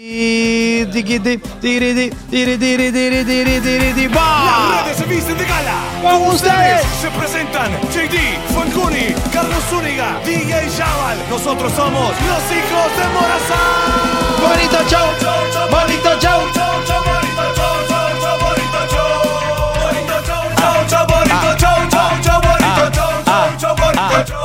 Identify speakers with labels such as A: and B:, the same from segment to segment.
A: Y tiquiti, tiriti, tiri, tiri, tiri, tiri, tiri, ti,
B: Las
A: pa.
B: redes se visten de gala.
A: Con ustedes.
B: se presentan JD, Fancuni, Carlos Zúñiga, DJ Chaval. Nosotros somos los hijos de Morazán.
A: Bonito show, bonito show.
B: Chau, chau, bonito, chau, chau, chau, bonito, chau. Bonito, chau,
A: Ah.
B: chau, chau, bonito, chau, chau, chau, bonito, chau, chau,
A: Ah.
B: chau, bonito, chau.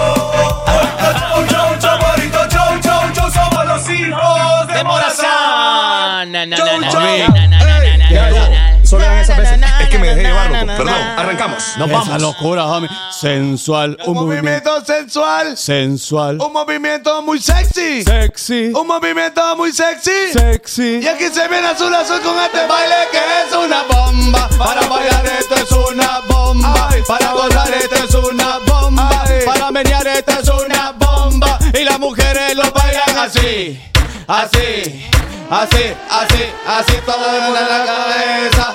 B: Chau, chau, chau, bonito, chau, chau, chau, somos los hijos de Morazán.
C: Na, na,
B: Chau,
C: na, na,
B: chau.
C: na, na, na, na,
B: Ey,
C: na,
B: ya, ya.
C: na, na, na.
B: Solo eran esas
C: Na,
B: veces.
C: na,
B: Es que me
C: na,
B: dejé
C: na,
B: llevar, loco.
C: na,
B: Perdón.
C: na.
B: Arrancamos.
D: Nos
A: Esa locura, homie. Sensual, un, Un movimiento movimiento sensual,
D: Sensual.
A: un movimiento muy sexy,
D: Sexy.
A: un movimiento muy sexy.
D: Sexy.
A: Y aquí se viene azul azul con este baile que es una bomba. Para bailar esto es una bomba.
B: Ay.
A: Para gozar este esto es una bomba.
B: Ay.
A: Para menear esto es una bomba. Y las mujeres lo bailan así, así, así, así, así. Todo el mundo en la cabeza.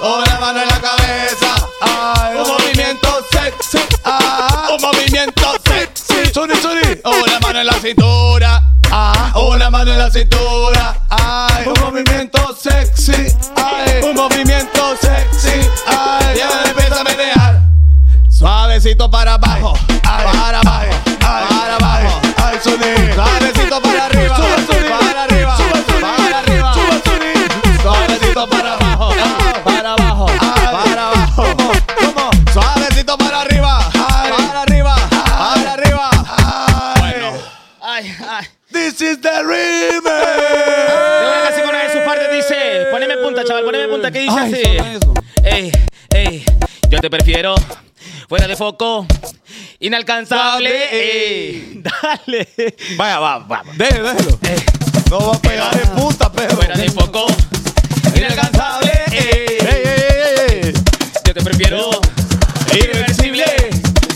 A: Una mano en la cabeza.
B: Ay,
A: Un movimiento sexy.
B: Ah.
A: Un movimiento sexy.
B: Suri, Suri.
A: Una mano en la cintura.
B: Ah.
A: Una mano en la cintura.
B: Ay,
A: Un movimiento sexy, ay. Un movimiento sexy, ay. Y ahora empieza a menear. Suavecito para abajo,
B: Ay.
A: para abajo, para abajo.
B: ay, Suri.
A: Suavecito para arriba,
B: Sube, sube.
A: para arriba,
B: Sube, sube.
A: para arriba.
B: Sube, Suri.
A: Suavecito para abajo, para abajo, para abajo. Suavecito para arriba, para arriba, para arriba.
B: Ay,
C: Ay, ay.
B: This is the remix.
C: Te voy a hacer con una de sus partes, dice. Poneme punta, chaval, poneme punta, ¿qué dice así? Ey, ey, yo te prefiero. Fuera de foco. Inalcanzable. ey. Dale. Vaya, va, va.
A: Déjelo, déjelo.
C: Ey,
A: No va a pegar de puta, pero.
C: Fuera de foco. Inalcanzable. eh. ey.
A: Ey, ey, ey, ey.
C: Yo te prefiero. Irreversible.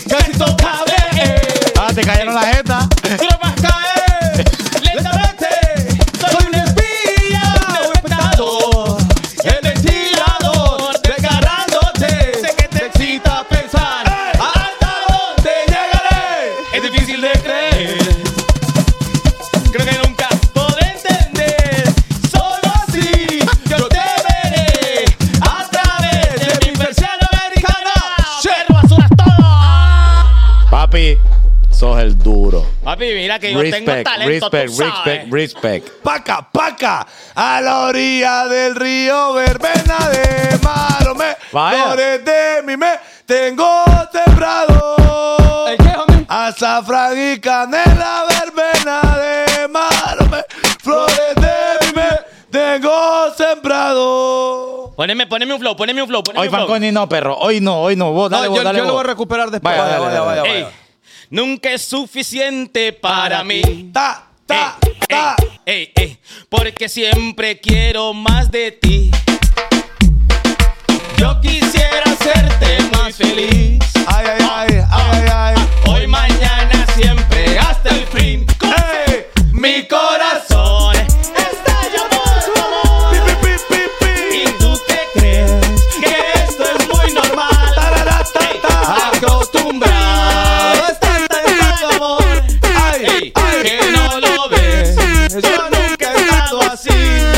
A: Casi tocable. Ah, te cayeron la jeta.
C: Tú no vas a caer. Lentamente.
A: Soy un espía.
C: un espectador,
A: El ventilador. Desgarrándote.
C: Sé que te
A: excita pensar. Hasta dónde llegaré.
C: Es difícil de creer. Creo que nunca podré entender.
A: Solo así yo te veré. A través de mi persiana americana.
C: ¡Cero basuras todo!
E: Papi, sos el duro.
C: Papi, mira que yo tengo
E: Respect,
C: talento,
E: respect,
C: tú sabes.
E: respect, respect.
B: Paca, paca, a la orilla del río Verbena de Maromé.
E: Vaya.
B: Flores de mi me, tengo sembrado.
A: ¿El qué, homie?
B: Azafrán y canela, verbena de Maromé. Flores de mi me, tengo sembrado.
C: Poneme, poneme un flow, poneme un flow, poneme
E: Hoy
C: un flow.
E: Fanconi no, perro. Hoy no, hoy no. Vos, dale,
D: No,
E: vos,
D: yo-
E: dale
D: yo lo
E: vos.
D: voy a recuperar después.
E: Vaya, dale, dale, dale.
C: Ey, nunca es suficiente para mí.
B: Ta, ta,
C: Ey,
B: ta.
C: ey, ey, ey, porque siempre quiero más de ti. Yo quisiera hacerte más feliz.
B: Ay, ay, ay, ay, ay.
C: Hoy, mañana, siempre, hasta el fin.
B: Ey,
C: Mi corazón estalla por tu
B: pi,
C: amor.
B: pi, pi, pi,
C: ¿Y
B: pi.
C: tú qué crees? Que esto es muy normal.
B: Tarara, ta, ta.
C: Acostumbrado estás a tanto amor. Ay, ay, que no lo ves. Yo nunca he estado así.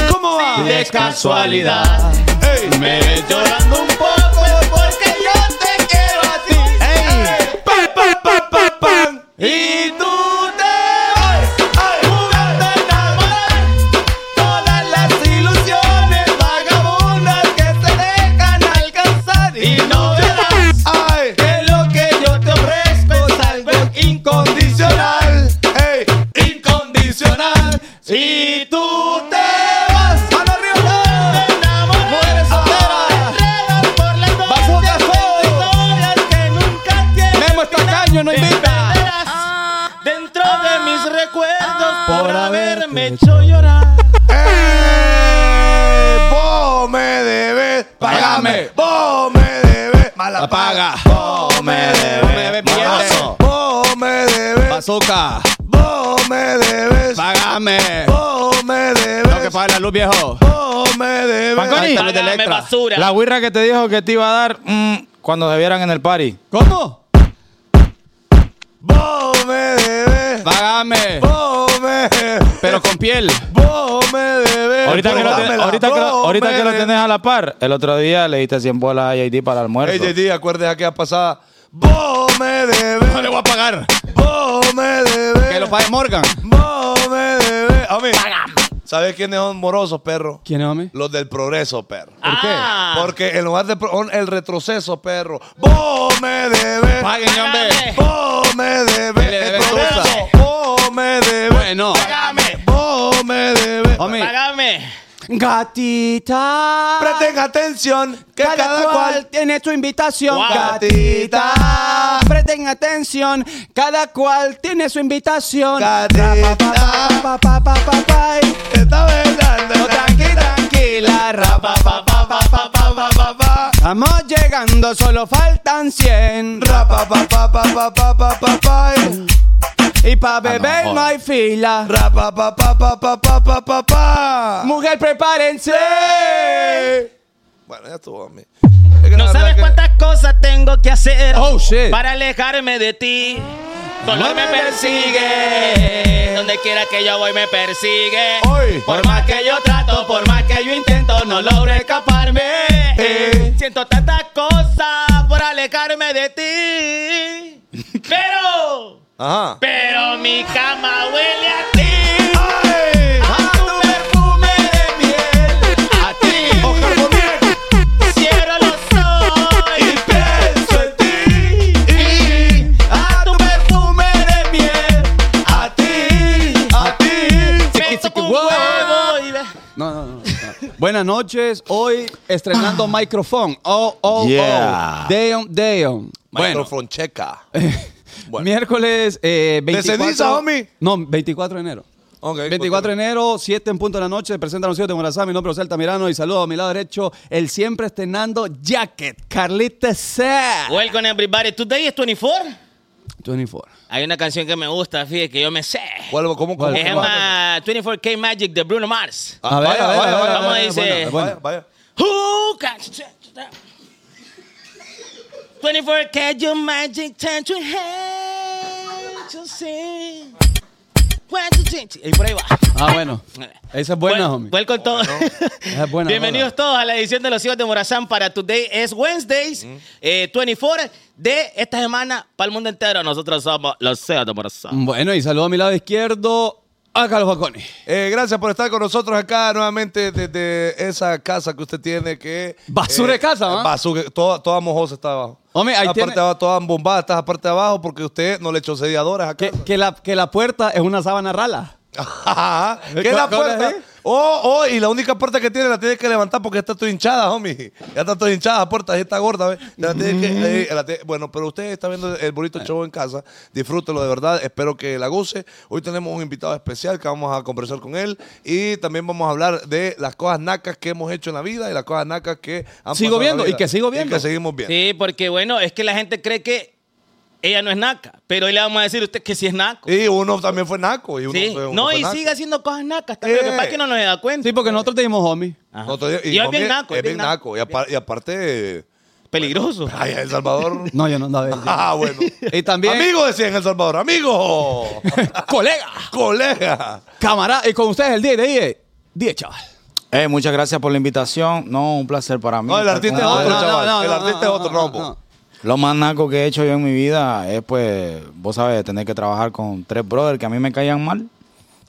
B: ¿Cómo va?
C: De casualidad.
B: Ey.
C: Me ves llorando un poco porque yo te quiero a ti.
B: Ey. Pam, pam, pam, pam, pam.
C: Y tú te vas jugando a enamorar Todas las ilusiones vagabundas que te dejan alcanzar Y no verás
B: Ay,
C: que lo que yo te ofrezco es algo incondicional
B: condicional. Ey,
C: Incondicional Si tú te vas
B: mano arriba.
C: te enamoras
B: Mujeres solteras.
C: Te entregas por las
B: Vas
C: noches
B: a
C: de
B: Ah. fuego.
C: historias que nunca tienes
D: Memo está caño, no invita.
C: Verás Dentro de mis recuerdos por
D: Por
C: haberme
D: haberte
C: hecho llorar.
B: Ey, vos me debes, pagame.
D: Págame.
B: Vos me debes, mala paga.
D: Apaga.
B: Vos me debes,
D: debes billetes.
B: mamazo. Vos me debes,
D: Bazooka.
B: vos me debes,
D: Págame.
B: vos me
D: Lo que
B: debes,
D: paga la luz, viejo.
B: vos me debes.
D: Fanconi. Ahí está los de
C: Págame
D: Electra.
C: basura.
E: La guirra que te dijo que te iba a dar mm, cuando se vieran en el party.
D: ¿Cómo?
B: Vos me debes,
D: Págame.
B: vos me
D: Pero con piel.
B: Vos me debes.
E: Ahorita que, lo te-
B: dámela,
E: ahorita que lo-
B: vos
E: ahorita
B: me
E: que lo
B: debes.
E: tenés a la par, el otro día le diste 100 bolas a JD para el almuerzo.
B: Ey, JD, acuerdes aquella pasada. Vos me debes.
D: No le voy a pagar.
B: Vos me
D: Que lo
B: debes.
D: pague Morgan.
B: Vos me debes. A mí. ¿Sabes quiénes son morosos, perro?
D: ¿Quién es, hombre?
B: Los del progreso, perro.
C: ¿Por qué? Ah.
B: Porque en lugar de pro- on- el retroceso, perro. Vos me debes.
D: Paguen, hombre.
B: Vos me debes.
D: Le
B: El
D: debes
B: progreso.
D: tusa.
B: Vos me debes.
D: Bueno.
B: Págame. Vos me debes.
D: Hombre.
C: Págame.
D: Gatita.
B: Presten atención que cada, cual
D: tiene su invitación.
C: Wow.
D: Gatita. Presten atención. Cada cual tiene su invitación.
B: Gatita.
D: Pa, pa, pa, pa, pa, pa.
B: está bailando.
D: No, tranqui, tranquila. ra, pa, pa, pa, pa, pa, pa, pa, pa, pa. Estamos llegando, solo faltan 100.
B: Rapa, pa, pa, pa, pa, pa, pa, pa, pa.
D: Y
B: Ah,
D: pa' beber no, hay fila.
B: Rapa, pa, pa, pa, pa, pa, pa, pa, pa.
D: Mujer, prepárense.
B: Bueno, ya estuvo a mí. Es que la
C: No
B: verdad
C: sabes
B: que-
C: cuántas cosas tengo que hacer
D: Oh, shit.
C: para alejarme de ti. Dolor me persigue. Donde quiera que yo voy me persigue.
B: Hoy.
C: Por más que yo trato, por más que yo intento, no logro escaparme.
B: Eh.
C: Siento tantas cosas por alejarme de ti. Pero,
B: Ajá.
C: pero mi cama huele a ti.
B: ¡Ay!
C: A tu perfume de miel. A ti.
B: Oscar Montiel,
C: Cierro los ojos y
B: pienso en ti.
C: a tu perfume de miel.
B: A ti, a ti.
C: Me toca un
D: wow.
C: huevo y ve-
D: No, no, no. no. Buenas noches. Hoy estrenando
B: Ah.
D: micrófono. Oh, oh,
E: Yeah.
D: oh. Damn, damn. Bueno,
B: Microphone checa. Bueno.
D: miércoles eh, 24.
B: ceniza, homie?
D: No, 24 de enero.
B: Ok,
D: 24 de enero, 7 en punto de la noche, presenta anuncio de Morazán, mi nombre es Celta Mirano y saludo a mi lado derecho, el siempre estrenando Jacket, Carlita C.
C: Welcome everybody. Today is 24.
D: 24.
C: Hay una canción que me gusta, fíjate, que yo me sé.
B: Vuelvo, ¿cómo, cómo?
D: ¿Cuál?
C: Se
B: cómo?
C: llama 24K Magic de Bruno Mars.
B: Ah,
D: A ver,
B: vaya,
D: a ver,
B: vaya,
D: a ver,
B: vaya,
C: ¿cómo
B: vaya,
C: dice?
B: bueno, Vaya, vaya.
C: Who can- 24K your magic turn to hate to see. One, two, three, three. Y por ahí va.
D: Ah, bueno. Esa es buena,
C: Vuel-
D: homie.
C: vuelco en todo.
D: Esa es buena,
C: Bienvenidos
D: buena.
C: todos a la edición de los hijos de Morazán para Today es Wednesdays
D: Mm.
C: eh, 24 de esta semana para el mundo entero. Nosotros somos los hijos de Morazán.
D: Bueno, y saludo a mi lado izquierdo a Carlos Baconi.
B: Eh, gracias por estar con nosotros acá nuevamente desde esa casa que usted tiene que... eh,
D: Basura de casa, ¿va?
B: Basura, toda, toda mojosa está abajo.
D: Hombre, ahí
B: aparte
D: tiene-
B: abajo, toda embombada, estás aparte de abajo porque usted no le echó sediadoras acá.
D: Que, que la, que la puerta es una sábana rala.
B: Ajá. ¿Qué es la
D: ¿Cuál es
B: puerta?
D: ahí?
B: Oh, oh, y la única puerta que tiene la tienes que levantar porque está toda hinchada, homie. Ya está toda hinchada la puerta, ahí está gorda, ¿ves? La tienes que- eh, la tienes- bueno, pero usted está viendo el bonito show en casa. Disfrútelo de verdad. Espero que la goce. Hoy tenemos un invitado especial que vamos a conversar con él. Y también vamos a hablar de las cosas nacas que hemos hecho en la vida y las cosas nacas que han
D: Sigo
B: pasado en la
D: viendo, y
B: vida.
D: que sigo viendo.
B: Y que seguimos viendo.
C: Sí, porque bueno, es que la gente cree que ella no es naca, pero hoy le vamos a decir a usted que sí es naco.
B: Y uno también fue naco. Y uno
C: Sí.
B: fue- uno
C: No,
B: fue
C: y
B: naco.
C: sigue haciendo cosas nacas. también. Lo que
B: Eh.
C: pasa es que no nos da cuenta.
D: Sí, porque nosotros te dimos homie.
C: Ajá.
B: No, todavía-
C: y hoy es bien
B: homie,
C: naco.
B: Es bien naco. Y, apar- y aparte,
C: Peligroso.
B: ay, El Salvador.
D: No, yo no andaba bien.
B: Ah, bueno.
D: Y también-
B: Amigo decía en El Salvador. Amigo.
D: Colega,
B: Colega.
D: camarada, y con ustedes el 10 de 10. 10, chaval.
E: Ey, Eh, muchas gracias por la invitación. No, un placer para mí.
B: No, el
E: estar
B: artista
D: Ah,
E: con
B: es
E: ustedes.
B: otro, chaval. El artista es otro rombo.
E: Lo más naco que he hecho yo en mi vida es, pues, vos sabes, tener que trabajar con tres brothers que a mí me caían mal.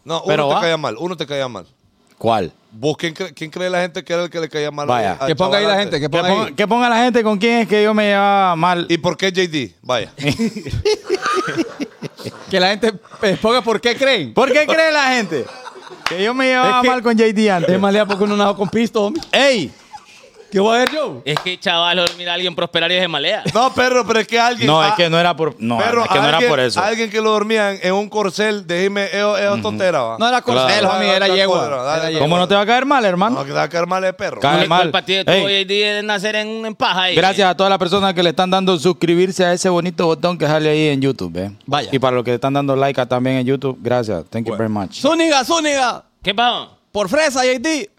B: No, uno
E: Pero
B: te
E: va.
B: caía mal. Uno te caía mal.
E: ¿Cuál?
B: ¿Vos quién, cre- quién cree la gente que era el que le caía mal?
E: Vaya.
B: al- al
D: Que ponga ahí la
B: chaval
D: gente,
B: antes?
D: que
E: Que
D: ponga
E: ponga,
D: ahí.
E: que ponga la gente con quién es que yo me llevaba mal.
B: ¿Y por qué JD? Vaya.
D: Que la gente eh, ponga por qué creen.
E: ¿Por qué cree la gente que yo me llevaba
D: Es que-
E: mal con JD
D: Es
E: antes?
D: más lea porque uno nació con pisto, homie.
E: ¡Ey!
D: ¿Qué voy a ver yo?
C: Es que chaval, mira a alguien prosperar y se malea.
B: No, perro, pero es que alguien.
E: No,
B: ah,
E: es que no era por, no,
B: perro,
E: es que no era
B: alguien-
E: por eso.
B: Alguien que lo dormían en un corcel, déjime, es tontera, va.
D: No era corcel,
E: Claro.
D: homie, era
B: Dale,
D: yegua.
B: dale,
D: Era
B: dale.
D: yegua.
E: ¿Cómo no te va a caer mal, hermano?
B: No, que te va a caer mal el perro.
E: Ca- Ah,
C: El
E: mal.
C: partido
E: Ey.
C: tuvo hoy día de nacer en, en paja. y-
E: Gracias a todas las personas que le están dando suscribirse a ese bonito botón que sale ahí en YouTube, ¿eh?
D: Vaya.
E: Y para los que le están dando like a- también en YouTube, gracias. Thank you very much.
D: Zúñiga, Zúñiga.
C: ¿Qué pasó?
D: Por fresa, JD.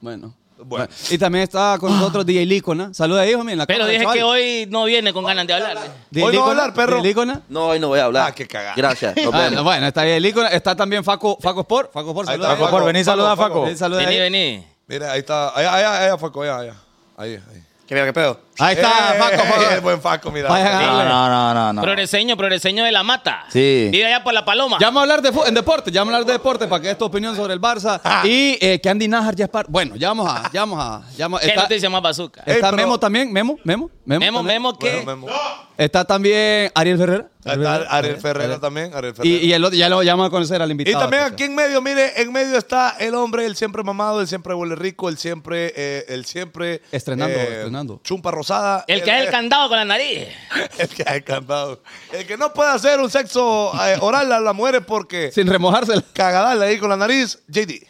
D: Bueno.
B: Bueno. Ah.
D: Y también está con nosotros DJ Lícona. Saluda ahí, homie, en la
C: Pero
D: cámara,
C: dije
D: chaval.
C: que hoy no viene con ganas de hablarle.
D: DJ
B: Hoy no va a
D: Lícona,
B: hablar, perro.
D: DJ Lícona.
F: No, hoy no voy a hablar.
B: Ah, qué cagada.
F: Gracias. Nos
D: Ah,
F: vemos.
D: bueno, está bien Lícona. Está también Faco, Faco Sport. Faco Sport,
B: Ahí
D: saluda.
B: está,
D: ahí.
E: Faco Sport, vení, saluda, Faco.
D: Ven, saluda eh.
C: Vení,
D: ahí.
C: vení.
B: Mira, ahí está. Allá, allá, allá, Faco, allá, allá. Ahí, ahí.
F: ¿Qué pedo, qué pedo?
D: Ahí está,
B: Eh,
D: Faco.
B: eh,
D: Faco.
B: eh, buen Faco, mira.
D: Vayan a-
E: No, no, no, no. no.
C: Progreseño, progreseño de la mata.
E: Sí.
C: Vive allá por la paloma.
D: Ya vamos a hablar de fu- en deporte, ya vamos a hablar de deporte para que dé tu opinión sobre el Barça.
B: Ah.
D: Y eh, que Andy Najar ya es par- Bueno, ya vamos a. Ya vamos a. Ya vamos-
C: ¿Qué
D: está
C: noticia más bazooka?
D: está
B: Ey, pero-
D: Memo también, Memo, Memo, Memo.
C: Memo,
D: también.
C: Memo, ¿qué?
B: Bueno, Memo.
D: Está también Ariel Ferrer.
B: Ahí está Ariel Ferrera también. Ariel
D: Y,
B: Ferrera.
D: y el otro, ya lo llamamos a conocer al
B: Y
D: invitado. Pues,
B: también
D: especial.
B: aquí en medio, mire, en medio está el hombre, el siempre mamado, el siempre huele rico, el siempre, eh, el siempre. eh,
D: Estrenando, estrenando.
B: Chumpa rosada.
C: El que es el candado con la nariz.
B: El que ha encantado. El que no puede hacer un sexo eh, oral a las mujeres porque
D: Sin remojársela.
B: cagadale ahí con la nariz, JD.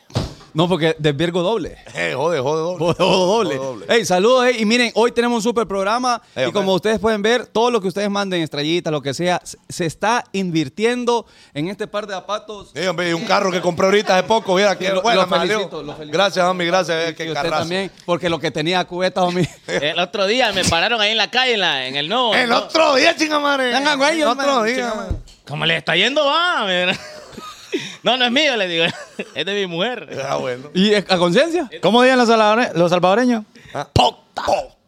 D: No, porque de Virgo doble.
B: Eh, jode, jode, doble.
D: Jodo doble.
B: Jodo doble.
D: Ey, saludos, ey. Y miren, hoy tenemos un super programa. y
B: Ey,
D: como
B: hombre.
D: ustedes pueden ver, todo lo que ustedes manden, estrellitas, lo que sea, se- se está invirtiendo en este par de zapatos.
B: Sí, hombre, y un carro que compré ahorita hace poco, mira, que
D: Lo-
B: bueno,
D: lo
B: me valió.
D: felicito, lo felicito.
B: Gracias, homie, gracias, eh,
D: Y
B: qué
D: usted
B: carrazo.
D: también, porque lo que tenía cubeta, homie.
C: El otro día me pararon ahí en la calle, en, la- en el nuevo.
B: El otro día, chingamare.
D: Venga, güey,
B: El otro
D: hombre,
B: día.
D: chingamare.
C: Como le está yendo, va. mira. No, no es mío, le digo. Es de mi mujer.
B: Ah, bueno.
D: ¿Y eh, a conciencia?
E: ¿Cómo dicen los salvadore- los salvadoreños?
D: Ah.
B: Postado.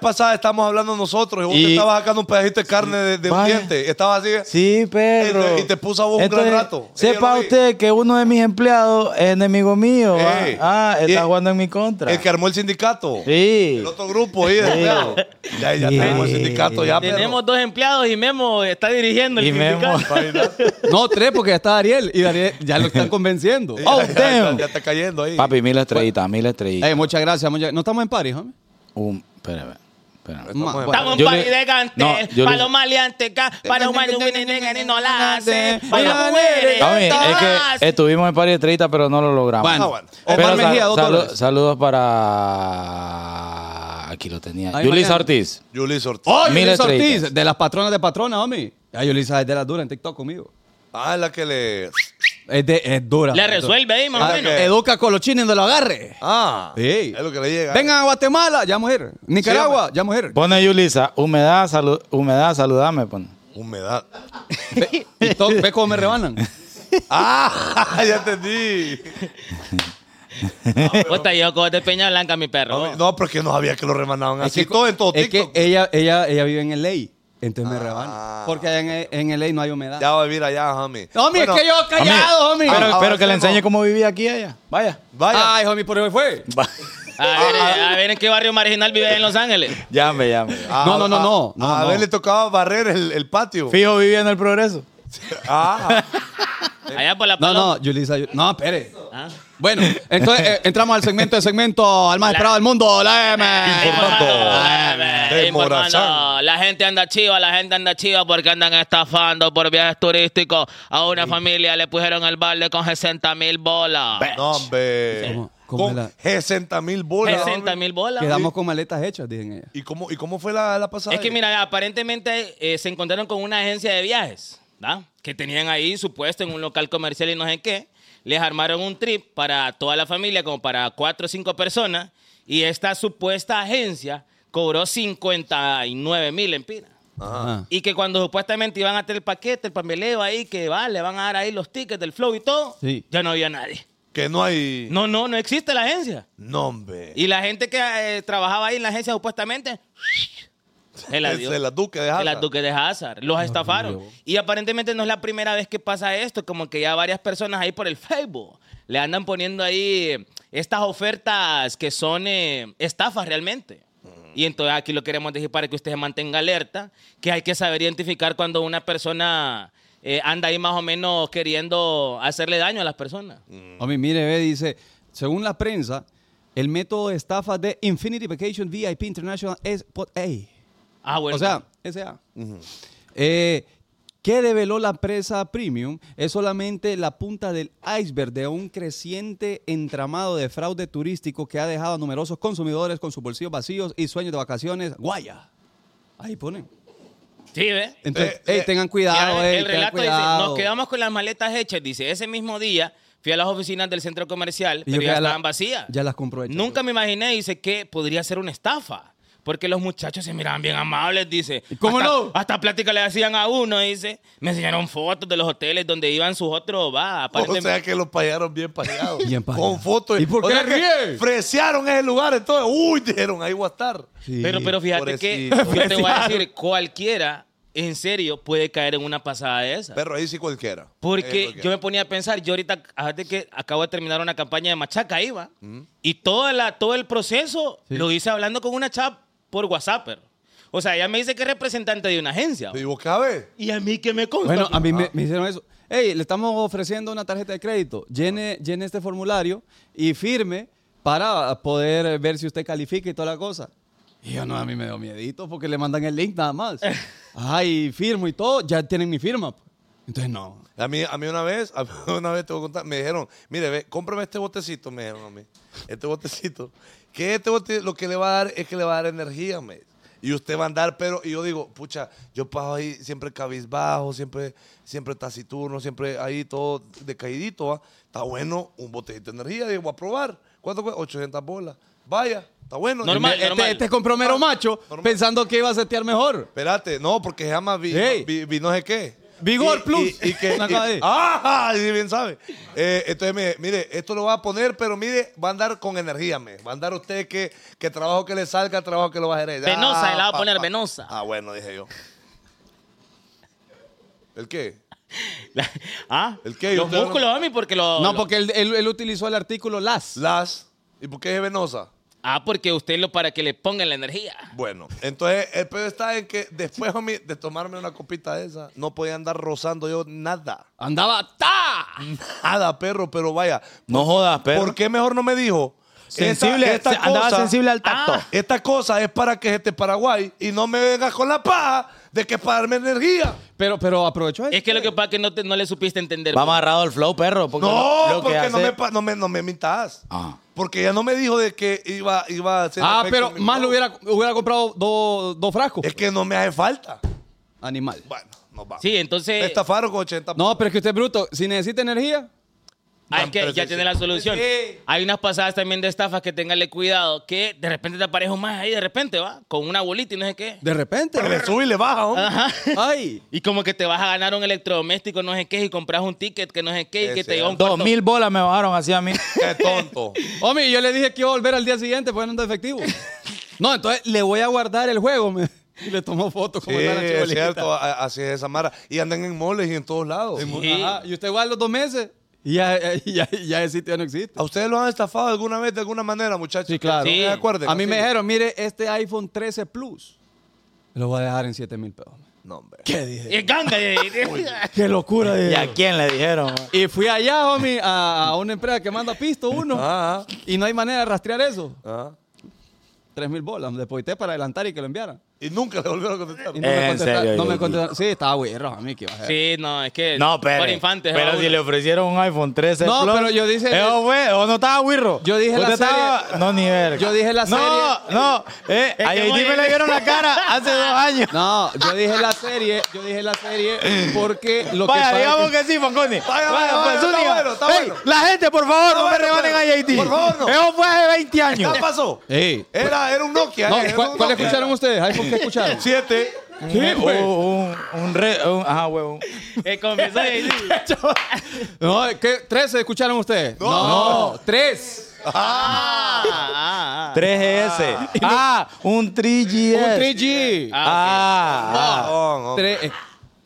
B: pasada estábamos hablando nosotros y vos te
E: Y-
B: estabas sacando un pedacito de carne de, de un
E: Vaya.
B: diente. Estabas así.
E: Sí, perro.
B: Este, Y te- y te puso a vos un gran rato. Ella
E: Sepa
B: lo vi.
E: usted que uno de mis empleados es enemigo mío. ah.
B: Ey.
E: Ah,
B: Y-
E: está jugando en mi contra.
B: El que armó el sindicato.
E: Sí.
B: El otro grupo ahí, de
E: Sí.
B: pedo. Ya, ya
E: Sí.
B: tenemos el sindicato, ya, perro.
C: Tenemos dos empleados y Memo está dirigiendo el
E: Ah, Y Memo.
C: sindicato.
B: Imagínate.
D: No, tres, porque ya está Ariel. Y Ariel ya lo están convenciendo.
E: Oh,
B: ya, ya-
E: damn.
B: ya está cayendo ahí.
E: Papi, mil estrellitas, mil estrellitas.
D: Ey, muchas gracias, muchas No estamos en París, homie.
E: Un, espérame, espérame.
D: Ma-
B: en
D: bueno.
C: Estamos en
E: Yo
C: pari
E: le-
C: de gante,
E: no, yo le-
C: para los maleantes, ca- para humar y no la hace, para las
D: Oigan,
C: mujeres.
E: Tommy,
C: no
E: es
C: la
E: que
C: hace.
E: estuvimos en par de estrellitas, pero no lo logramos.
D: Bueno,
B: Ah, bueno.
E: Pero
D: Omar
E: sal-
D: Mejía, dos
E: salu-
D: dólares.
E: saludos para. Aquí lo tenía.
D: Ahí,
E: Yulisa
D: Mariano.
E: Ortiz.
B: Julie Ortiz.
D: Oh,
E: Mil
D: Yulisa
E: estrellitas.
D: Ortiz, de las patronas de patronas, homie. Ya Yulisa es de las duras en TikTok conmigo.
B: Ah, es la que le.
D: Es, de, es dura.
C: Le
D: es dura.
C: resuelve ahí, más o
D: Ah,
C: menos.
B: ok.
D: Educa con los chinos y no lo agarre.
B: Ah,
D: Sí.
B: es lo que le llega.
D: Vengan a Guatemala, ya mujer. Nicaragua, ya mujer.
E: Pone Yulisa, humedad, salud, humedad, saludame. Pone.
B: Humedad.
D: Ve- TikTok, ve cómo me rebanan.
B: ah, ya entendí.
C: Vos te llevo cosas de Peña Blanca, mi perro.
B: No, no, pero es que no sabía que lo remanaban así.
D: Es que-
B: todo en todo
D: Es que
B: TikTok.
D: ella, ella, ella vive en LA, entonces me
B: Ah.
D: rebanan. Porque allá en, en LA no hay humedad.
B: Ya va a vivir allá, homie.
D: No, homie, es que yo callado, homie.
E: Pero,
B: Ah,
E: pero que le
B: avancemos.
E: enseñe cómo vivía aquí ella. Vaya.
B: Vaya.
D: Ay, homie, por hoy fue.
C: A ver, a ver en qué barrio marginal vive en Los Ángeles.
E: Llame, llame.
D: Ah, No, no, no, no, no,
B: A,
D: no.
B: ver, le tocaba barrer el, el patio.
E: Fijo vivía en el progreso.
B: Ah,
E: Eh,
C: Allá por la
D: No,
C: paloma.
D: no, Yulisa, Yu- no, espere.
C: Ah.
D: Bueno, entonces eh, entramos al segmento de segmento al más esperado del mundo, la M.
B: Informando.
C: Eh,
B: Morazán.
C: Informando. La gente anda chiva, la gente anda chiva porque andan estafando por viajes turísticos. A una familia le pusieron el balde con 60 mil bolas.
B: no, hombre.
D: ¿Cómo- cómo
B: Con
D: la-
B: 60 mil bolas.
C: 60 mil bolas.
D: Quedamos con maletas hechas, dicen ella.
B: ¿Y cómo, ¿Y cómo fue la, la pasada?
C: Es que mira, aparentemente eh, se encontraron con una agencia de viajes, ¿da? Que tenían ahí su puesto en un local comercial y no sé qué. Les armaron un trip para toda la familia, como para cuatro o cinco personas. Y esta supuesta agencia cobró 59 mil en pina.
D: Ajá.
C: Y que cuando supuestamente iban a tener el paquete, el papeleo ahí, que va, le van a dar ahí los tickets del flow y todo,
D: Sí.
C: ya no había nadie.
B: Que no hay.
C: No, no, no existe la agencia.
B: No, hombre.
C: Y la gente que eh, trabajaba ahí en la agencia supuestamente, se la
B: Es
C: dio.
B: de la Duque de
C: De las
B: Hazard.
C: Duques de Hazard. Los estafaron. Y aparentemente no es la primera vez que pasa esto, como que ya varias personas ahí por el Facebook le andan poniendo ahí eh, estas ofertas que son eh, estafas realmente. Y entonces aquí lo queremos decir para que usted se mantenga alerta, que hay que saber identificar cuando una persona eh, anda ahí más o menos queriendo hacerle daño a las personas.
D: Homie, mire, ve, dice, según la prensa, el método de estafa de Infinity Vacation VIP International es por A.
C: Ah, bueno.
D: O sea, S.A. Eh, ¿Qué develó la presa premium? Es solamente la punta del iceberg de un creciente entramado de fraude turístico que ha dejado a numerosos consumidores con sus bolsillos vacíos y sueños de vacaciones. ¡Guaya! Ahí ponen.
C: Sí, ¿ves?
D: Entonces, ey, tengan cuidado,
C: Mira,
D: ey,
C: Eh, el
D: tengan
C: relato dice,
D: cuidado.
C: nos quedamos con las maletas hechas. Dice, ese mismo día fui a las oficinas del centro comercial,
D: Y yo
C: pero
D: que
C: ya
D: ya la-
C: estaban vacías.
D: Ya las compró hechas.
C: Nunca me imaginé, dice, que podría ser una estafa. Porque los muchachos se miraban bien amables, dice.
D: ¿Y cómo
C: hasta,
D: no?
C: Hasta plática le hacían a uno, dice. Me enseñaron fotos de los hoteles donde iban sus otros, va, aparte.
B: O sea que los payaron bien payados.
D: Bien payados.
B: Con fotos.
D: ¿Y por
B: O
D: qué
B: sea que
D: ríe?
B: Fresearon ese lugar entonces. Uy, dijeron, ahí voy a estar.
D: Sí.
C: Pero, pero fíjate que
B: Pobrecito.
C: yo te voy a decir, cualquiera, en serio, puede caer en una pasada de esa.
B: Pero ahí sí cualquiera. Ahí
C: Porque
B: cualquiera.
C: yo me ponía a pensar, yo ahorita, fíjate que acabo de terminar una campaña de machaca, iba,
B: Mm.
C: y toda la, todo el proceso
D: Sí.
C: lo hice hablando con una chap por WhatsApp. pero. O sea, ella me dice que es representante de una agencia.
B: ¿Y vos cabe?
C: Y a mí que me consta.
D: Bueno, a mí
B: Ah.
D: me, me hicieron eso. Hey, le estamos ofreciendo una tarjeta de crédito. Llene, llene este formulario y firme para poder ver si usted califica y toda la cosa. Y yo no, a mí me dio miedito porque le mandan el link nada más. Ay, firmo y todo, ya tienen mi firma. pues. Entonces, no.
B: A mí, a mí una vez, a mí una vez te voy a contar, me dijeron, mire, ve, cómprame este botecito, me dijeron a mí, este botecito, que este bote lo que le va a dar es que le va a dar energía, me dice. y usted va a andar, pero, y yo digo, pucha, yo paso ahí siempre cabizbajo, siempre, siempre taciturno, siempre ahí todo decaidito, ¿va? está bueno, un botecito de energía, digo, voy a probar, ¿cuánto cuesta? 800 bolas, vaya, está bueno.
C: Normal,
B: Y me-
C: normal.
D: Este, este compromero macho
B: Normal.
D: pensando que iba a setear mejor.
B: Espérate, no, porque se llama vi,
D: Ey.
B: vi- vi no sé qué.
D: Vigor
B: Y-
D: Plus.
B: Y, y que,
D: Una cosa
B: y-
D: ahí.
B: ¡Ah! Y bien sabe. Eh, entonces, me, mire, esto lo va a poner, pero mire, va a andar con energía, me. Va a andar usted que, que trabajo que le salga, trabajo que lo va a generar.
C: Venosa,
B: Ah,
C: le va a
B: pa,
C: poner
B: pa.
C: venosa.
B: Ah, bueno, dije yo. ¿El qué?
C: ¿Ah?
B: ¿El qué? Yo
C: Los
B: te-
C: músculos, a mí, porque los...
D: No,
C: los-
D: porque él, él- él utilizó el artículo las.
B: Las. ¿Y por qué es venosa?
C: Ah, porque usted lo para que le pongan la energía.
B: Bueno, entonces el pedo está en que después homie, de tomarme una copita de esa, no podía andar rozando yo nada.
D: Andaba ta.
B: Nada, perro, pero vaya.
E: No jodas, perro.
B: ¿Por qué mejor no me dijo?
E: Sensible,
B: Esta- esta
E: andaba
B: cosa-
E: sensible al tacto.
C: Ah.
B: Esta cosa es para que este Paraguay y no me vengas con la paja de que para darme energía.
D: Pero, pero aprovechó
B: Este
D: eso.
C: Es que lo que pasa es que no, te- no le supiste entender.
E: Va amarrado el flow, perro. Porque
B: No,
E: lo- lo que
B: porque no,
E: hace-
B: me, pa- no, me, no me mintas.
E: Ah.
B: Porque ella no me dijo de que iba, iba a hacer.
D: Ah,
B: efecto
D: pero
B: en mi
D: más lo
B: cuerpo.
D: hubiera, hubiera comprado dos dos frascos.
B: Es que no me hace falta.
D: Animal.
B: Bueno, nos vamos.
C: Sí, entonces...
B: Me estafaron con 80
D: este- No, pero es que usted es bruto. Si necesita energía,
C: Ah, es que
B: Pero
C: ya
B: sí, sí.
C: tiene la solución.
D: Sí.
C: Hay unas pasadas también de estafas que tenganle cuidado, que de repente te aparece un más ahí, de repente, ¿va? Con una bolita y no sé qué.
D: de repente.
B: Pero le sube y le baja, hombre.
C: Ajá.
D: Ay.
C: Y como que te vas a ganar un electrodoméstico, no sé qué, y compras un ticket que no sé qué, y
B: Es
C: que te llega un
E: Dos
C: cuarto.
E: mil bolas me bajaron así a mí.
B: Qué tonto.
D: Homie, yo le dije que iba a volver al día siguiente, pues no anda efectivo. No, entonces le voy a guardar el juego. me- Y le tomó fotos
B: Sí,
D: como la
B: es
D: chibolita.
B: cierto, a- así es esa mara. Y andan en moles y en todos lados.
C: Sí.
D: Ajá, Y usted guarda los dos meses y ya, y ya, y ya el sitio no existe.
B: ¿A ustedes lo han estafado alguna vez de alguna manera, muchachos?
D: Sí, claro.
C: Sí.
B: ¿Se acuerdan?
D: A mí me
B: Sí.
D: dijeron, mire, este iPhone 13 Plus lo voy a dejar en 7 mil pesos.
B: No, hombre.
D: ¿Qué dije?
C: Y ganga, y- y-
D: ¡Qué locura!
E: ¿Y
D: dije.
E: a quién le dijeron?
D: Y fui allá, homie, a, a una empresa que manda pisto uno.
B: Ah,
D: Y no hay manera de rastrear eso.
B: ah.
D: 3 mil bolas. Le deposité para adelantar y que lo enviaran.
B: Y nunca le volvieron a contestar.
D: Y no
E: En
D: me contestaron.
E: serio,
D: No
E: yo-
D: me contestaron. Sí, estaba güero, a mí que iba a ser.
C: Sí, no, es que...
E: No, pero.
C: Por infantes. va
E: pero
C: uno.
E: si le ofrecieron un iPhone 13
D: No,
E: Plus,
D: pero yo dije-
E: Eso fue. O no estaba Wirro.
D: Yo dije la
E: Usted
D: serie-
E: estaba- No, ni ver.
D: Yo dije la
E: No,
D: serie-
E: no. Eh,
C: Es
E: a
C: que
E: JD
C: voy-
E: me le vieron la cara hace dos años.
D: No, yo dije la serie, yo dije la serie porque lo que
E: Vaya,
D: pasa es
E: digamos que sí, Fanconi.
B: Vaya, vaya, vaya, está
E: Zúñiga.
B: bueno, está
E: Ey,
B: bueno.
E: La gente, por favor,
B: Está
E: no me
B: bueno,
E: rebanen
B: pero-
E: a JD.
B: por favor, no.
E: Eso fue hace 20 años.
B: ¿Qué pasó?
D: Ey.
B: Era, era un Nokia.
D: No,
B: eh, era
D: ¿cuál,
B: un
D: cuál
B: Nokia.
D: escucharon ustedes? iPhone, ¿qué escucharon?
B: Siete.
D: Sí,
E: Un,
D: pues.
E: un, un re, un, ah, ajá, huevo.
C: Eh, confesó, y-
D: No, ¿qué? ¿Tres escucharon ustedes?
B: No.
D: tres.
C: Ah, ah,
E: 3GS. Ah, un 3GS.
D: Un 3G.
E: Ah, ah.
B: No, no.
D: Tres, eh,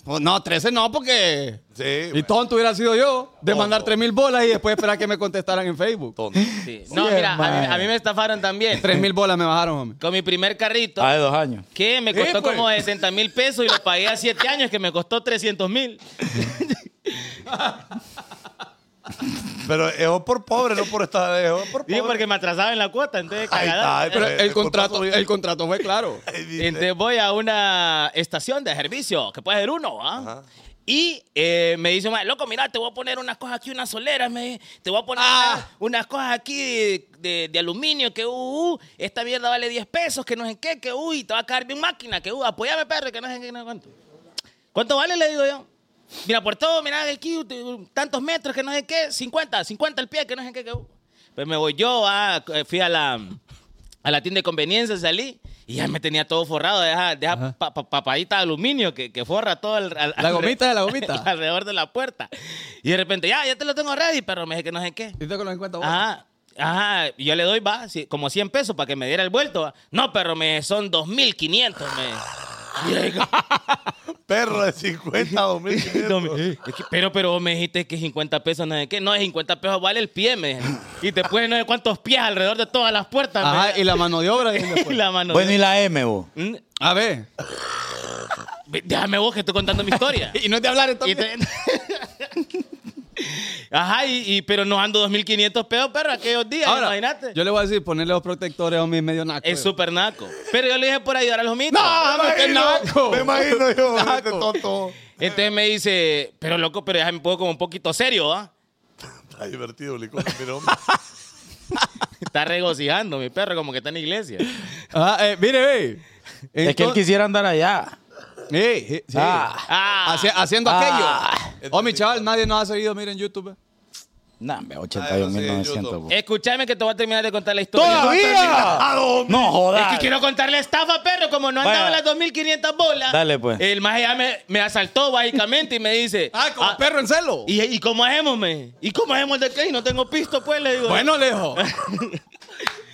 D: oh, no, 13 no, porque.
B: Sí.
D: Y tonto hubiera sido yo de
B: Tonto.
D: mandar 3 mil bolas y después esperar que me contestaran en Facebook.
B: Tonto.
C: ah. Sí. No,
E: Sí,
C: mira, a mí,
E: man.
C: a mí me estafaron también.
D: 3 mil bolas me bajaron, homie.
C: Con mi primer carrito.
E: Hace ah, dos años.
C: que me
D: Sí,
C: costó
D: pues.
C: como 60 mil pesos y lo pagué a 7 años que me costó 300 mil.
B: Pero eso por pobre, no por esta. Eso por pobre.
C: Sí, porque me atrasaba en la cuota, entonces
B: Ahí
C: cagada.
B: está, ahí
D: Pero
B: Eh,
D: el
B: por
D: contrato,
B: paso-
D: el contrato fue claro.
B: Ay, dice,
C: Entonces voy a una estación de servicio, que puede ser uno, ¿ah? Y eh, me dice, "Mae, loco, mira, te voy a poner unas cosas aquí, unas soleras, me dice, te voy a poner
A: Ah.
C: unas, unas cosas aquí de, de- de aluminio, que uh, uh, esta mierda vale 10 pesos, que no sé qué, que uy, te va a caer bien máquina, que uh, apoyame, perro, que no sé qué, no sé cuánto. ¿Cuánto vale? Le digo yo. Mira, por todo, mira, aquí, tantos metros, que no sé qué, 50, 50 el pie, que no sé qué, que uh. Pues me voy yo, ah, eh, fui a la, a la tienda de conveniencia, salí. Y ya me tenía todo forrado, deja, deja pa- pa- papadita de aluminio que, que forra todo el, al-
D: La gomita de la gomita.
C: alrededor de la puerta. Y de repente, ya, ya te lo tengo ready, pero me dije que no sé qué.
D: Y te con los 50 bolas.
C: Ajá. Ajá, y yo le doy, va, sí, como 100 pesos para que me diera el vuelto. va. No, pero me son 2.500. Me... Y yo digo,
B: Perro de 50, 2500.
C: "No, me- es que- pero, pero vos me dijiste que 50 pesos, no sé qué. No, 50 pesos vale el pie, me dijeron. Y te ponen no sé cuántos pies alrededor de todas las puertas. me
D: Ajá, y
C: dijeron.
D: la mano de obra. viene
C: Y
D: después.
C: la mano.
E: Bueno, y la M, vos.
C: Mm,
D: A ver.
C: ve- Déjame vos que estoy contando mi historia.
D: Y no es de hablar
C: Y
D: entonces.
C: te- Ajá, y, y- pero nos ando 2.500 pesos, perro, aquellos días,
D: Ahora,
C: imagínate.
D: yo le voy a decir, ponerle los protectores a mi medio naco.
C: Es súper naco. Pero yo le dije por ayudar a los homitos.
D: ¡No!
B: Me
D: ¡Qué
B: imagino,
D: naco!
B: Me imagino yo,
D: Naco.
B: este tonto.
C: Entonces me dice, pero loco, pero ya me pongo como un poquito serio, ¿ah?
B: Está divertido, licor, pero hombre.
C: Está regocijando mi perro, como que está en la iglesia.
D: Ajá, eh, mire, ve.
E: Es que él quisiera andar allá.
D: Eh, eh, sí.
E: Ah.
C: Ah,
D: Haci- haciendo
E: Ah.
D: aquello. Oh, mi chaval, nadie nos ha seguido, miren YouTube.
E: No, hombre,
B: Ay, no sé,
E: 81.900.
B: yo
E: bo.
C: escúchame que te voy a terminar de contar la historia.
E: Ah, ¡Todavía!
B: ¿A dónde?
E: No
C: Es
E: jodas.
C: que quiero contar la estafa, perro, como no andaba
E: Vaya.
C: las 2.500 bolas.
E: Dale, pues.
C: El maje ya me, me asaltó básicamente y me dice,
D: Ah, como
C: "Ah,
D: perro en celo.
C: ¿y, ¿y cómo hacemos, me? ¿Y cómo hacemos de qué? Y no tengo pisto, pues, le digo.
D: Bueno, Lejo.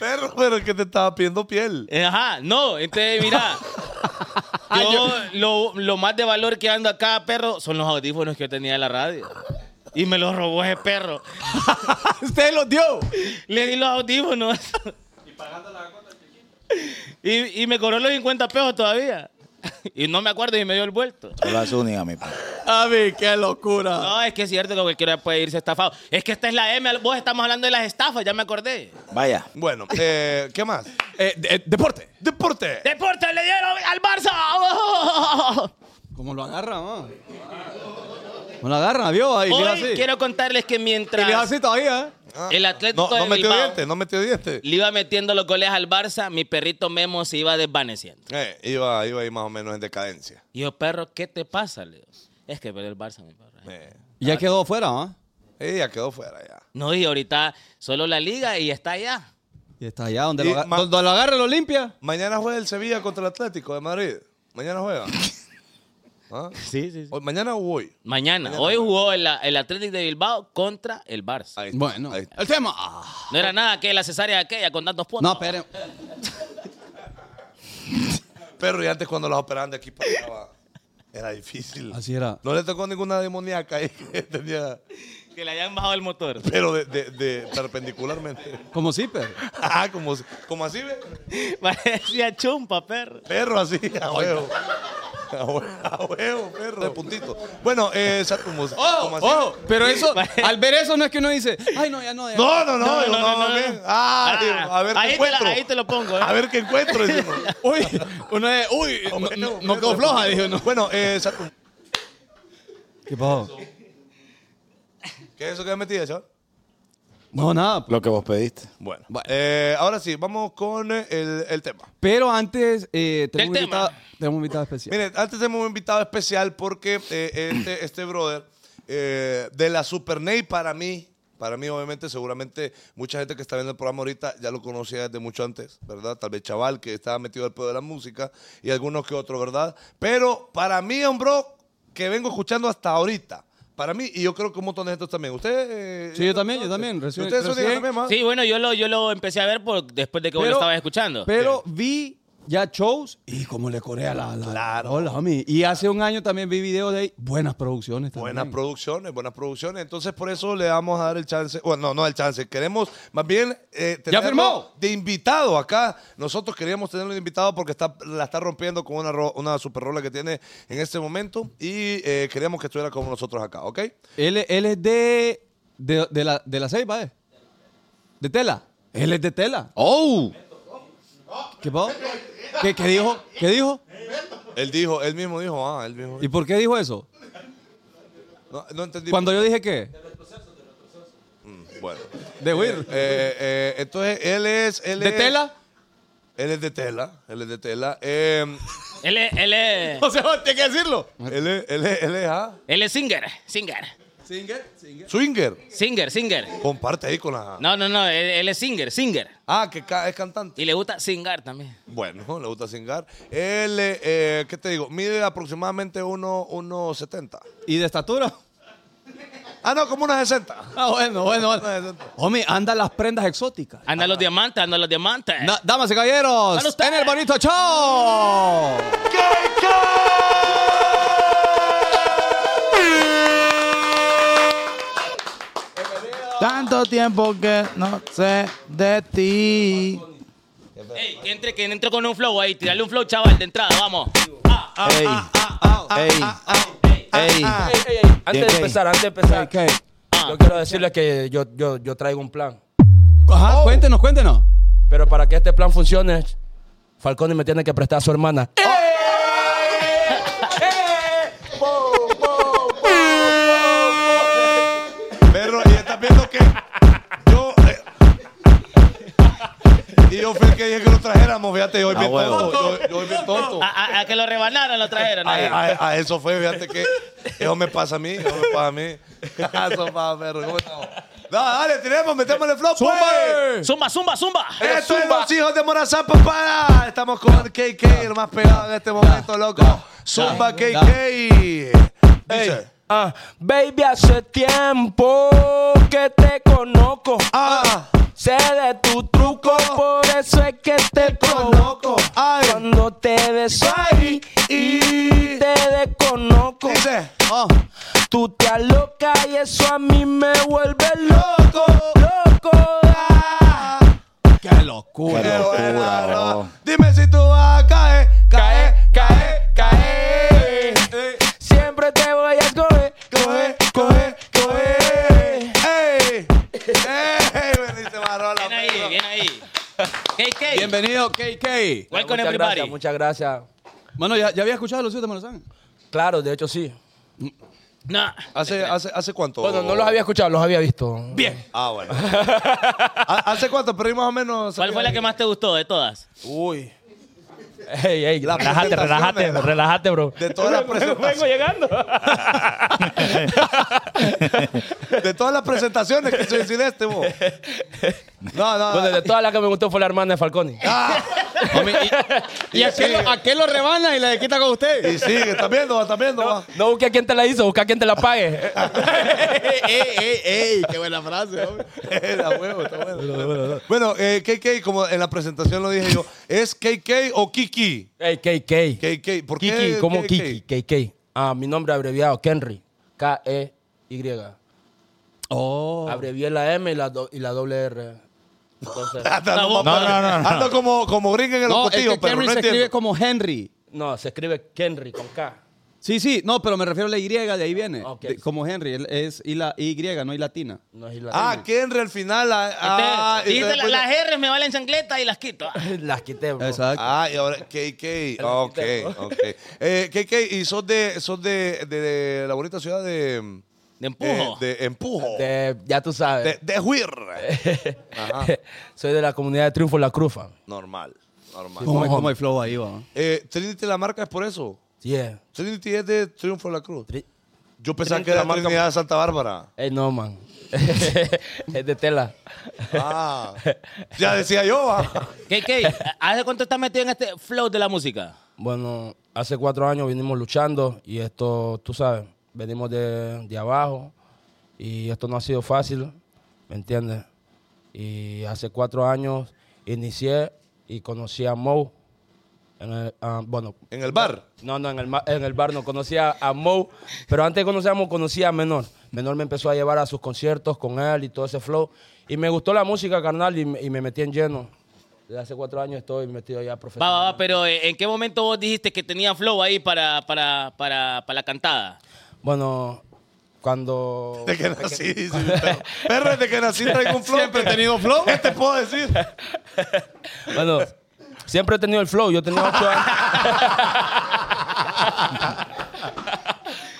B: Perro, pero es que te estaba pidiendo piel.
C: Eh, Ajá, no, entonces mira, yo lo, lo más de valor que ando acá, perro, son los audífonos que yo tenía de la radio. Y me los robó ese perro.
D: Usted los dio.
C: Le di los audífonos. Y, y me cobró los 50 pesos todavía. Y no me acuerdo y me dio el vuelto.
E: Solo las únicas, mi padre.
D: A mí, qué locura.
C: No, es que es cierto que cualquiera puede irse estafado. Es que esta es la M, vos estamos hablando de las estafas, ya me acordé.
E: Vaya.
B: Bueno, eh, ¿qué más?
D: Eh, de- deporte.
B: Deporte.
C: ¡Deporte le dieron al Barça!
D: ¿Cómo lo agarran, ma? ¿Cómo lo agarran, vio? Ahí le
C: Hoy
D: hace así.
C: quiero contarles que
D: Y le hace
C: mientras
D: así todavía, ¿eh?
B: Ah,
C: el Atlético
B: no, no
C: de
B: metió
C: Bilbao
B: diente, no metió diente.
C: le iba metiendo los goles al Barça, mi perrito Memo se iba desvaneciendo.
B: Eh, iba, iba ahí más o menos en decadencia.
C: Y yo, perro, ¿qué te pasa? Le digo, Es que perdió el Barça, mi perro.
B: Eh,
D: Y ya quedó fuera, ¿ah?
B: ella quedó fuera ya.
C: No, y ahorita solo la liga y está allá.
D: Y está allá, donde,
B: Y
D: lo, aga-
B: ma-
D: donde lo agarre lo limpia.
B: Mañana juega el Sevilla contra el Atlético de Madrid. Mañana juega. ¿Ah?
C: Sí, sí,
B: Hoy- ¿Mañana o hoy?
C: Mañana. Hoy jugó el, el Atlético de Bilbao contra el Barça.
B: Ahí está,
D: Bueno,
B: ahí está.
D: el tema. Ah.
C: No era nada que la cesárea aquella con tantos puntos.
D: No, esperen.
B: Perro, y antes cuando los operaban de aquí para acá, va, era difícil.
D: Así era.
B: No le tocó ninguna demoníaca ahí que tenía,
C: Que le hayan bajado el motor.
B: pero de, de- de perpendicularmente.
D: Como zipper.
B: Ah, como, como así, ve.
C: Parecía chumpa, perro.
B: Perro así, a huevo. A hue- a huevo, perro. De puntito. Bueno, eh, esa como, como
D: ¡Oh!
B: así.
D: ¡Oh! Pero eso,
C: Vale.
D: al ver eso, no es que uno dice, ay, no, ya no. ya
B: No, no, no, yo no, ven. Ah,
C: Ah,
B: a ver qué
C: ahí te la-
B: encuentro.
C: ahí te lo pongo, eh.
B: A ver qué encuentro. dice uno.
D: Uy, uno es, uy,
B: Ah,
D: no,
B: bueno,
D: no- no quedó
B: bueno,
D: floja, dijo, no.
B: Bueno, eh, esa como-
D: ¿Qué pasó?
B: ¿qué es eso que me metí, chaval?
D: No, nada.
E: Lo que vos pediste.
B: Bueno, eh, ahora sí, vamos con eh, el, el tema.
D: Pero antes, eh, tenemos, un
C: Del tema.
D: invitado, tenemos un invitado especial.
B: Miren, antes tenemos un invitado especial porque eh, este, este brother eh, de la Super Ney para mí, para mí obviamente, seguramente mucha gente que está viendo el programa ahorita ya lo conocía desde mucho antes, ¿verdad? Tal vez chaval que estaba metido al pedo de la música y algunos que otros, ¿verdad? Pero para mí es un bro que vengo escuchando hasta ahorita. Para mí, y yo creo que un montón de gente también. Ustedes. eh,
D: Sí, yo también, yo también, recién-
B: Ustedes son de
D: recién.
B: también, ma?
C: Sí, bueno, yo lo, yo lo empecé a ver por, después de que vos
D: Pero-
C: lo estabas escuchando.
D: Pero vi ya shows y como le corea la, la claro. hola, homie. Y hace un año también vi videos de ahí, buenas producciones también.
B: Buenas producciones, buenas producciones. Entonces, por eso le vamos a dar el chance. Bueno, no, no el chance. Queremos más bien eh, tenerlo
D: firmó?
B: de invitado acá. Nosotros queríamos tenerlo de invitado porque está, la está rompiendo con una, ro- una super rola que tiene en este momento. Y eh, queríamos que estuviera con nosotros acá, ¿ok?
D: Él, él es de, de, de la, de la Ceiba, ¿eh? De Tela. Él es de Tela. ¡Oh! ¿Qué pasó? ¿Qué, qué dijo? ¿Qué dijo?
B: Él dijo, él mismo dijo, ah, él mismo.
D: ¿Y por qué dijo eso?
B: No, no entendí.
D: Cuando yo dije que,
B: Mm, Bueno.
D: de
B: Eh,
D: huir,
B: eh, entonces, él es. Él
D: de
B: es-
D: tela.
B: Él es de tela. Él es de tela. Eh,
C: Él es, él es,
D: O sea, tiene que decirlo.
B: él es. Él es. Él es ah,
C: él es singer, singer,
B: Swinger.
C: singer, singer.
B: Comparte ahí con la.
C: No, no, no, él, él es singer, singer.
B: Ah, que ca- es cantante.
C: Y le gusta singar también.
B: Bueno, le gusta singar. Él, eh, eh, ¿qué te digo? Mide aproximadamente 1,70. Uno, 70.
D: ¿Y de estatura?
B: ah, no, como unos 60.
D: Ah, bueno, bueno, bueno. Homie, anda las prendas exóticas.
C: Anda los diamantes, anda los diamantes.
D: Na- damas y caballeros,
C: Para ustedes.
D: en el bonito show.
E: Tanto tiempo que no sé de ti.
C: Ey, que entre, que entre con un flow ahí. Tirarle un flow, chaval, de entrada, vamos. Ah, ah.
E: Ey, ey,
D: Ah,
E: ey.
F: Ey, ey, ey, Antes
E: Bien,
F: de
E: ok.
F: empezar, antes de empezar,
D: Ok.
F: yo quiero decirles que yo, yo, yo traigo un plan.
D: Ajá, cuéntenos, cuéntenos.
F: Pero para que este plan funcione, Falcone me tiene que prestar a su hermana.
B: Pero, y estás viendo que yo. eh, y yo fui el que dije que lo trajéramos, fíjate, yo hoy bien
E: huevo.
B: tonto. Yo, yo hoy bien tonto.
C: A, a- a que lo rebanaron, lo trajeron.
B: A,
C: ahí.
B: a- a eso fue, fíjate que. Eso me pasa a mí, eso me pasa a mí. Eso pasa, perro. ¿Cómo estamos? Da, dale, tenemos, metemos el flow. pues.
C: Zumba, zumba, zumba.
B: Esto es los hijos de Morazán, papá. Estamos con KK, el más pegado en este momento, loco. Zumba KK. Dice.
F: Ah, baby, hace tiempo que te conozco.
B: Ah,
F: Sé de tu truco, por eso es que te provoco.
B: Ay.
F: Cuando te beso
B: ay, y.
F: te desconozco.
B: Dice.
F: Tú te alocas y eso a mí me vuelve
B: Loco.
F: loco.
B: Ah.
D: Qué locura.
E: Qué locura,
B: buena, bro.
E: bro.
B: Dime si tú vas a caer, caer, caer, caer. Eh,
F: Siempre te voy a escoger.
B: Coger, coger, coger. ¡Ey! ¡Ey! Buenísima rola,
C: Bien ahí, ¿eh?
B: perro.
C: bien ahí. KK.
D: Bienvenido, KK.
C: Welcome
F: muchas
C: everybody.
F: gracias, muchas gracias.
D: Mano, ¿ya, ya había escuchado los hijos de Morazán?
F: Claro, de hecho sí.
C: Nah.
B: ¿Hace, hace, ¿Hace cuánto?
F: Bueno, no los había escuchado, los había visto.
D: Bien.
B: Ah, bueno. ¿Ha- ¿Hace cuánto? Pero ahí más o menos.
C: ¿Cuál fue la que más te gustó de todas?
B: Uy.
F: Ey, ey,
B: Las
F: relájate, relájate,
B: presentaciones.
F: relájate, bro.
B: De todas las presentaciones.
F: Vengo llegando.
B: De todas las presentaciones que soy sin este, vos. No, no.
F: Bueno, de todas las que me gustó fue la hermana de Falcone.
B: Ah.
D: Homie, ¿Y, y a, qué lo, a qué lo rebanan y le quitan con usted?
B: Y sigue, ¿estás viendo? ¿Estás viendo? va?
F: No busque a quien te la hizo, busca a quien te la pague.
B: Ah.
D: ¡Ey, ey, ey! ¡Qué buena frase, homie.
B: La huevo, está bueno. Bueno, eh, KK, como en la presentación lo dije yo, ¿es KK o Kiki?
F: Ey, KK.
B: KK, ¿por qué?
F: Kiki, ¿cómo
B: KK?
F: Kiki? KK. Ah, mi nombre abreviado, Kenry. K-E-Y.
D: Oh.
F: Abrevié la M y la, do- y la doble R. Entonces,
B: Anda, no,
C: No,
E: no, no, no, no.
B: Ando como, como gringo en el
D: No, es
B: cotillo,
D: que
B: pero
D: Henry
B: no
D: se escribe
B: entiendo.
D: como Henry.
F: no, se escribe Kenry con K.
D: Sí, sí, no, pero me refiero a la Y, de ahí viene.
F: Ok.
D: De- como Henry, él es y la Y, no y latina.
F: No es la
B: Ah, Kenry al final. ah, Ah,
C: Te-
F: Este,
B: y
C: dijiste,
B: después- Eh,
C: las R's me valen chancleta y las quito. Ah.
F: Las quité, bro.
D: Exacto.
B: Ah, y ahora KK. Ah, Ok, ok. Eh, KK, ¿y sos de, sos de, de, de la bonita ciudad de.
C: De empujo.
B: eh, de Empujo. De,
F: De- ya tú sabes.
B: de, Huir. Ajá.
F: Soy de la comunidad de Triunfo La Crufa.
B: Normal, normal.
D: ¿Cómo, hay- cómo hay flow ahí, va?
B: Eh, Trinity la marca es por eso.
F: Yeah.
B: Trinity es de Triunfo de la Cruz.
F: Tri-
B: Yo pensaba
F: Trinity
B: que era
F: la marca-
B: Trinidad de Santa Bárbara.
F: Ey, no, man. es de tela.
B: Ah, ya decía yo. ah.
C: KK, ¿hace cuánto estás metido en este flow de la música?
F: Bueno, hace cuatro años vinimos luchando y esto, tú sabes, venimos de, de abajo y esto no ha sido fácil, ¿me entiendes? Y hace cuatro años inicié y conocí a Mo. En el, ah, bueno,
B: En el bar.
F: no, no, en el, ma- en el bar no conocía a Mo, pero antes de conocer a Mo conocía a Menor. Menor me empezó a llevar a sus conciertos con él y todo ese flow. Y me gustó la música, carnal, y, me- y me metí en lleno. Desde hace cuatro años estoy metido ya
C: Va,
F: profesional.
C: va, va, pero eh, ¿en qué momento vos dijiste que tenía flow ahí para, para, para, para la cantada?
F: Bueno, cuando...
B: De que nací, dice mi perro. Perro, desde que nací traigo un flow. Siempre he tenido flow. ¿Qué te puedo decir?
F: Bueno, siempre he tenido el flow. Yo tenía ocho años.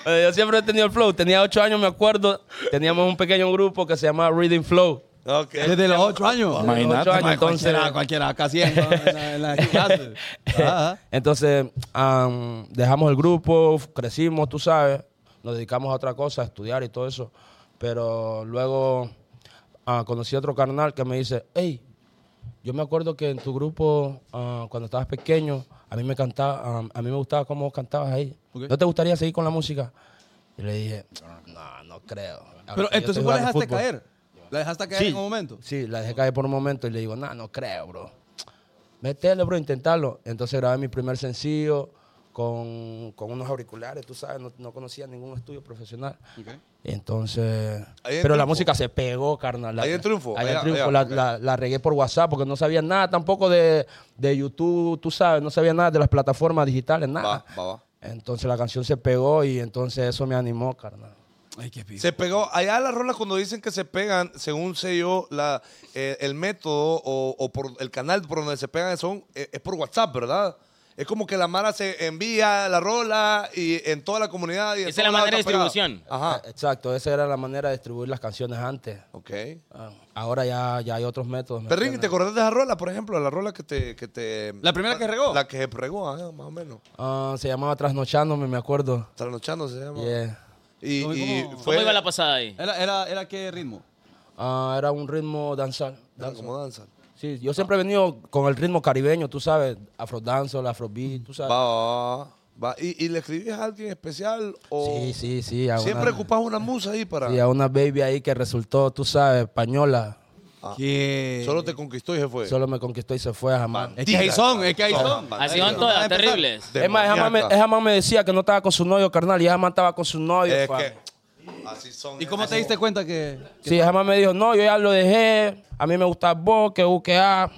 F: Eh, Yo siempre he tenido el flow. Tenía ocho años, me acuerdo. Teníamos un pequeño grupo que se llamaba Reading Flow.
B: Ok.
D: Ah, Desde los ocho años.
E: Imagínate.
F: Ocho años,
D: Ay,
F: entonces.
D: cualquiera, cualquiera, casi en, en la clase. Ajá.
F: Entonces, am, dejamos el grupo, f- crecimos, tú sabes, nos dedicamos a otra cosa, a estudiar y todo eso. Pero luego ah, conocí a otro carnal que me dice, hey, yo me acuerdo que en tu grupo, ah, cuando estabas pequeño, a mí me cantaba, am, a mí me gustaba cómo vos cantabas ahí.
D: Ok.
F: ¿No te gustaría seguir con la música? Y le dije, no, no creo. Ahora
D: Pero
F: que yo
D: entonces
F: estoy
D: vos la
F: jugando
D: dejaste
F: fútbol".
D: caer. La dejaste caer en un momento.
F: Sí, la dejé caer por un momento y le digo, nah, no creo, bro. Métele, bro, intentarlo. Entonces grabé mi primer sencillo con, con unos auriculares, tú sabes, no, no conocía ningún estudio profesional. Entonces,
B: Ahí
F: pero
B: el triunfo.
F: la música se pegó, carnal. La-
B: Ahí el triunfo.
F: Ahí el
B: Allá,
F: triunfo.
B: allá,
F: la,
B: ok.
F: la- la regué por WhatsApp porque no sabía nada tampoco de, de YouTube, tú sabes, no sabía nada de las plataformas digitales, nada.
B: Va, va, va.
F: Entonces la canción se pegó y entonces eso me animó, carnal.
D: Ay, qué piso.
B: Se pegó. Allá las rolas cuando dicen que se pegan, según sé yo, la, eh, el método o, o por el canal por donde se pegan son, eh, es por WhatsApp, ¿verdad? Es como que la Mara se envía la rola y en toda la comunidad. Y en
C: Esa es la
B: todos
C: manera de
B: lados está
C: distribución.
B: pegada. Ajá.
F: Eh, Exacto, esa era la manera de distribuir las canciones antes.
B: Ok.
F: Ah, Ahora ya, ya hay otros métodos. ¿me
B: Perrín, ¿y ¿te
F: entiendes?
B: acordás de esa rola, por ejemplo? La rola que te. Que te
D: ¿La primera que regó?
B: La que se regó, ajá, más o menos.
F: Ah, se llamaba Trasnochándome, me acuerdo.
B: Trasnochando se llama.
F: Yeah.
B: Y,
D: ¿Cómo-
B: y
D: cómo-
B: fue.
C: ¿Cómo iba la pasada ahí?
D: ¿Era, era, ¿Era qué ritmo?
F: Ah, era un ritmo danzal.
B: Dan- como danza.
F: Sí, yo siempre he venido con el ritmo caribeño, tú sabes, afrodanzo, el afrobeat, tú sabes.
B: Va, va, va, va. ¿Y, y le escribís a alguien especial? O
F: Sí, sí, sí. a
B: Siempre
F: una,
B: ocupás una musa ahí para.
F: sí, a una baby ahí que resultó, tú sabes, española.
D: Ah. Que-
B: Solo te conquistó y se fue.
F: Solo me conquistó y se fue a jamás.
D: Es que Ah. ahí son, es que ahí son.
C: Así
D: Ahí
C: son todas, terribles.
F: Es más, esa me, esa man me decía que no estaba con su novio, carnal, y esa man estaba con su novio.
B: Es
F: fam.
B: que. Así son.
D: ¿Y cómo te diste cuenta que.?
F: Sí, jamás me dijo, no, yo ya lo dejé, a mí me gusta el bosque, UQA. Era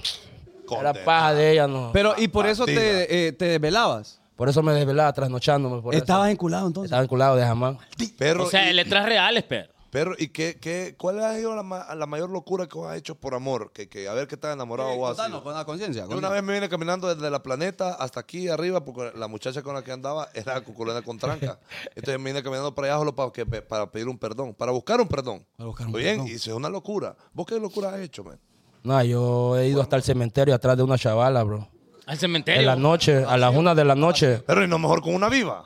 B: Condenado.
F: paja de ella, no.
D: Pero, ¿y por eso
B: Partida.
D: te, eh, te desvelabas?
F: Por eso me desvelaba trasnochándome. Por
D: Estabas
F: eso.
D: enculado entonces.
F: Estaba vinculado de jamás.
B: Perro,
C: O sea,
B: y,
C: letras reales, pero.
B: perro, ¿y qué, qué, cuál ha sido la, ma- la mayor locura que vos has hecho por amor? Que, que a ver qué tan enamorado vos has
D: Contanos,
B: sido.
D: con la conciencia.
B: Yo una vez me vine caminando desde la planeta hasta aquí arriba, porque la muchacha con la que andaba era cuculena con tranca. Entonces me vine caminando para allá solo para, que, para pedir un perdón, para buscar un perdón.
D: Para buscar un
B: Muy
D: perdón.
B: bien, y eso es una locura. ¿Vos qué locura has hecho, man?
F: No, yo he ido hasta el cementerio atrás de una chavala, bro.
C: Al
F: En la
C: cementerio.
F: noche, a las una de la noche.
B: Pero y no mejor con una viva.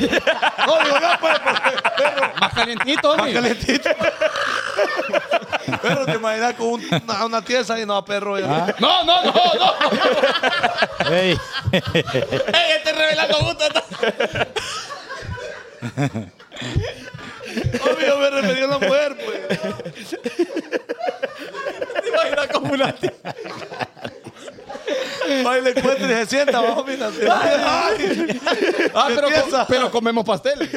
B: no, digo yo, pues, porque, perro,
D: Más calientito,
B: más
D: mi.
B: calentito. Pero te imaginas con un- una, una tiesa y no, perro. yo-
E: Ah.
C: No, no, no, no.
E: Ey,
C: Ey, este revelando gusto.
B: Obvio, Oh, me refería a la mujer, pues.
C: Te imaginas como una tía.
B: Va y le encuentra y se sienta, vamos, mira. Ay,
D: Ah, pero, co-
B: Empieza.
D: pero comemos pasteles.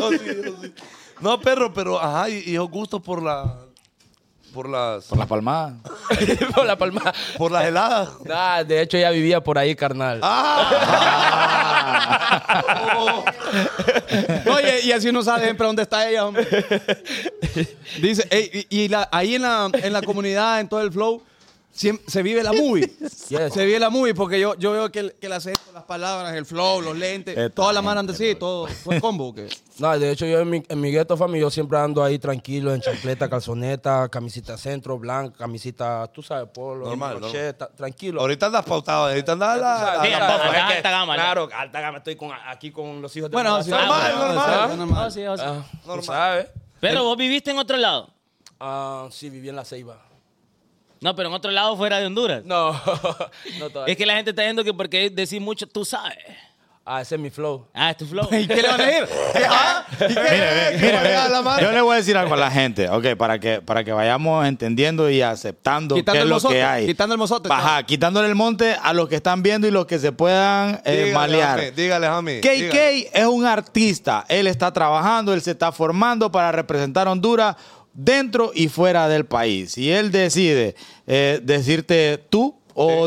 B: Oh, sí, oh, sí. No, perro, pero, ajá, y, y esos gustos por la... Por las...
E: por las palmadas.
F: por la palma.
B: Por las heladas.
F: Nah, de hecho, ella vivía por ahí, carnal.
E: Ah.
D: Oye, y así uno sabe siempre dónde está ella, hombre. Dice, "Ey, y, y la- ahí en la, en la comunidad, en todo el flow, siem- se vive la movie.
F: Yes.
D: Se vive la movie porque yo, yo veo que, el- que el acento, las palabras, el flow, los lentes,
E: Esta
D: toda la
E: gente,
D: mano anda así, todo, todo el combo. que-
F: No, de hecho, yo en mi, en mi gueto, fami, yo siempre ando ahí tranquilo, en chancleta, calzoneta, camisita centro, blanca, camisita, tú sabes, polo,
B: Normal,
F: crochet, ta- tranquilo.
B: Ahorita andas pautado, ahorita andas a la...
F: Tú sabes,
B: a
C: Sí,
F: tú
B: la
F: sabes,
C: alta-
B: papa,
F: es que-
C: alta gama, ¿no?
F: Claro, alta gama, estoy con, aquí con los hijos de
D: Bueno,
F: Marazán,
D: sí,
B: normal,
D: sí,
B: normal.
D: sí,
C: Oh, sí, oh, sí.
F: Ah, tú
B: Normal.
F: sabes.
C: Pero vos viviste en otro lado.
F: Ah, sí, viví en la Ceiba.
C: No, pero en otro lado fuera de Honduras.
F: No, no todavía.
C: Es que la gente está diciendo que porque decís mucho, tú sabes.
F: Ah, ese es mi flow.
C: Ah, es tu flow.
D: ¿Y qué le van a decir? ¿Ah? ¿Y qué?
E: Mire,
D: ¿Qué
E: mire,
D: van a dar a la mano?
E: Yo le voy a decir algo a la gente, ok, para que, para que vayamos entendiendo y aceptando
D: Quitando
E: qué es
D: el
E: lo
D: mozote,
E: que hay.
D: quitando el mozote,
E: Ajá, quitándole el monte a los que están viendo y los que se puedan eh,
B: Dígale,
E: malear.
B: homie, Dígale, homie. dígale.
E: KK es un artista. Él está trabajando, él se está formando para representar a Honduras dentro y fuera del país. Y él decide eh, decirte tú o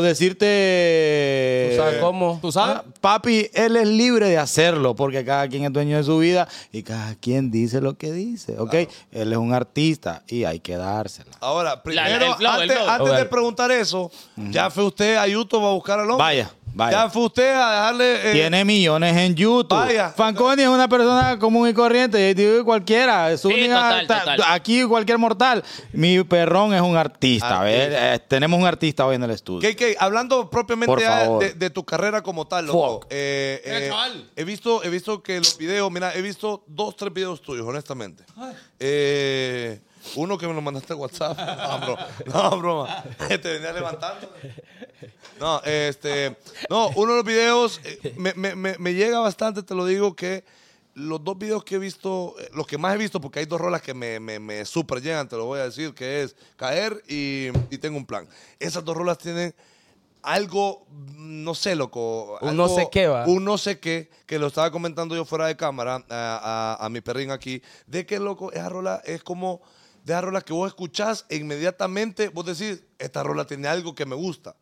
E: decirte. eh,
F: ¿Tú sabes cómo?
D: Eh, ¿Tú sabes?
E: Ah, Papi, él es libre de hacerlo porque cada quien es dueño de su vida y cada quien dice lo que dice, ¿ok? Él es un artista y hay que dársela.
B: Ahora, primero,
C: el flow, el
B: antes,
C: flow.
B: antes de
F: Ojalá.
B: preguntar eso, ya fue usted a YouTube a buscar al hombre.
E: Vaya. Vaya.
B: Ya fue usted a dejarle. eh,
E: Tiene millones en YouTube.
B: Vaya.
E: Fanconi es una persona común y corriente. yo digo, cualquiera. es su
C: Sí,
E: única-
C: total,
E: ta-
C: total.
E: Aquí cualquier mortal. Mi perrón es un artista. ¿ves? Eh, tenemos un artista hoy en el estudio.
B: Que, que, hablando propiamente
E: Por
B: ya
E: favor.
B: de, de tu carrera como tal, loco.
E: Fuck.
B: eh, eh, he visto, he visto que los videos, mira, he visto dos, tres videos tuyos, honestamente. Eh, uno que me lo mandaste a WhatsApp. No, bro, no broma. Te venía levantando. No, este. No, uno de los videos eh, me, me- me- me llega bastante, te lo digo, que los dos videos que he visto, eh, los que más he visto, porque hay dos rolas que me, me, me super llegan, te lo voy a decir, que es Caer y, y Tengo un Plan. Esas dos rolas tienen algo, mm, no sé, loco.
F: Un
B: algo-
F: no sé qué, va.
B: Un no sé qué, que lo estaba comentando yo fuera de cámara eh, a, a- a mi perrín aquí, de que, loco, esa rola es como. De esas rolas que vos escuchás e inmediatamente vos decís, esta rola tiene algo que me gusta.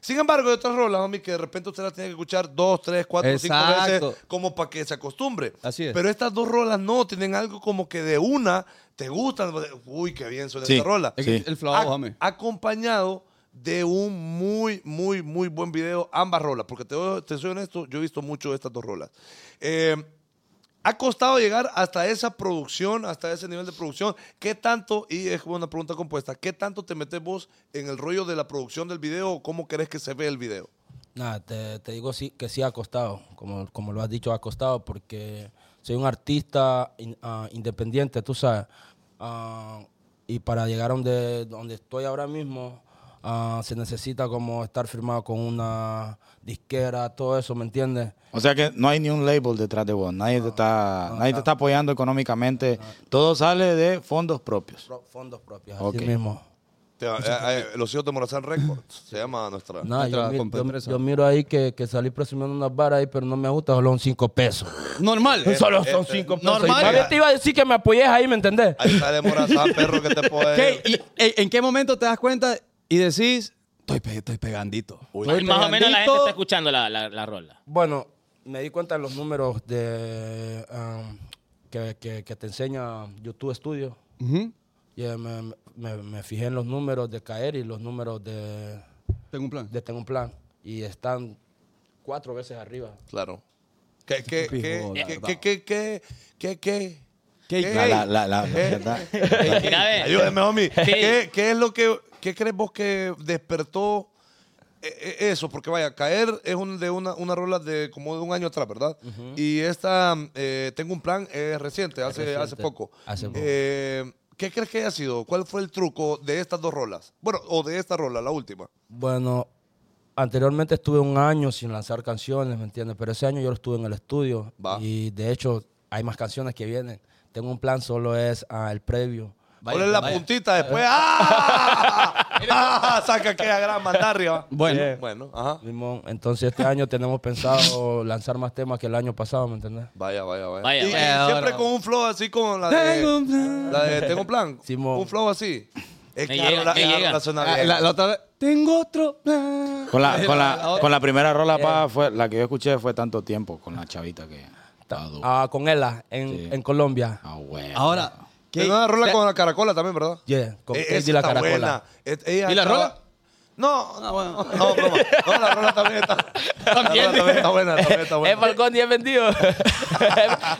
B: Sin embargo, hay otras rolas, homie, que de repente usted las tiene que escuchar dos, tres, cuatro, cinco
D: Exacto.
B: veces como para que se acostumbre.
D: Así es.
B: Pero estas dos rolas no, tienen algo como que de una te gustan. Uy, qué bien suena
E: Sí.
B: esta rola.
D: Es que
E: Sí.
D: El
B: Ac-
D: flow, homie.
B: acompañado de un muy, muy, muy buen video, ambas rolas, porque te, te soy honesto, yo he visto mucho de estas dos rolas. Eh, ha costado llegar hasta esa producción, hasta ese nivel de producción. ¿Qué tanto, y es como una pregunta compuesta, qué tanto te metes vos en el rollo de la producción del video o cómo crees que se ve el video?
F: Nada, te, te digo sí, que sí ha costado, como, como lo has dicho, ha costado, porque soy un artista in- ah, independiente, tú sabes. Ah, y para llegar a donde, donde estoy ahora mismo, ah, se necesita como estar firmado con una disquera, todo eso, ¿me entiendes?
E: O sea que no hay ni un label detrás de vos. Nadie, te, está, nadie te está apoyando económicamente. Todo sale de fondos propios.
F: Pro- fondos propios,
E: Ok.
F: así mismo.
B: Te- eh, eh, los hijos de Morazán Records, se llama nuestra...
F: Nada, yo,
D: Entra
F: mi-
D: con tu
F: yo-
D: empresa.
F: yo miro ahí que, que salí presumiendo unas varas ahí, pero no me gusta, solo son cinco pesos.
D: Normal.
F: solo son
B: este,
F: cinco pesos.
D: normal.
F: Y más bien te iba a decir que me apoyes ahí, ¿me entendés?
B: Ahí está de Morazán, perro, que te puede...
D: ¿Qué? ¿Y- en, en qué momento te das cuenta y decís, estoy, pe- estoy pegandito? Estoy
C: Más o menos la gente
D: pegandito"?
C: está escuchando la, la, la rola.
F: Bueno, me di cuenta en los números de um, que, que- que te enseña YouTube Studio.
D: Ujú.
F: Y, eh, me, me- me fijé en los números de Caer y los números de,
D: Tengo un plan.
F: de Tengo un Plan. Y están cuatro veces arriba.
B: Claro. ¿Qué, qué, qué,
D: Pijo, la
B: qué,
D: verdad.
B: qué, qué, qué, qué, qué?
D: ¿Qué-
B: ¿Qué?
E: La, la, la, la- la verdad.
C: Mira, ve.
B: Ayúdame, homie.
C: Sí.
B: ¿Qué, qué es lo que, qué crees vos que despertó eh, eh, eso? Porque vaya, Caer es un, de una, una rola de como de un año atrás, ¿verdad? Y esta, eh, Tengo un plan, es reciente, hace,
F: reciente.
B: hace poco.
F: Hace poco.
B: Eh, ¿Qué crees que haya sido? ¿Cuál fue el truco de estas dos rolas? Bueno, o de esta rola, la última.
F: Bueno, anteriormente estuve un año sin lanzar canciones, ¿me entiendes? Pero ese año yo estuve en el estudio.
B: Va.
F: Y de hecho, hay más canciones que vienen. Tengo un plan, solo es ah, el previo.
D: Vaya,
B: Ponle la
D: vaya.
B: puntita después. ¡Ah! ¡Ah! Saca aquella gran mandarria.
D: Bueno.
B: Bueno, ajá.
F: Limón. Entonces este año tenemos pensado lanzar más temas que el año pasado, ¿me entendés?
B: Vaya, vaya, vaya.
C: Vaya,
B: y, y
D: vaya,
B: siempre
D: ahora.
B: con un flow así como la de.
D: Tengo un plan.
B: La de Tengo un plan.
F: Simón.
B: Un flow así. Es
C: Me
B: que la-
C: llega,
B: la-
C: me
B: la-
C: llega.
B: la suena
D: Ah,
B: bien.
D: la- la otra vez, Tengo otro plan.
E: Con la, con la, con la primera rola,
D: Eh.
E: pa, fue, la que yo escuché fue tanto tiempo con la chavita que. estaba dura.
F: Ah, con ella en,
E: Sí.
F: en Colombia.
E: Ah, güey.
D: Eh, Ahora, ¿qué-
B: Tengo una rola
D: te-
B: con la caracola también, ¿verdad?
F: Yeah, con
B: Eh,
F: Katy
B: esa
F: la
B: está
F: Caracola.
B: buena. Eh, ella
D: ¿Y la
B: estaba-
D: rola? Ah,
B: No, no, bueno. No, broma. No, la rola también está. La rola también está buena, también está
F: es
B: buena.
F: balcón y es vendido. es,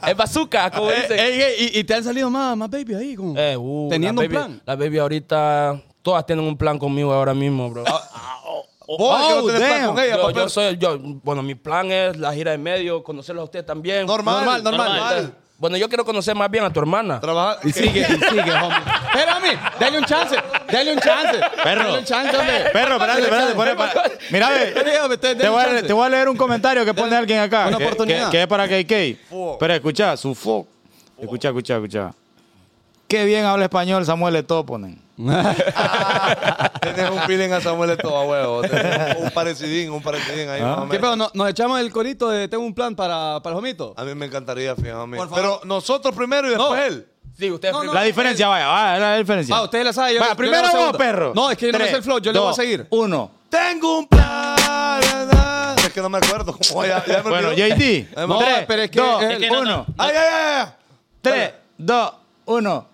F: es bazooka, como
D: Eh,
F: dicen.
D: ey, ey, y, y te han salido más, más baby ahí, como
F: Eh, uh,
D: teniendo
F: la
D: un
F: baby-
D: plan.
F: La baby ahorita, todas tienen un plan conmigo ahora mismo, bro.
B: Ah, Vos que no
E: Oh,
B: tenés plan
E: damn.
B: con ella,
F: yo,
B: papel.
F: yo soy, yo, bueno, mi plan es la gira de medio, conocerlos a ustedes también.
B: Normal, normal, normal.
C: normal.
F: Bueno, yo quiero conocer más bien a tu hermana.
B: Trabajar.
D: Ah, Y sigue, y sigue, homie. Espérame, dale un chance, dale un chance.
E: Perro.
D: Dale un chance, hombre.
E: Perro, espérate, espérate. pone pa- Mira, ve,
D: Dígame, te-
E: Te voy, a, te voy a leer un comentario que pone alguien acá.
D: Una
E: que-
D: oportunidad.
E: Que, que es para KK.
B: Fuck.
E: Pero escucha, su fuck. Escucha, escucha, escucha. Qué bien habla español, Samuel Eto'o, ponen.
B: Tenés un feeling a Samuel todo a huevo. Tenés un parecidín, un parecidín ahí. más o menos.
D: Ah. ¿Qué pedo? ¿No- ¿Nos echamos el corito de tengo un plan para, para el homito?
B: A mí me encantaría, fíjame.
D: Por favor.
B: Pero nosotros primero y después
D: No.
B: él.
F: Sí, ustedes
D: No, no.
E: La diferencia, vaya, vaya, la diferencia.
D: Ah, ustedes la saben. yo-
E: Vaya,
D: yo le
E: primero
D: hago
E: vos,
D: segunda.
E: perro.
D: No, es que yo no me
E: Tres,
D: sé el flow, yo le voy a
E: dos,
D: seguir.
E: Uno.
B: Tengo un plan. Es que no me acuerdo. cómo ya, ya me
E: Bueno,
B: olvidó.
E: JD.
B: Además-
E: tres,
D: pero es que
E: dos,
D: es
C: que no,
E: uno.
C: no.
B: Ay, ay, ay, ay.
E: Tres, dos, uno.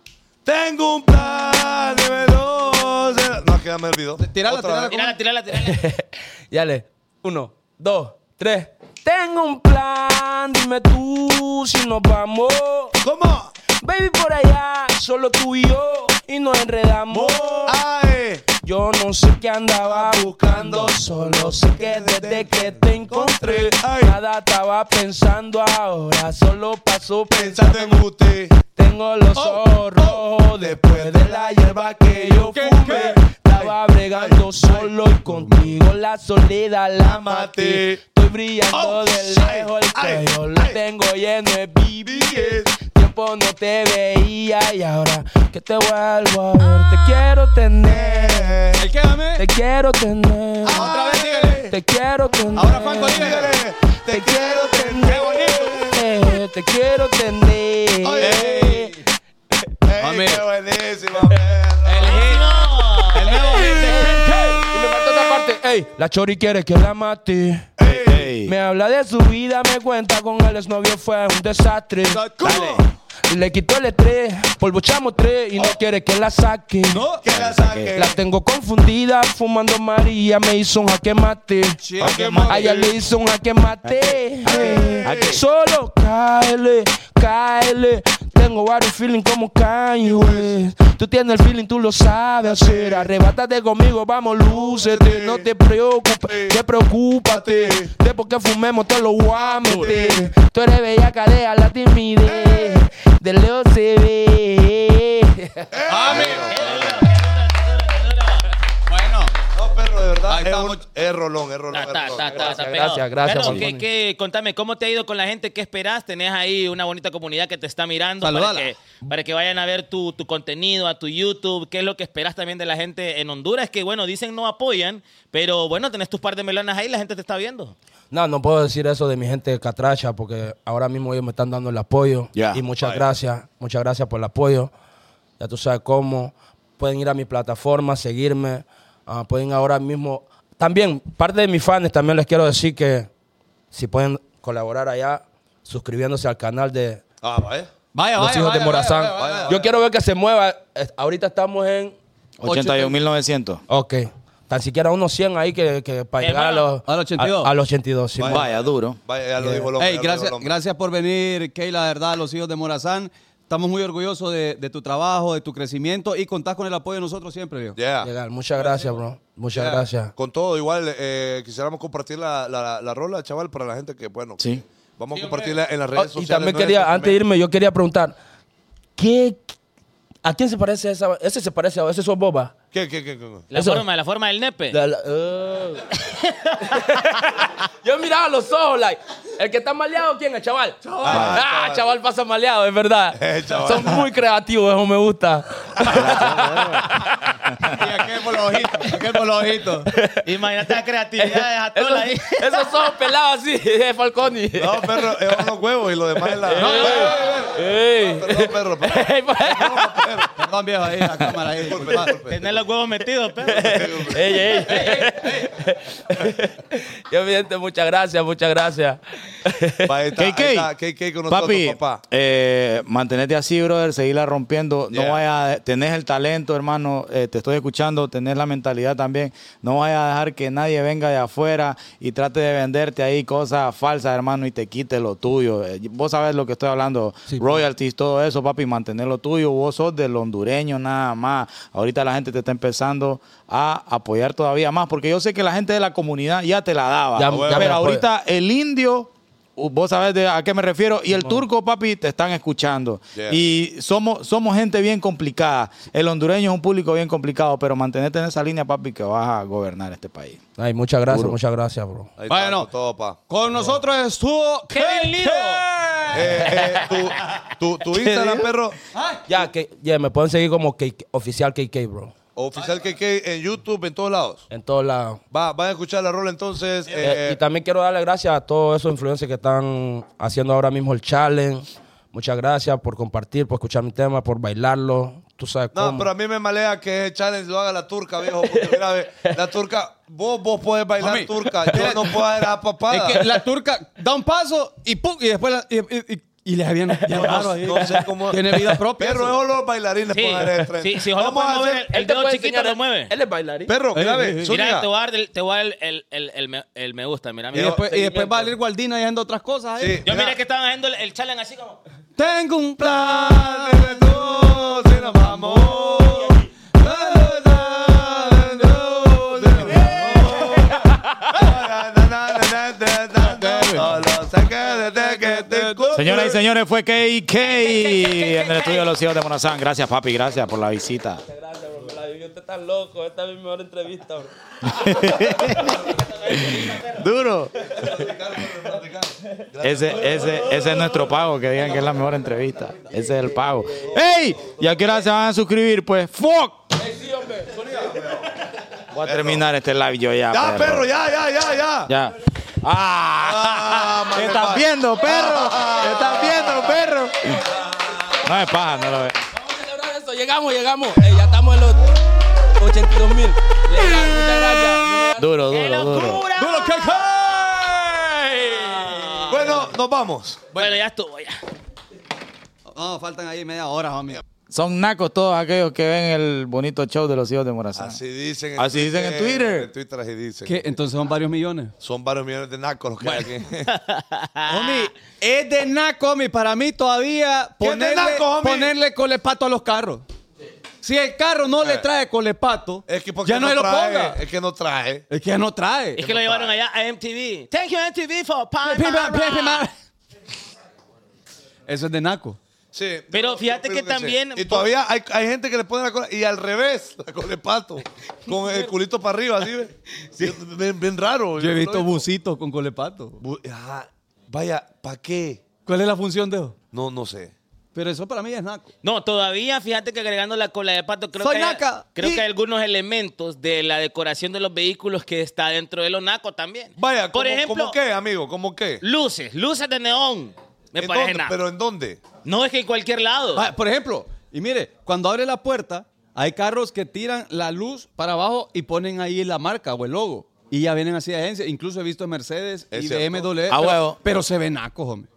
B: Tengo un plan de veloz. No, es que ya me olvidó.
D: Tírala,
B: Otra
D: tírala.
B: vez.
C: Tírala, tírala, tírala.
F: Yale, uno. dos, tres. Tengo un plan, dime tú si nos vamos.
B: ¿Cómo?
F: Baby por allá, solo tú y yo, y nos enredamos. Ah,
B: Ay.
F: Yo no sé qué andaba buscando, solo sé que desde que te encontré,
B: Ay.
F: nada estaba pensando ahora, solo pasó
B: Pensando en usted.
F: Tengo los
B: Oh,
F: ojos rojos después de la hierba que yo
B: ¿Qué,
F: fumé.
B: qué?
F: Estaba bregando solo y contigo la soledad la
B: Maté.
F: maté. Estoy brillando
B: Oh,
F: de lejos, el
B: ay,
F: cuello
B: ay,
F: lo
B: ay.
F: tengo lleno de BBS. Tiempo no te veía y ahora que te vuelvo a ver,
B: Ah.
F: te quiero tener.
B: El quédame.
F: Te quiero tener.
B: Otra vez dígale.
F: Te quiero tener.
B: Ah. Ahora Franco dígale. Te quiero tener. Qué bonito.
F: Eh, Te quiero tener.
B: Oye.
D: Mami.
B: Ey, qué buenísimo. perro.
C: El hit. El nuevo hit de Prince K.
F: Y me falta otra parte. Ey, la chori quiere que la mate.
E: Ey.
F: Me habla de su vida, me cuenta con el exnovio fue un desastre.
B: ¿Cómo?
F: Le quitó el estrés, polvochamos tres y
E: Oh.
F: no quiere que la saque.
B: ¿No? Que la
E: Eh.
B: saque.
F: La tengo confundida, fumando María, me hizo un jaque mate.
B: Chique,
F: A ella le hizo un jaque mate.
E: jaque.
F: Solo cáele, cáele. Tengo varios feeling como Kanye West. Tú tienes el feeling, tú lo sabes hacer. Arrebátate conmigo, vamos, lúcete. No te preocupes, te preocúpate. De porque fumemos, te lo voy a meter. Tú eres bella cadea, la
E: Eh.
F: timidez. De Leo se ve.
D: Bueno,
B: No, perro, de verdad.
D: Ahí
B: es,
D: estamos.
B: un- es rolón, es rolón.
C: Ta,
B: es
C: ta,
B: rolón.
C: ta, ta,
F: Gracias,
C: ta,
F: gracias,
C: pegado.
F: gracias,
C: Bueno, ¿qué,
F: Simón.
C: qué? Contame, ¿cómo te ha ido con la gente? ¿Qué esperas? Tenés ahí una bonita comunidad que te está mirando para
D: Saludala.
C: que, para que vayan a ver tu, tu contenido, a tu YouTube. ¿Qué es lo que esperas también de la gente en Honduras? Que, bueno, dicen no apoyan, pero, bueno, tenés tus par de melonas ahí, la gente te está viendo.
F: No, no puedo decir eso de mi gente de Catracha porque ahora mismo ellos me están dando el apoyo.
E: Ya.
F: Y muchas gracias, muchas gracias por el apoyo. Ya tú sabes cómo. Pueden ir a mi plataforma, seguirme. Ah, pueden ahora mismo. También, parte de mis fans también les quiero decir que si pueden colaborar allá, suscribiéndose al canal de
B: Ah, vaya.
D: vaya,
F: Los
D: vaya,
F: Hijos de
D: vaya,
F: Morazán.
D: vaya, vaya, vaya.
F: Yo quiero ver que se mueva. Eh, Ahorita estamos en.
E: 81.900.
F: Ok. Tan siquiera unos 100 ahí que, que para
C: Eh,
F: llegar a
C: bueno,
F: los.
D: a los 82.
F: A, a los 82, sí.
E: Vaya, duro.
B: Vaya, ya lo
F: Yeah.
B: dijo Lomba,
D: Ey,
B: ya lo dijo
D: gracias,
B: Lomba.
D: gracias por venir, Keila, de verdad, los hijos de Morazán. Estamos muy orgullosos de, de tu trabajo, de tu crecimiento y contás con el apoyo de nosotros siempre, viejo.
B: Yeah.
F: Llegar. Muchas gracias, bro. Muchas
B: Yeah.
F: gracias.
B: Con todo, igual eh, quisiéramos compartir la, la, la rola, chaval, para la gente que, bueno,
E: Sí.
B: que vamos a compartirla en las redes
F: Oh, y
B: sociales.
F: también
B: nuestras
F: quería, antes de
B: también.
F: irme, yo quería preguntar, ¿qué, ¿a quién se parece esa? Ese se parece a ese sos boba.
B: ¿Qué, qué, qué? qué?
C: La
F: Eso.
C: forma, la forma del nepe.
F: La- la- oh. yo miraba los ojos, like, el que está maleado, ¿quién es, chaval? ah, chaval. pasa maleado, es verdad.
B: Eh, chaval.
F: Son muy creativos, eso me gusta.
B: Y aquel por los ojitos, aquel por los ojitos.
C: Imagínate la creatividad de
F: Esos,
C: Jatola ahí.
F: esos ojos pelados así, de Falconi.
B: No, perro, es unos huevos y lo demás es la. No,
F: Ey. pues.
B: Perdón, perro, perdón,
D: Perdón, viejo, ahí la cámara ahí.
B: disculpe, disculpe.
C: Tener los huevos metidos, pero.
F: Ey, ey. Yo, mi gente, muchas gracias, muchas gracias.
B: Va, ahí está, ahí está,
E: KK,
B: KK con nosotros,
E: papi,
B: papá.
E: eh, mantenete así, brother, seguirla rompiendo.
B: Yeah.
E: No vaya, tenés el talento, hermano, eh, te estoy escuchando, tenés la mentalidad también. No vaya a dejar que nadie venga de afuera y trate de venderte ahí cosas falsas, hermano, y te quite lo tuyo. Eh, vos sabés lo que estoy hablando,
F: Sí,
B: pues.
F: pa.
E: royalties, todo eso, papi, mantener lo tuyo. Vos sos del hondureño nada más. Ahorita la gente te está empezando a apoyar todavía más, porque yo sé que la gente de la comunidad ya te la daba.
F: Ya- ya me
E: pero
F: apoya.
E: ahorita el indio, uh, vos sabés de a qué me refiero, y el turco, papi, te están escuchando.
B: Yeah.
E: Y somos, somos gente bien complicada. El hondureño es un público bien complicado, pero mantenete en esa línea, papi, que vas a gobernar este país.
F: Ay, muchas gracias,
E: Duro.
F: muchas gracias, bro.
B: Ahí está,
D: Bueno.
B: con todo, papá.
D: Con nosotros estuvo
C: Kevin Lido.
B: Eh, eh, tu, tu, tu Instagram,
E: dijo?
B: perro,
F: Ya, que, ya, me pueden seguir como KK, oficial KK, bro.
B: oficial KK en YouTube, en todos lados.
F: En todos lados.
B: Va, van a escuchar la rola entonces.
F: Eh,
B: eh,
F: y también quiero darle gracias a todos esos influencers que están haciendo ahora mismo el challenge. Muchas gracias por compartir, por escuchar mi tema, por bailarlo. Tú sabes
B: No,
F: cómo.
B: pero a mí me malea que el challenge lo haga la turca, viejo. Porque mira, ve, la turca, vos, vos podés bailar
D: Mami.
B: turca. Yo no puedo hacer la papada.
D: Es que la turca da un paso y pum, y después la- y, y- y Y les habían. ya raro
B: No,
D: ahí.
B: no sé cómo.
D: Tiene vida propia.
B: Perro,
D: eso.
B: dejo los bailarines
C: Sí,
B: poner el tren.
C: sí, sí, ojalá
B: Vamos a
C: puedas mover
B: hacer.
C: el-
F: este
G: te
C: dedo
G: puede
C: chiquito
G: enseñar,
C: lo
G: él-
C: mueve.
G: Él es bailarín.
B: Perro,
D: Eh,
B: clave.
D: eh, eh.
B: Zúñiga.
C: Mira, te voy a dar el, te voy a dar el, el, el, me, el me gusta. Mira,
D: Y
C: mira.
D: después, y después va a salir Guardina y haciendo otras cosas. ahí.
B: Sí.
C: Yo miré
B: mira.
C: que estaban haciendo el, el challenge así como.
D: Tengo un
B: plan
D: plan.
B: de dos, se nos vamos. Plan de dos, se nos vamos. Solo saqué desde que te encontré.
E: Señoras y señores, fue KK en el estudio de los hijos de Morazán. Gracias, papi, gracias por la visita.
F: Gracias, bro. Me la vivió usted tan loco. Esta es mi mejor entrevista, bro.
E: Duro. Ese, ese, ese es nuestro pago, que digan que es la mejor entrevista. Ese es el pago. ¡Ey! ¿Y a qué hora se van a suscribir? Pues, ¡fuck! Voy a terminar este live yo ya.
B: Ya, perro, ya, ya, ya, ya.
E: Ya.
B: Ah,
E: ¡Ah! ¿Qué estás
B: madre.
E: viendo, perro? ¿Qué estás viendo, perro? No es paja, no lo ve.
F: Vamos a celebrar eso. Llegamos, llegamos. Ey, ya estamos en los 82 mil. Muchas gracias.
E: Duro, duro, duro.
B: Duro, que- Bueno, nos vamos.
C: Bueno, ya estuvo, ya.
D: No, faltan ahí media hora, homie.
E: Son nacos todos aquellos que ven el bonito show de los hijos de Morazán.
B: Así dicen
E: Así dicen en Twitter.
B: En Twitter así dicen.
D: ¿Qué? Entonces son varios millones.
B: Son varios millones de nacos los que hay aquí.
D: Homie, es de naco, homie. Para mí todavía
B: ¿Qué es de
D: ponerle,
B: naco, homie?
D: ponerle colepato a los carros. Si el carro no le trae colepato,
B: Es que porque
D: ya no,
B: no
D: lo
B: trae,
D: ponga.
B: Es que no trae.
D: Es que ya no trae.
C: Es que lo llevaron allá a MTV. Thank you MTV for Pine Barra.
D: Eso es de naco.
B: Sí.
C: Pero fíjate
B: Yo
C: que
B: creo sí.
C: también-
B: Y todavía hay, hay gente que le pone la cola. Y al revés, la cola de pato. Con el culito para arriba, así. ¿ve? Yo- Bien, bien raro.
D: Yo he visto
B: lo-
D: busitos con colepato.
B: Bu- Ajá. Vaya, ¿para qué?
D: ¿Cuál es la función de eso?
B: No, no sé.
D: Pero eso para mí es naco.
C: No, todavía fíjate que agregando la cola de pato, creo,
D: Soy
C: que, hay-
D: naca.
C: creo
D: Y-
C: que hay algunos elementos de la decoración de los vehículos que está dentro de los nacos también.
B: Vaya,
C: por
B: ¿cómo-
C: ejemplo,
B: ¿cómo qué, amigo? ¿Cómo qué?
C: luces, luces de neón. Me
B: ¿En
C: parece
B: dónde?
C: naco.
B: ¿Pero en dónde?
C: No es que en cualquier lado.
D: Ah, por ejemplo, y mire, cuando abre la puerta, hay carros que tiran la luz para abajo y ponen ahí la marca o el logo. Y ya vienen así de agencia. Incluso he visto Mercedes
B: Es
D: y
B: cierto.
D: BMW.
E: A
D: pero,
E: huevo.
D: pero se ven nacos, hombre.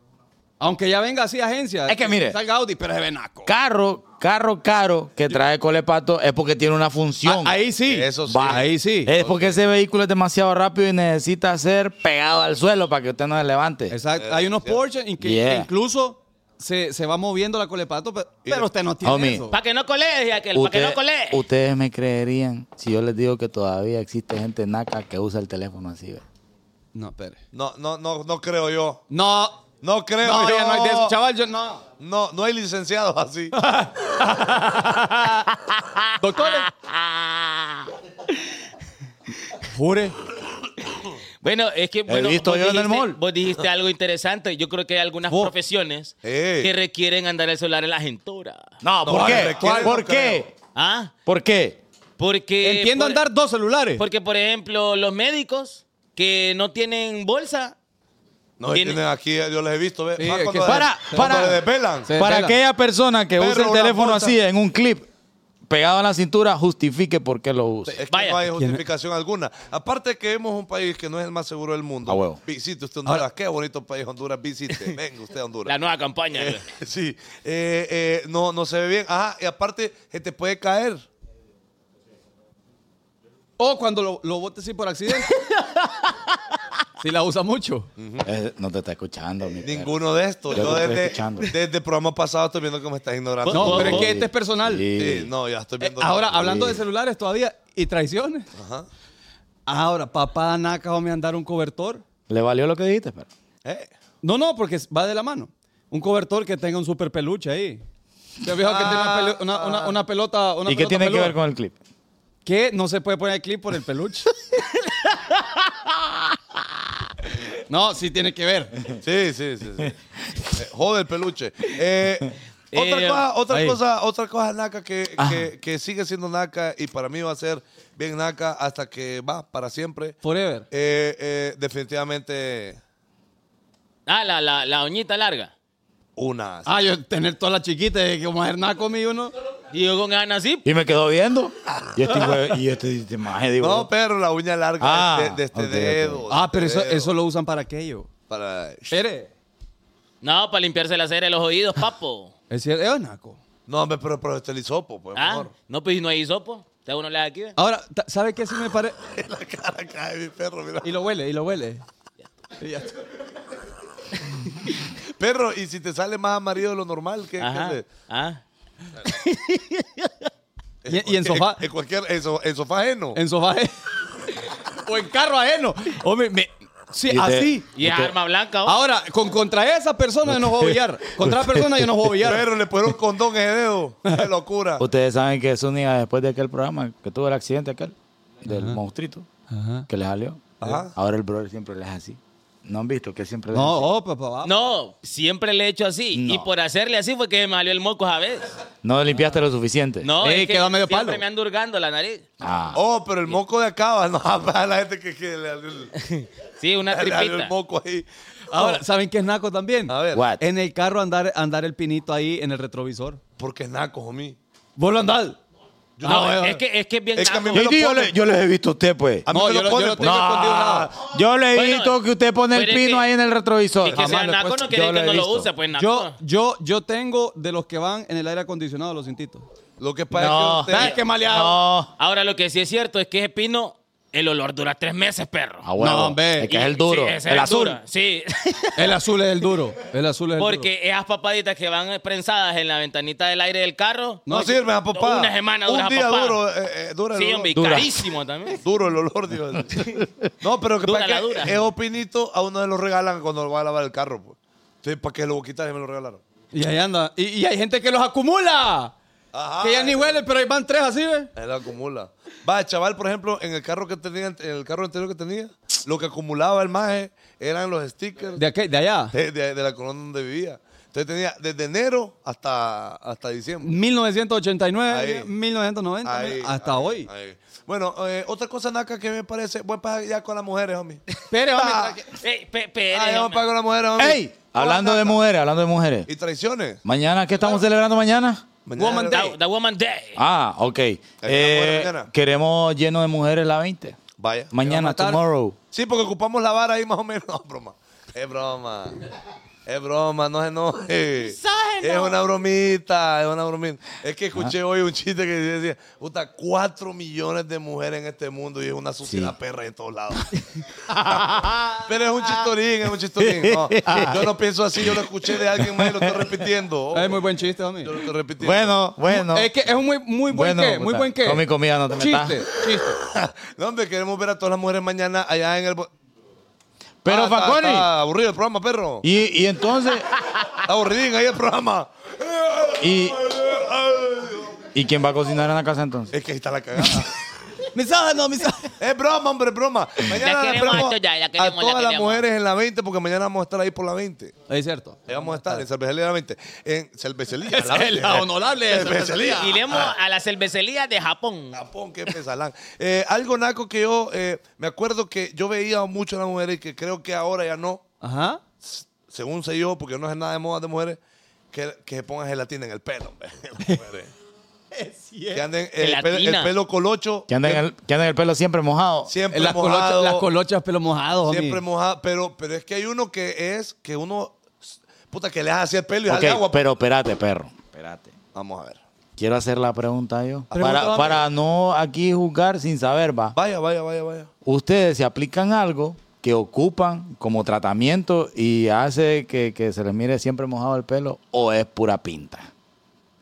D: Aunque ya venga así de agencia.
E: Es que mire.
D: Salga Audi, pero se ven naco. Ah,
E: Carro, carro caro que trae colepato es porque tiene una
D: Ah,
E: función.
D: ahí sí.
B: Eso sí.
D: Va, ahí sí.
E: Es porque ese vehículo es demasiado rápido y necesita ser pegado al suelo para que usted no se levante.
D: Exacto. Hay unos Porsche en que
E: Yeah.
D: que incluso se, se va moviendo la colepato, pe-
B: Y
D: pero
B: de-
D: usted no tiene
E: Homie.
D: eso.
C: Para que no colee, decía aquel. Para que
E: Usted-
C: no colee.
E: ustedes me creerían si yo les digo que todavía existe gente naca que usa el teléfono así. ve.
D: No, espere.
B: No, no, no, no creo yo.
D: No.
B: No creo
D: No,
B: yo.
D: ya no hay de eso, chaval. Yo no.
B: No, no hay licenciados así.
D: Doctores. Jure.
C: Bueno, es que bueno,
E: visto
C: vos,
E: yo en el
C: dijiste,
E: mall.
C: vos dijiste algo interesante. Yo creo que hay algunas
D: Vos.
C: profesiones
B: Ey.
C: que requieren andar el celular en la agentura.
E: No, ¿por
B: No,
E: qué?
B: requiere- ¿Cuál?
E: ¿Por
B: no
E: qué?
C: ¿Ah?
E: ¿Por qué?
C: Porque.
D: Entiendo
C: Eh, por-
D: andar dos celulares.
C: Porque, por ejemplo, los médicos que no tienen bolsa.
B: No
C: Tiene-
B: tienen aquí, yo les he visto. ve.
D: Sí,
B: Más
D: es
B: cuando
D: que-
B: le-
E: Para,
B: cuando
E: para.
B: le desvelan.
D: Sí.
E: Para
D: Vela.
E: aquella persona que
B: Perro,
E: usa el
B: una
E: teléfono
B: bolsa.
E: así en un clip pegado a la cintura, justifique por qué lo usa.
B: Es que
C: Vaya.
B: no hay justificación alguna. Aparte que vemos un país que no es el más seguro del mundo.
E: A huevo.
B: Visite usted Honduras. Qué bonito país Honduras. Visite. Venga usted a Honduras.
C: La nueva campaña.
B: Eh, sí. Eh, eh, no, no se ve bien. Ajá. Y aparte, se te puede caer.
D: O cuando lo, lo botes así por accidente. si la usa mucho.
E: Eh, no te está escuchando, mi perro.
B: Ninguno de estos.
E: Yo
B: Yo
E: lo estoy
B: desde,
E: escuchando.
B: desde el programa pasado estoy viendo que me estás ignorando.
D: No,
C: Vos-
D: pero es
C: vos-
D: que este es personal.
E: Sí.
B: Sí, no, ya estoy
D: Eh,
B: viendo.
D: ahora,
B: nada.
D: hablando de celulares todavía y traiciones.
B: Ajá.
D: Ahora, papá naca, homie, andar un cobertor.
E: ¿Le valió lo que dijiste, perro?
B: Eh.
D: No, no, porque va de la mano. Un cobertor que tenga un super peluche ahí. Yo veo que tiene una, pelu- una- una- una pelota. Una
E: ¿Y qué
D: pelota
E: tiene
D: peluda.
E: que ver con el clip?
D: Que no se puede poner el clip por el peluche. no, sí tiene que ver.
B: Sí, sí, sí. sí. Eh, Joder, el peluche. Eh, otra,
C: Eh,
B: cosa, otra,
D: ahí.
B: cosa, otra cosa naca que, que, que sigue siendo naca y para mí va a ser bien naca hasta que va para siempre.
D: Forever.
B: Eh, eh, definitivamente
C: Ah, la, la, la uñita larga.
B: una.
D: Ah, yo tener toda la chiquita de que mujer naca conmigo, uno.
C: Y yo con ganas así.
E: Y me quedó viendo. Y este, hue- y este, este maje, digo.
B: No, pero la uña larga
E: Ah,
B: de, de este
E: ok, ok.
B: dedo. de
D: Ah, pero
B: este
D: eso,
B: dedo.
D: eso lo usan para aquello.
B: Para...
D: Espere.
C: No, para limpiarse la cera de los oídos, papo.
D: Es cierto, es naco.
B: No, hombre, pero, pero este el hisopo, pues,
C: ¿Ah?
B: mejor.
C: No, pues no hay hisopo. Te hago uno le da aquí. ve.
D: Ahora, ta- ¿sabe qué sí me parece?
B: La cara cae mi perro, mira.
D: Y lo huele, y lo huele. Y ya está.
B: Perro, y si te sale más amarillo de lo normal, ¿qué?
C: Ajá.
B: qué haces?
C: Ah.
D: Y, y en sofá,
B: En, cualquier, en, so- en sofá ajeno.
D: en sofá ajeno. o en carro ajeno. Hombre, me- sí,
E: Y te-
D: así.
C: Y es
E: Ok.
C: arma blanca.
E: ah,
C: ¿o?
D: Ahora, con contra esa persona yo no voy a billar. Contra esa persona yo no voy a billar.
B: Perro, le pusieron condón en ese dedo. Qué locura.
E: Ustedes saben que Zúñiga, después de aquel programa que tuvo el accidente aquel, del monstruito, que le salió,
B: Ajá.
E: ahora el brother siempre le es así. ¿No han visto que siempre le es
D: No,
E: así?
D: oh, papá. va.
C: No, siempre le he hecho así.
E: No.
C: Y por hacerle así fue que me salió el moco a veces.
E: No limpiaste lo suficiente.
C: No,
D: Ey,
C: es que
D: quedó medio
C: siempre
D: palo.
C: me ando hurgando la nariz.
E: Ah.
B: Oh, pero el moco de acá va. No, para la gente que, que le, le-
C: Sí, una
B: le salió
C: tripita.
B: el moco ahí.
D: Ahora, ¿saben qué es naco también?
B: A ver.
E: What?
D: En el carro andar, andar el pinito ahí en el retrovisor.
B: Porque es naco, homie.
D: Vos lo andás.
B: Yo
C: No,
B: no- eh,
C: es, que, es que es bien
B: Es que a
C: naco.
B: mí me lo
E: JD, yo,
B: ponen.
E: le- yo les he visto a usted, pues.
B: A mí
D: No,
B: me
D: yo
B: lo
D: lo- yo
B: ponen,
D: lo
B: pues.
D: tengo escondido
E: No, yo le he
C: Bueno,
E: visto que usted pone el
C: pero es
E: pino
C: que-
E: ahí en el retrovisor.
C: Y que sea
E: Jamás lo he
C: naco
E: puesto.
C: no quiere
E: Yo
C: decir que
E: he
C: no lo
E: visto.
C: use, pues naco.
D: Yo, yo, yo tengo de los que van en el aire acondicionado los cintitos.
B: Lo que pasa
E: No.
B: es que
D: ¿Sabes
B: usted...
D: qué maleado?
E: No.
C: Ahora, lo que sí es cierto es que ese pino, el olor dura tres meses, perro.
E: A huevo.
D: No, hombre.
E: Ah, Es que es
C: Y-
E: el duro.
C: sí, ese
E: el
C: es
E: azul.
C: duro, Sí,
D: El azul es el duro. El azul es el duro.
C: porque esas papaditas que van prensadas en la ventanita del aire del carro.
B: No sirve a papá.
C: Una semana dura
B: Un
C: esa
B: día
C: papada.
B: duro, eh, eh, dura el
C: Sí,
B: olor.
C: hombre, y
E: Dura.
C: carísimo también.
B: Duro el olor, Dios. No, pero que
C: Dura
B: para
C: la
B: que
C: dura.
B: esos pinitos a uno se los regalan cuando lo va a lavar el carro. Pues. Entonces, ¿para qué lo quitas y me lo regalaron?
D: Y ahí anda. Y, y hay gente que los acumula.
B: Ajá.
D: que ya ni huele, pero ahí van tres así, ¿ves?
B: Él acumula. Va, el chaval, por ejemplo, en el carro que tenía, en el carro anterior que tenía, lo que acumulaba el maje eran los stickers
D: De,
B: de,
D: aquel, de allá.
B: de- de la colonia donde vivía. Entonces tenía desde enero hasta, hasta diciembre.
D: 1989,
B: Ahí.
D: 1990,
B: Ahí,
D: hasta
B: ahí,
D: hoy.
B: ahí. Bueno, eh, otra cosa naca que me parece, buen paja ya con las mujeres, homie.
D: Pero, homie,
B: Ah.
C: Ey, pe- pe-
B: Ah,
C: eres,
B: ya vamos
C: hombre.
B: para con las mujeres, homie.
E: ¡Ey! Hablando de mujeres, hablando de mujeres.
B: Y traiciones.
E: Mañana, ¿qué estamos celebrando mañana?
B: Mañana-
D: Woman Day.
C: The- The Woman Day.
E: Ah, ok.
B: mujeres
E: Eh,
B: mañana.
E: queremos lleno de mujeres la 20.
B: Vaya.
E: Mañana,
D: matar.
E: tomorrow.
B: Sí, porque ocupamos la vara ahí más o menos. No, broma. Es broma. Es broma, no se enoje. Es una bromita, es una bromita. Es que escuché
E: Ah.
B: hoy un chiste que decía, puta, cuatro millones de mujeres en este mundo y es una suciedad
E: Sí.
B: perra en todos lados. Pero es un chistorín, es un chistorín. No, yo no pienso así, yo lo escuché de alguien más y lo estoy repitiendo. Oh,
D: Es muy buen chiste, homie.
B: Yo lo estoy repitiendo.
E: Bueno, bueno.
D: Es que es un muy, muy buen
E: Bueno,
B: pues
D: qué, muy
E: puta,
D: buen qué.
E: con mi comida no te metas.
D: Chiste, chiste.
B: no, hombre, queremos ver a todas las mujeres mañana allá en el... bo-
E: Pero,
B: Ah, está-
E: Faconi.
B: Está aburrido el programa, perro.
E: Y, y entonces,
B: Está aburridín ahí el programa.
E: y, ¿y quién va a cocinar en la casa entonces?
B: Es que ahí está la cagada.
D: Misógino, misógino.
B: es broma, hombre, es broma. Mañana
C: Ya
B: le
C: queremos
B: ponemos
C: esto ya, ya
B: a
C: queremos, ya
B: todas las
C: queremos.
B: mujeres en la 20, porque mañana vamos a estar ahí por la 20.
D: Es cierto.
B: Ahí vamos a estar en cervecería la 20. En cervecería. la 20.
D: la honorable
B: cervecería.
C: Y leemos a la cervecería de Japón.
B: Japón, qué pesalán. Eh, algo naco que yo eh, me acuerdo que yo veía mucho a las mujeres y que creo que ahora ya no,
D: Ajá.
B: según sé yo, porque no es nada de moda de mujeres, que, que se pongan gelatina en el pelo. hombre, las mujeres. Que anden eh, el, pelo,
C: Gelatina.
B: el pelo colocho.
E: Que anda en el, que anda en el pelo siempre mojado.
B: Siempre
D: Las
B: mojado.
D: colochas, las colochas pelo mojado, homie.
B: Siempre mojado, pero, pero es que hay uno que es que uno, puta, que le hace así el pelo y
E: Ok,
B: sale agua. pues.
E: pero espérate, perro. Espérate.
B: Vamos a ver.
E: Quiero hacer la pregunta yo.
D: Pregunta,
E: Para,
D: vamos.
E: para no aquí juzgar sin saber, va.
B: Vaya, vaya, vaya, vaya.
E: Ustedes se aplican algo que ocupan como tratamiento y hace que, que se les mire siempre mojado el pelo o es pura pinta.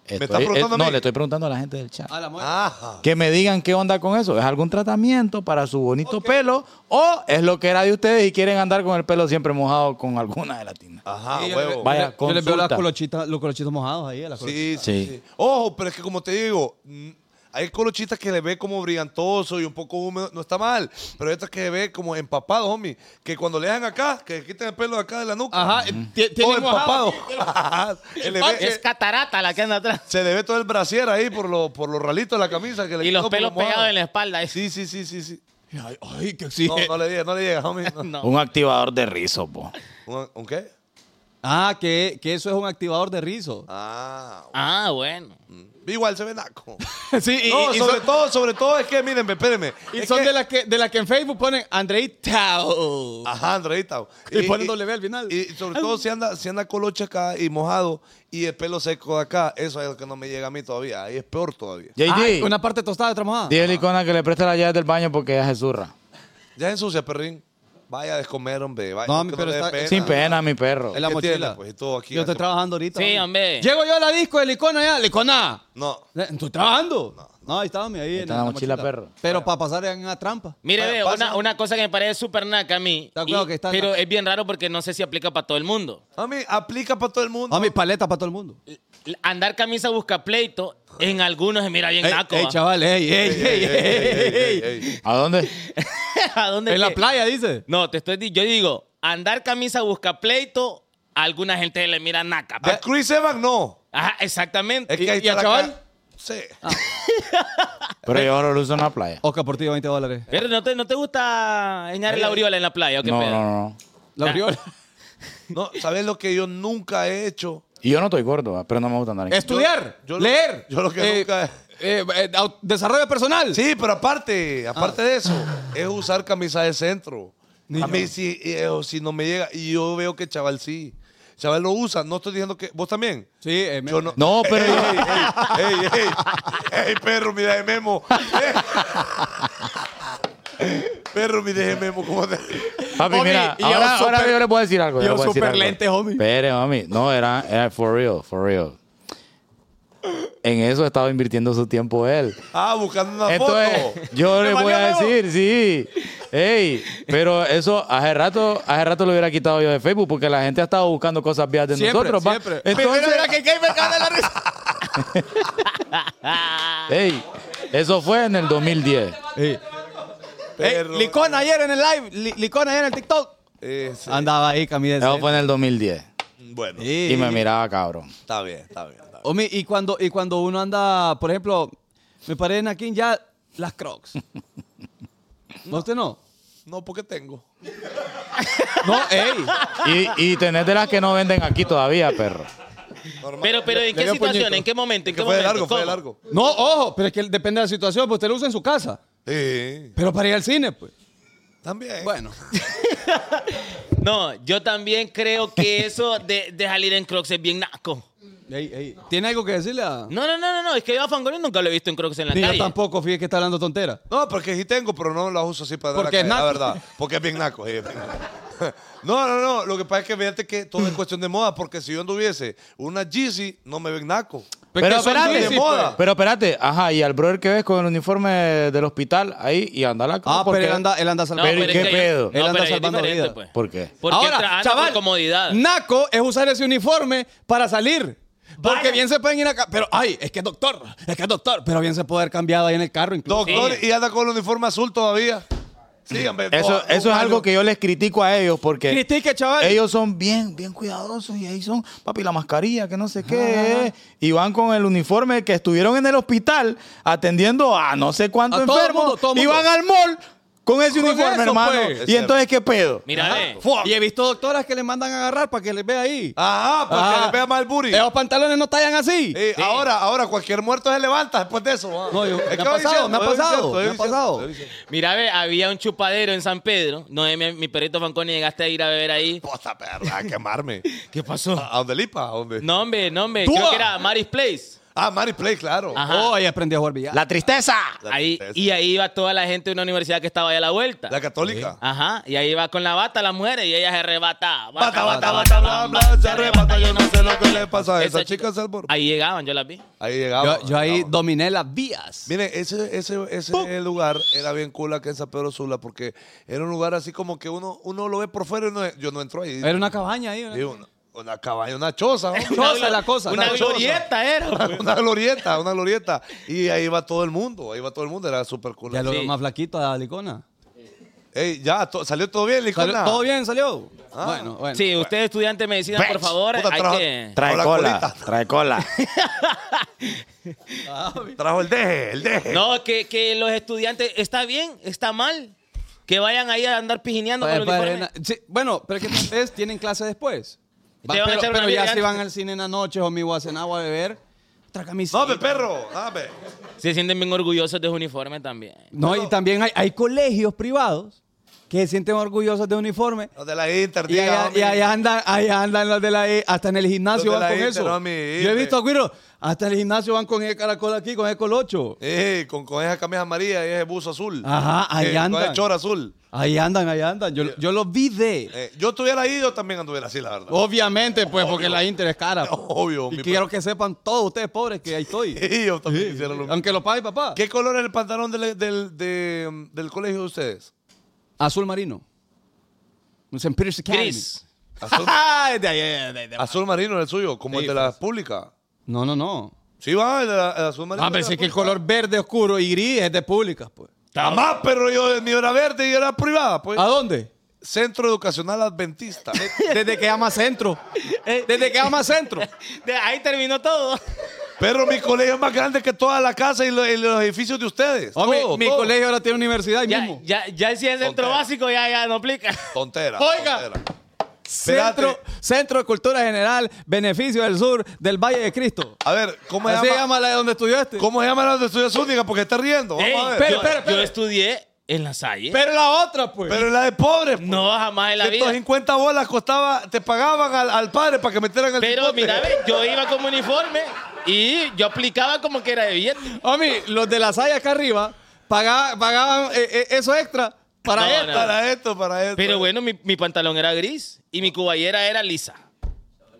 E: Esto
B: estás
E: es- es-
B: preguntando a
E: no,
B: mí?
E: le estoy preguntando a la gente del chat.
D: A la mujer.
B: Ajá.
E: Que me digan qué onda con eso. ¿Es algún tratamiento para su bonito pelo o es lo que era de ustedes y quieren andar con el pelo siempre mojado con alguna gelatina?
B: Ajá,
D: Sí, yo le-
B: Ah, huevo.
E: Vaya,
D: yo le- Yo les veo las
E: consulta.
D: colochitas, los colochitos mojados ahí. a las colochitas.
B: Sí, sí,
E: Sí.
B: sí. Ojo, pero es que como te digo, mm, hay colochitas que le ve como brillantoso y un poco húmedo, no está mal, pero hay otras que se ve como empapado, homie, que cuando le dejan acá, que le quiten el pelo de acá de la nuca. Mm.
D: Ajá. ti-
B: Todo
D: tiene mojado.
B: empapado. Ajá. Se le ve-
C: Es catarata la que anda atrás.
B: se le ve todo el brasier ahí por, lo, por los ralitos de la camisa que le
C: Y los
B: quedó por
C: pelos
B: mojado.
C: pegados en la espalda. eh.
B: Sí, sí, sí, sí, sí.
D: Ay, ay, que sí.
B: No, no le llega, no le llega, homie. no.
C: No.
E: Un activador de rizo, po.
B: ¿Un, un qué?
D: Ah, que, que eso es un activador de rizo.
B: Ah,
C: Ah, bueno.
B: igual se ve naco.
D: Sí, y,
B: no,
D: y- y
B: sobre
D: son,
B: todo, sobre todo es que, miren, espérenme.
D: y
B: es
D: son
B: que-
D: de las que de las que en Facebook ponen Andrei Tao.
B: Ajá, Andreita.
D: Y ponen doble B al final.
B: Y sobre todo si anda, si anda colocha acá y mojado y el pelo seco de acá, eso es lo que no me llega a mí todavía. Ahí es peor todavía.
E: JD,
D: Ay, Ah, una parte tostada de tramada.
E: dile a la icona que le preste las llaves del baño porque ella se zurra.
B: Ya se ensucia, perrín. Vaya a descomer, hombre. Vaya,
D: No,
B: que
D: mi perro
B: le dé
D: está-
E: Sin pena, mi perro.
D: En la
B: ¿Qué
D: mochila.
B: tiene, pues, y todo aquí?
D: yo estoy trabajando ahorita.
C: Sí,
D: hombre.
C: hombre.
D: Llego yo a la disco de Licona ya. Licona. Eh,
B: No.
D: Estoy trabajando. No, ahí estaba mi ahí. en
E: está la mochila, perro.
D: Pero para pasar en una trampa.
C: Mire,
B: Vaya,
C: veo
B: pasa.
C: una, una cosa que me parece súper naca a mí.
D: Está claro
C: y-
D: que está
C: pero
D: naca.
C: es bien raro porque no sé si aplica para todo el mundo.
B: A mí, aplica para todo el mundo.
D: A mi paleta para todo el mundo.
C: L- l- Andar camisa busca pleito, en algunos se mira bien naco.
D: ey,
C: ¿va?
D: chaval, ey, ey,
B: Ey,
D: ey,
B: ey, ey, ey, ey,
D: ey.
B: ey, ey.
E: ¿A dónde?
C: ¿A dónde
D: En la
C: que-
D: playa, dice.
C: No, te estoy di- yo digo, andar camisa busca pleito, a alguna gente le mira naca.
B: A Chris Evans no.
C: Ajá, exactamente.
B: Es que ahí
D: y
B: está
D: al
B: la
D: chaval? Ah.
B: ca- Sí.
E: Pero yo ahora lo uso en la playa.
D: Oscar Portillo, 20 dólares.
C: Pero no te, no te gusta eñar la aureola en la playa, ¿o qué
E: No,
C: pedo?
E: no, no.
D: La
C: Ah.
D: Oriola.
B: No, ¿sabes lo que yo nunca he hecho?
E: Y yo no estoy gordo, ah, pero no me gusta andar en
D: Estudiar,
B: yo lo-
D: leer.
B: yo lo que
D: eh,
B: nunca-
D: eh, eh, au- desarrollo personal.
B: Sí, pero aparte, aparte
D: Ah.
B: de eso, es usar camisa de centro.
D: Niño.
B: A mí sí, eh, o si no me llega. Y yo veo que chaval sí. Chaval lo usa. No estoy diciendo que. ¿Vos también?
D: Sí, eh, me-
B: Yo no.
E: No, pero
B: Ey,
E: yo-
B: ey, ey, ey, ey, perro, mira de memo. perro, mira de memo. ¿cómo te-
E: Papi,
D: Homie,
E: mira,
D: y yo
E: ahora,
D: súper-
E: ahora yo le puedo decir algo.
D: yo
E: le puedo decir
D: súper
E: algo.
D: lente, homie.
E: Espere, mami. No, era, era for real, for real. En eso estaba invirtiendo su tiempo él.
B: Ah, buscando una
E: Entonces,
B: foto.
E: yo
D: ¿Te
E: le voy
D: valió
E: a
D: huevo?
E: decir, sí. Ey, pero eso hace rato, hace rato lo hubiera quitado yo de Facebook porque la gente ha estado buscando cosas vías de
D: Siempre,
E: nosotros. va.
D: siempre.
E: Entonces, ey, eso fue en el 2010.
D: Eh, eh,
B: Perro.
D: Licón ayer en el live, li- Licón ayer en el TikTok.
B: Eh, sí.
D: Andaba ahí, camisa de
E: Eso
D: centro.
E: fue en el 2010.
B: Bueno,
D: Sí.
E: pues, Y me miraba cabrón.
B: está bien, está bien. está bien.
D: Homie, y cuando, y cuando uno anda, por ejemplo, me parecen aquí ya las crocs. ¿No usted no?
B: No, porque tengo.
D: No, ey.
E: Y, y tenés de las que no venden aquí todavía, perro.
B: Normal.
C: Pero, pero ¿en
D: le
C: qué
D: dio
C: situación?
D: puñito.
C: ¿En qué momento? ¿En
B: que
C: qué
B: fue de
C: momento?
B: largo, fue de
C: ¿Cómo?
B: largo.
D: No, ojo, pero es que depende de la situación, pues usted lo usa en su casa.
B: Sí,
D: Pero para ir al cine, pues.
B: también.
D: Bueno.
C: No, yo también creo que eso de, de salir en Crocs es bien naco.
D: Ey, ey. ¿Tiene algo que decirle a.?
C: No, no, no, no, no, es que yo a Fangoni nunca lo he visto en Crocs en la
D: Ni yo
C: calle.
D: tampoco, fíjate que está hablando tontera.
B: No, porque sí tengo, pero no las uso así para dar
D: Porque es
B: la, calle, la
D: naco.
B: verdad. Porque es bien naco. sí, es bien naco. No, no, no. Lo que pasa es que fíjate que todo es cuestión de moda, porque si yo anduviese una Yeezy, no me ven naco.
E: Pero
D: Pues que son Ah,
E: espérate,
D: Yeezy,
B: de moda.
E: pero espérate, ajá, y al brother que ves con el uniforme del hospital ahí y anda a la
D: Ah, pero él anda, él anda
C: No,
D: salvando.
E: Pero ¿y
C: es
E: qué
C: que-
E: pedo?
C: no,
D: Él anda
C: pero es
D: salvando
C: diferente,
D: vidas.
C: pues.
E: ¿por qué?
C: Porque Ahora, chaval, por comodidad.
D: Naco es usar ese uniforme para salir. Porque
C: Vaya.
D: bien se pueden ir acá. Pero, ay, es que es doctor. Es que es doctor. Pero bien se puede haber cambiado ahí en el carro incluso.
B: Doctor,
C: Sí.
B: y anda con el uniforme azul todavía. Sí, hombre.
E: Eso,
B: todo-
E: eso es algo que yo les critico a ellos porque
D: Critique, chaval.
E: eh, ellos son bien, bien cuidadosos y ahí son, papi, la mascarilla, que no sé qué, y van con el uniforme que estuvieron en el hospital atendiendo a no sé cuántos
D: A todo el
E: enfermos
D: mundo, todo el
E: y
D: mundo.
E: van al mall con ese
D: Con
E: uniforme,
D: eso,
E: hermano.
D: pues.
E: Y
D: Es
B: cierto.
E: entonces, ¿qué pedo?
C: Mira, ve.
D: Y he visto doctoras que le mandan a agarrar para que les vea
B: Ah,
D: ahí.
B: Ajá, porque
D: Ajá.
B: le pega más el booty.
D: Esos pantalones no tallan así.
B: Eh, Ahora, ahora, cualquier muerto se levanta después de eso. ah.
D: No, yo-
B: Es
D: me
B: que
D: ha
B: voy
D: pasado,
B: diciendo,
D: me ha
B: voy
D: pasado,
B: diciendo, voy
D: me ha
B: diciendo,
D: pasado.
B: voy diciendo.
C: Mira, ve, había un chupadero en San Pedro. No, mi, mi perrito Fanconi llegaste a ir a beber ahí.
B: Posta, perra, a quemarme.
C: ¿Qué pasó?
B: ¿A dónde lipa? ¿A dónde?
C: No, hombre, no, hombre.
D: ¡Tua!
C: Creo que era Mary's Place.
B: Ah, Mary Play, claro.
C: Ajá.
D: Oh, ahí aprendí a jugar billar.
E: La tristeza.
B: La
C: Ahí,
B: tristeza.
C: y ahí iba toda la gente de una universidad que estaba ahí a la vuelta.
B: La católica.
C: Ajá, y ahí iba con la bata las mujeres y ella se arrebata.
B: Bata, bata, bata, bla, bla, se arrebata, yo no sé lo que le pasa a esa chica, Salvador.
C: Ahí llegaban, yo las vi.
B: Ahí
D: Yo,
B: llegaba.
D: yo ahí
B: llegaba.
D: dominé las vías.
B: Miren, ese, ese, ese lugar era bien cool acá en San Pedro Sula porque era un lugar así como que uno, uno lo ve por fuera y no- yo no entro ahí.
D: Era una cabaña ahí. una-
B: Digo, una, una cabaña, una choza. ¿no?
D: Choza la cosa,
C: Una
D: la
B: choza.
C: glorieta era. pues.
B: una glorieta, una glorieta. Y ahí va todo el mundo, ahí va todo el mundo, era súper cool.
D: Ya lo
C: Sí.
D: más flaquito a Licona.
B: Ey, ya, to- salió todo bien, Licona.
D: Salió- ¿Todo bien salió?
B: Ah.
D: Bueno, bueno.
C: Sí, usted estudiante de medicina, por favor,
B: Puta,
C: hay
B: trajo-
C: que...
E: Trae
B: Hola,
E: cola,
B: colita.
E: trae cola.
B: Trajo el deje, el deje.
C: No, que, que los estudiantes, ¿está bien? ¿Está mal? Que vayan ahí a andar pijineando
D: Pues,
C: con los
D: pues,
C: uniformes.
D: na- sí, bueno, pero es que ustedes tienen clase después.
C: Te van a
D: pero
C: echar una
D: pero ya
C: birria
D: si
C: antes.
D: van al cine en la noche o mi guasenagua a beber, otra camiseta.
B: Dame, perro, dame.
C: Se sienten bien orgullosos de su uniforme también.
D: No, y también hay, hay colegios privados que se sienten orgullosos de uniforme.
B: Los de la Inter,
D: Y
B: diga,
D: allá, y
B: homie.
D: allá andan, allá andan los de la E, hasta en el gimnasio
B: Los de
D: van
B: la
D: con
B: Inter,
D: eso.
B: homie,
D: Yo he
B: Inter.
D: visto, Guiro, hasta en el gimnasio van con el caracol aquí, con el colocho.
B: Eh, con, con esa camisa amarilla y ese buzo azul.
D: Ajá, ahí
B: Eh, Con
D: andan.
B: ese chor azul.
D: Ahí andan, ahí andan. Yo, yo los vi de.
B: Eh, yo estuviera ahí, yo también anduviera así, la verdad.
D: Obviamente, pues, porque la Inter es cara. pues.
B: Obvio,
D: Y
B: mi
D: quiero que sepan todos ustedes, pobres, que ahí estoy.
B: Y yo también quisiera lo mismo.
D: Aunque lo pague papá.
B: ¿Qué color es el pantalón del, del, de- del colegio de ustedes?
D: Azul marino. Un St. Peter's Academy.
C: Gris.
B: Azul,
D: Ah, de ahí, de- de- de-
B: azul marino es el suyo, como el de la pública.
D: No, no, no.
B: Sí, va, el, de la- el azul marino.
D: Ah, pensé que el color verde oscuro y gris es de públicas, pues.
B: Jamás, pero yo, mi era verde y era privada, pues.
D: ¿A dónde?
B: Centro Educacional Adventista.
D: Desde que ama centro. Desde que ama centro.
C: De ahí terminó todo.
B: Pero mi colegio es más grande que toda la casa y, lo- y los edificios de ustedes.
D: Hombre,
B: Todo,
D: Oh, mi
B: todo.
D: colegio ahora tiene universidad ahí
C: Ya,
D: mismo.
C: ya, ya si es centro
B: Tontera.
C: básico, ya, ya no aplica.
B: Tontera.
D: Oiga.
B: tontera.
D: Centro, Centro de Cultura General, Beneficio del Sur, del Valle de Cristo.
B: A ver, ¿cómo se
D: Así
B: llama?
D: llama la de donde estudió este.
B: ¿Cómo se llama la de estudios única? Porque está riendo. Vamos
C: Ey,
B: a ver.
D: pero-
C: yo,
D: espera, espera.
C: yo estudié en la salle.
D: Pero la otra, pues.
B: Pero es la de pobres. pues.
C: no, jamás en la vida.
B: 150 bolas costaba, te pagaban al, al padre para que metieran el
C: Pero
B: cipote.
C: mira, ve, yo iba como uniforme y yo aplicaba como que era de billete.
D: Homie, los de la saya acá arriba paga- pagaban eh, eh, eso extra para
C: No,
D: él.
C: no.
B: Para esto, para esto.
C: Pero bueno, mi, mi pantalón era gris y mi cuballera era lisa.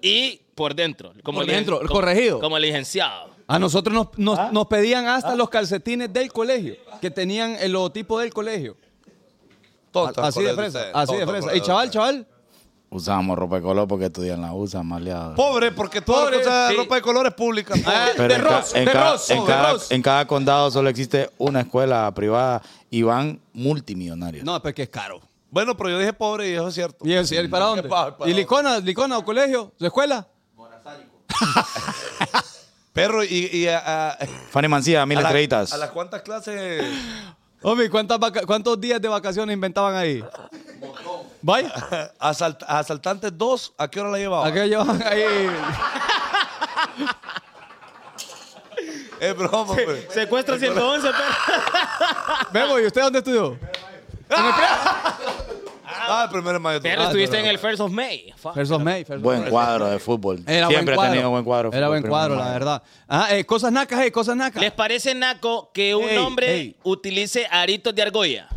C: Y por dentro. Como
D: Por
C: ligen-
D: dentro,
C: como-
D: corregido.
C: Como, licenciado.
D: A nosotros nos, nos- nos pedían hasta los calcetines del colegio, que tenían el logotipo del colegio.
B: Tontas,
D: así de
B: correcto,
D: fresa,
B: ustedes.
D: así de
B: Tontas,
D: fresa. Y
B: correcto,
D: chaval,
B: ustedes.
D: chaval,
E: Usábamos ropa de color porque estudian la USA, maleado.
B: Pobre, porque toda la
D: Pobre,
B: cosa de
D: sí.
B: ropa de color es pública.
D: Ah,
B: pobre.
D: de
E: en ca-
D: Ross,
E: en,
D: de
E: cada-
D: Ross,
E: en
D: de
E: cada,
D: Ross.
E: en cada condado solo existe una escuela privada y van multimillonarios.
D: no, pues que es caro.
B: Bueno, pero yo dije pobre y eso es cierto.
D: ¿Y, eso, ¿y para dónde?
B: pa- para
D: ¿Y Licona, Licona o colegio? ¿Su escuela?
B: Perro, y, y a, a-
E: Fanny Mancía, mil
B: a la-
E: estrellitas.
B: ¿A las cuántas clases?
D: Homie, ¿cuántas vaca- ¿cuántos días de vacaciones inventaban ahí? Vaya,
B: Asalt- asaltantes 2, ¿a qué hora la llevaba?
D: ¿a qué llevaban ahí?
B: Es broma, pues. hombre.
C: Secuestro 111, pero.
D: Memo, ¿y usted dónde estudió?
B: Ah, el primero de mayo.
C: Pero
B: Ah,
C: estuviste en
B: primero
C: el First of May. Fuck.
D: Versus May. Versus
E: Buen
D: May.
E: cuadro de fútbol.
D: Era buen
E: Siempre
D: cuadro.
E: he tenido buen cuadro. de
D: Era
E: fútbol,
D: buen
E: primer
D: cuadro, la
E: lugar.
D: verdad. Ah, eh, cosas nacas, eh, cosas nacas.
C: ¿Les parece, Naco, que un
D: Ey,
C: hombre
D: ey.
C: utilice aritos de argolla?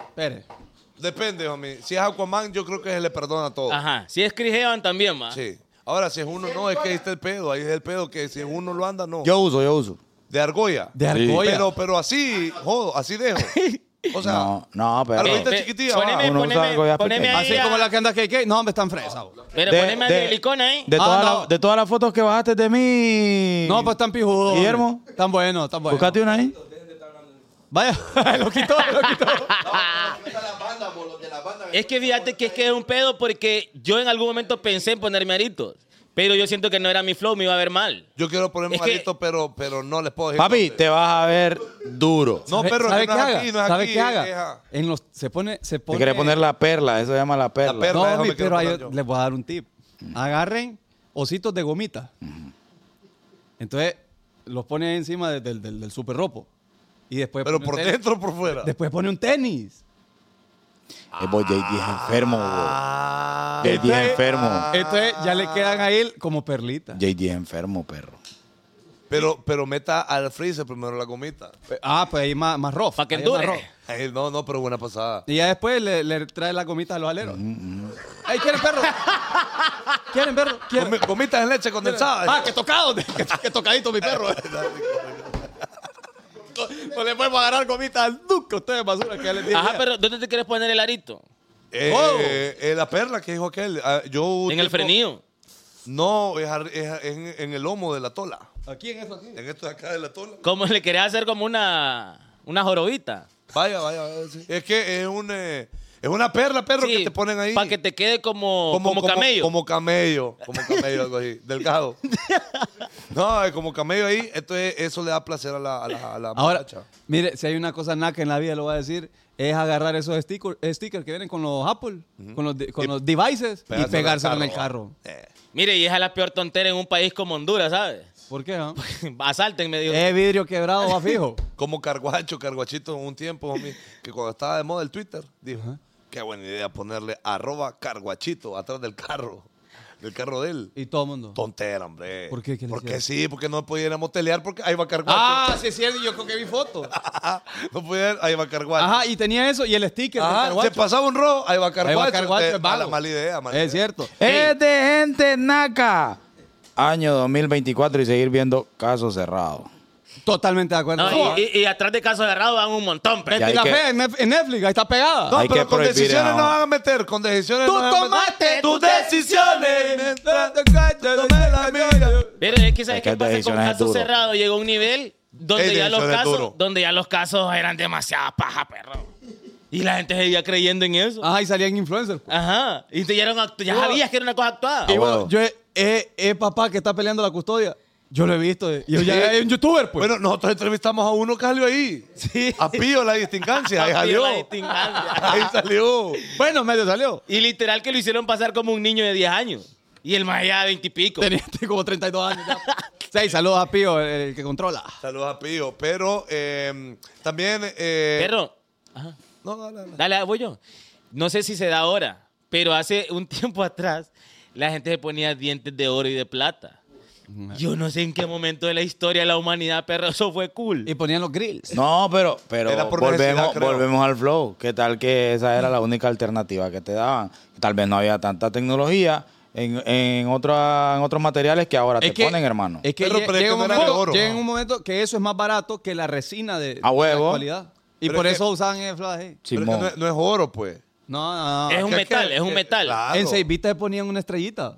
D: Espere.
B: de mayo. Depende, homie. Si es Aquaman, yo creo que se le perdona
D: Oh.
B: todo.
C: Ajá. Si es Chris Evans también, ma.
B: Sí. Ahora, si es uno, no, es que ahí está el pedo. Ahí es el pedo que si uno lo anda, no.
E: Yo uso, yo uso.
B: De argolla.
D: De argolla.
B: Pero, pero así, jodo, así dejo. O sea,
E: no, no, pero.
B: Algo
C: Ve,
B: Ahorita
C: ve,
B: chiquitilla,
C: Poneme,
D: Ah,
E: va. Uno usa
C: poneme,
E: argolla
C: poneme
E: pequeña.
C: ahí.
D: Así
C: a-
D: como la que anda que que. No, hombre, están fresas. bo.
C: Pero
E: De-
C: poneme
E: de-
C: a silicona ahí.
E: De,
D: Ah,
E: todas
D: no.
E: las- de todas las fotos que bajaste de mí.
D: No, pues están pijudos.
E: Guillermo.
D: hombre. Están buenos, están buenos.
E: Buscate una ahí.
D: Vaya, lo quitó, lo quitó.
C: Es que fíjate que es que es un pedo porque yo en algún momento pensé en ponerme aritos. Pero yo siento que no era mi flow, me iba a ver mal.
B: yo quiero ponerme
C: Es
B: un
C: que-
B: arito, pero, pero no les puedo decir.
E: Papi,
B: dónde.
E: te vas a ver duro.
B: No, perro,
D: ¿Sabe
B: que no
D: qué
B: es
D: haga?
B: aquí, no es
D: ¿Sabe
B: aquí.
D: qué
B: es-
D: haga?
B: ajá.
D: En los, se pone, se
E: Te
D: pone.
E: querés poner la perla, eso se llama la perla.
B: perla.
D: No,
B: Déjame
D: mi,
B: que
D: pero
B: lo
D: ahí-
B: ponga yo.
D: les voy a dar un tip. Agarren ositos de gomita. Entonces, los ponen encima de- del, del, del super ropo. Y después.
B: Pero
D: pone un
B: por
D: tenis.
B: dentro o por fuera.
D: Después pone un tenis.
E: Eh, vos, JD es enfermo, bro.
B: Ah,
E: JD es enfermo.
D: Entonces, ya le quedan a él como perlitas.
E: JD es enfermo, perro.
B: pero, pero meta al freezer primero la gomita.
D: Ah, pues ahí más, más rough.
C: Pa' que
D: ahí es más
C: endure.
D: rough.
B: Ay, no, no, pero buena pasada.
D: Y ya después le, le trae las gomitas a los aleros.
B: Mm,
D: ¡Ey, quieren perro! ¿Quieren perro? ¿Quieren?
B: Gomi- gomitas en leche condensada.
D: Ah, que tocado, que, que tocadito mi perro. No- No le podemos agarrar gomitas al duque ustedes basura que ya les dije.
C: Ajá, pero ¿dónde te quieres poner el arito?
B: Eh,
D: Oh.
B: eh, la perla que dijo aquel. ah, yo
C: En el
B: tengo-
C: frenillo.
B: No, es, ar- es ar- en, en el lomo de la tola.
D: Aquí en eso, aquí.
B: En esto de acá de la tola.
C: Como le querés hacer como una, una jorobita.
B: Vaya, vaya. vaya, sí. Es que es un, eh, es una perla, perro, que te ponen ahí.
C: Para que te quede como, como, camello.
B: Como camello. Como camello, algo así. Delgado. No, es como camello ahí, esto es- eso le da placer a la, a la, a la
D: Ahora,
B: muchacha.
D: mire, si hay una cosa naca en la vida, lo voy a decir, es agarrar esos stickers, stickers que vienen con los Apple, con, los, de- con
B: Y
D: los devices y
B: Pegárselo al
D: pegárselo en el
B: carro.
D: carro.
B: Eh.
C: Mire, y esa es la peor tontera en un país como Honduras, ¿sabes?
D: ¿Por qué? ah?
C: Asalten, me dijo.
D: Es vidrio quebrado, va fijo.
B: Como Carguacho, Carguachito en un tiempo, homie, que cuando estaba de moda el Twitter, dijo, qué buena idea ponerle arroba Carguachito atrás del carro, del carro de él.
D: Y todo el mundo.
B: Tontera, hombre.
D: ¿Por qué? ¿Qué le
B: Porque
D: hicieron?
B: sí, porque no pudiéramos telear porque ahí va Carguacho.
D: Ah, sí es cierto, yo creo que vi fotos.
B: no pudiera, ahí va Carguacho.
D: Ajá, y tenía eso y el sticker. del
B: Ajá,
D: carguacho.
B: se pasaba un rojo, ahí va
D: Ahí
B: Carguacho.
D: va Carguacho,
B: Eh,
D: es vago.
B: mala, mala idea, mala idea.
D: Es cierto.
E: Es de gente naca. Año 2024 y seguir viendo casos cerrados.
D: Totalmente de acuerdo.
C: No, y, y- y atrás de caso agarrado van un montón, pero.
E: Ya.
D: Betty la
E: hay que-
D: Fea en Nef- en Netflix, ahí está pegada.
B: No,
E: Hay
B: pero
E: que
B: con
E: prohibir
B: decisiones
E: ahora.
B: no van a meter, con decisiones
D: Tú
B: no van a meter.
D: tomaste
B: tus decisiones. mientras te callas, tomé la mía.
C: Pero es que sabes
E: Es que
C: qué pasa con
E: decisiones es
C: casos
E: duro.
C: cerrados. Llegó un nivel donde
B: Es
C: ya los
B: decisiones
C: casos,
B: duro.
C: donde ya los casos eran demasiada paja, perro. Y la gente seguía creyendo en eso.
D: Ajá, y salían influencers.
C: Ajá. Y te ya, era un actu- ya
D: Yo-
C: sabías que era una cosa actuada.
E: Ah,
D: Y
E: bueno.
D: vos, yo, eh, eh, eh, papá que está peleando la custodia. Yo lo he visto. eh. Y yo ya es un youtuber, pues.
B: Bueno, nosotros entrevistamos a uno que salió ahí.
C: Sí.
B: A Pío la distingancia. Ahí
C: Y
B: salió.
C: la distingancia.
B: Ahí salió.
D: Bueno, medio salió.
C: Y literal que lo hicieron pasar como un niño de 10 años. Y el más allá de 20 y pico.
D: Tenía como 32 años. ya. sí, saludos a Pío, el, el que controla.
B: Saludos a Pío. Pero eh, también. Eh,
C: Perro,
B: No, dale, dale.
C: dale, voy yo. No sé si se da ahora, pero hace un tiempo atrás la gente se ponía dientes de oro y de plata. Yo no sé en qué momento de la historia de la humanidad, perro, eso fue cool.
D: Y ponían los grills.
E: No, pero, pero
B: Era por necesidad,
E: volvemos,
B: creo.
E: volvemos al flow. ¿Qué tal que esa era la única alternativa que te daban? Tal vez no había tanta tecnología en, en, otra, en otros materiales que ahora te ponen, hermano.
D: Es que,
B: Pero,
D: lle-
B: pero es
D: llega,
B: que
D: un
B: no era de
D: momento,
B: oro.
D: llega un momento que eso es más barato que la resina de,
E: A Ah, huevo.
D: de la actualidad. Y
B: Pero
D: por
B: es
D: eso usaban el flash. eh.
B: Pero es que
E: Simón.
B: no, es- no es oro, pues.
D: No, no, no.
C: es un
B: que-
C: metal,
B: que-
C: es un
B: que-
C: metal.
B: claro.
D: En seis vistas ponían una estrellita.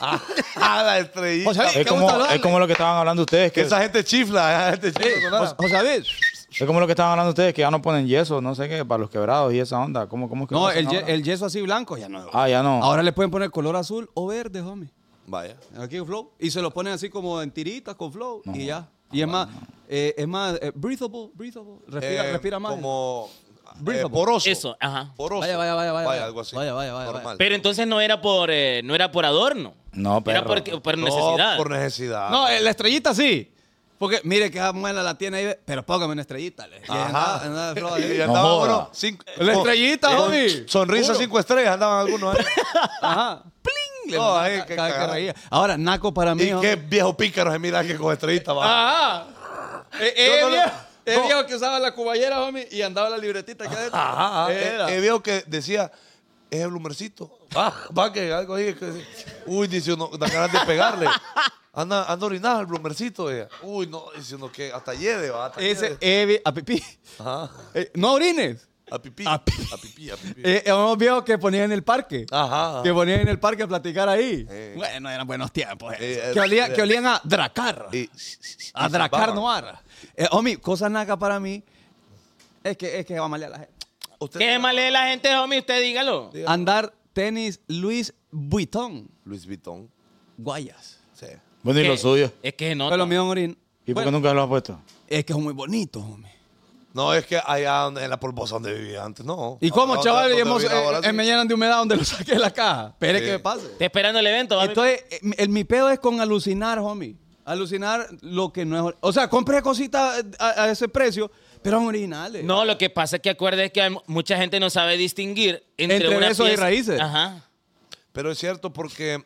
B: Ah, la estrellita.
D: O sea,
E: Es
D: ¿qué
E: como,
D: gusta
E: es como lo que estaban hablando ustedes,
B: que
E: que,
B: esa gente chifla. Esa gente chifla. con nada.
D: O sabes.
E: es como lo que estaban hablando ustedes, que ya no ponen yeso, no sé qué, para los quebrados y esa onda. ¿Cómo, cómo es que lo
D: No,
E: hacen
D: el, ye-
E: ahora?
D: el yeso así blanco ya no.
E: Ah, ya no.
D: Ahora le pueden poner color azul o verde, homie.
B: Vaya.
D: Aquí flow. Y se lo ponen así como en tiritas con flow y ya. Y
E: Ah,
D: es más, eh, es más eh, breathable, breathable. Respira,
B: Eh,
D: respira más.
B: Como. eh,
D: Breathable.
B: poroso.
C: Eso, ajá.
B: Poroso.
D: Vaya, vaya, vaya, vaya.
B: algo así.
D: Vaya, vaya, vaya,
B: Normal.
C: Pero entonces no era por, eh, no era por adorno.
E: No,
C: Era
E: perro.
C: por, por
B: No,
C: necesidad.
B: por necesidad.
D: No, eh, la estrellita sí. Porque mire que esa muela la tiene ahí, ve, pero póngame una estrellita. Le. Y andaba- andaba de flow ahí.
B: Y andaban
E: joda.
B: unos cinco-
D: eh. La
B: con-
D: estrellita,
B: con
D: homie.
B: Sonrisa
D: Puro.
B: cinco estrellas andaban algunos. eh. ahí.
D: Ajá. ¡Pling! Le
B: No,
D: mandaba
B: ay,
D: ca-
B: qué
D: cada que
B: cagada.
D: reía. Ahora, Naco para mí.
B: y
D: homie. Ah,
B: qué viejo pícaro se mira que con estrellita va.
D: Ajá. Eh, eh,
B: No, no, no.
D: viejo- eh,
B: No.
D: viejo que usaba la cubayera, homie, y andaba la libretita acá adentro.
B: Ajá, ajá.
D: Era.
B: Eh, eh, viejo que decía, es el bloomercito. Va, va que algo ahí. que- uy, dice uno, da ganas de pegarle. Anda, anda orinada el bloomercito. ella. Uy, no, dice uno que hasta lleve, va. Hasta
D: Ese,
B: lleve.
D: eh, vi- a pipí.
B: Ajá.
D: Eh, no orines.
B: A pipí.
D: A
B: A
D: pi-
B: pipí, a pipí.
D: Eh, eh, unos viejos que ponían en el parque.
B: Ajá.
D: Que ponían en el parque a platicar ahí.
B: Eh.
D: Bueno, eran buenos tiempos. eh.
B: Eh, eh,
D: que, olía-
B: eh.
D: que olían a Dracar.
B: Y-
D: a
B: y-
D: Dracar
B: barra.
D: Noir. Eh, homie, cosa naca para mí es que, es que va a malear la gente.
B: Usted-
C: ¿Qué mal es la gente, homie? Usted dígalo.
B: Sí.
D: Andar tenis Luis Vuitton.
B: Luis Vitón.
D: Guayas.
B: Sí.
E: Bueno, y
C: Que-
E: lo suyo.
C: Es que no.
D: Pero mío en orín.
E: ¿Y por qué
D: Bueno,
E: nunca lo has puesto?
D: Es que son muy bonitos, homie.
B: No, es que allá donde- en la polvosa donde vivía antes, no.
D: ¿Y cómo,
B: Ahora-
D: chaval?
B: ahora
D: Y
B: donde
D: hemos-
B: vivo ahora
D: eh,
B: sí.
D: eh, me llenan de humedad donde lo saqué de la caja. Espere
B: Sí.
D: que me pase.
C: Está esperando el evento, homie.
D: Entonces, eh, el, mi pedo es con alucinar, homie. Alucinar lo que no es. or- O sea, compré cositas eh, a, a ese precio, pero son originales.
C: No, lo que pasa es que acuerdes que hay mu- mucha gente no sabe distinguir entre,
D: Entre
C: una
D: besos y
C: pieza-
D: raíces.
C: Ajá.
B: Pero es cierto porque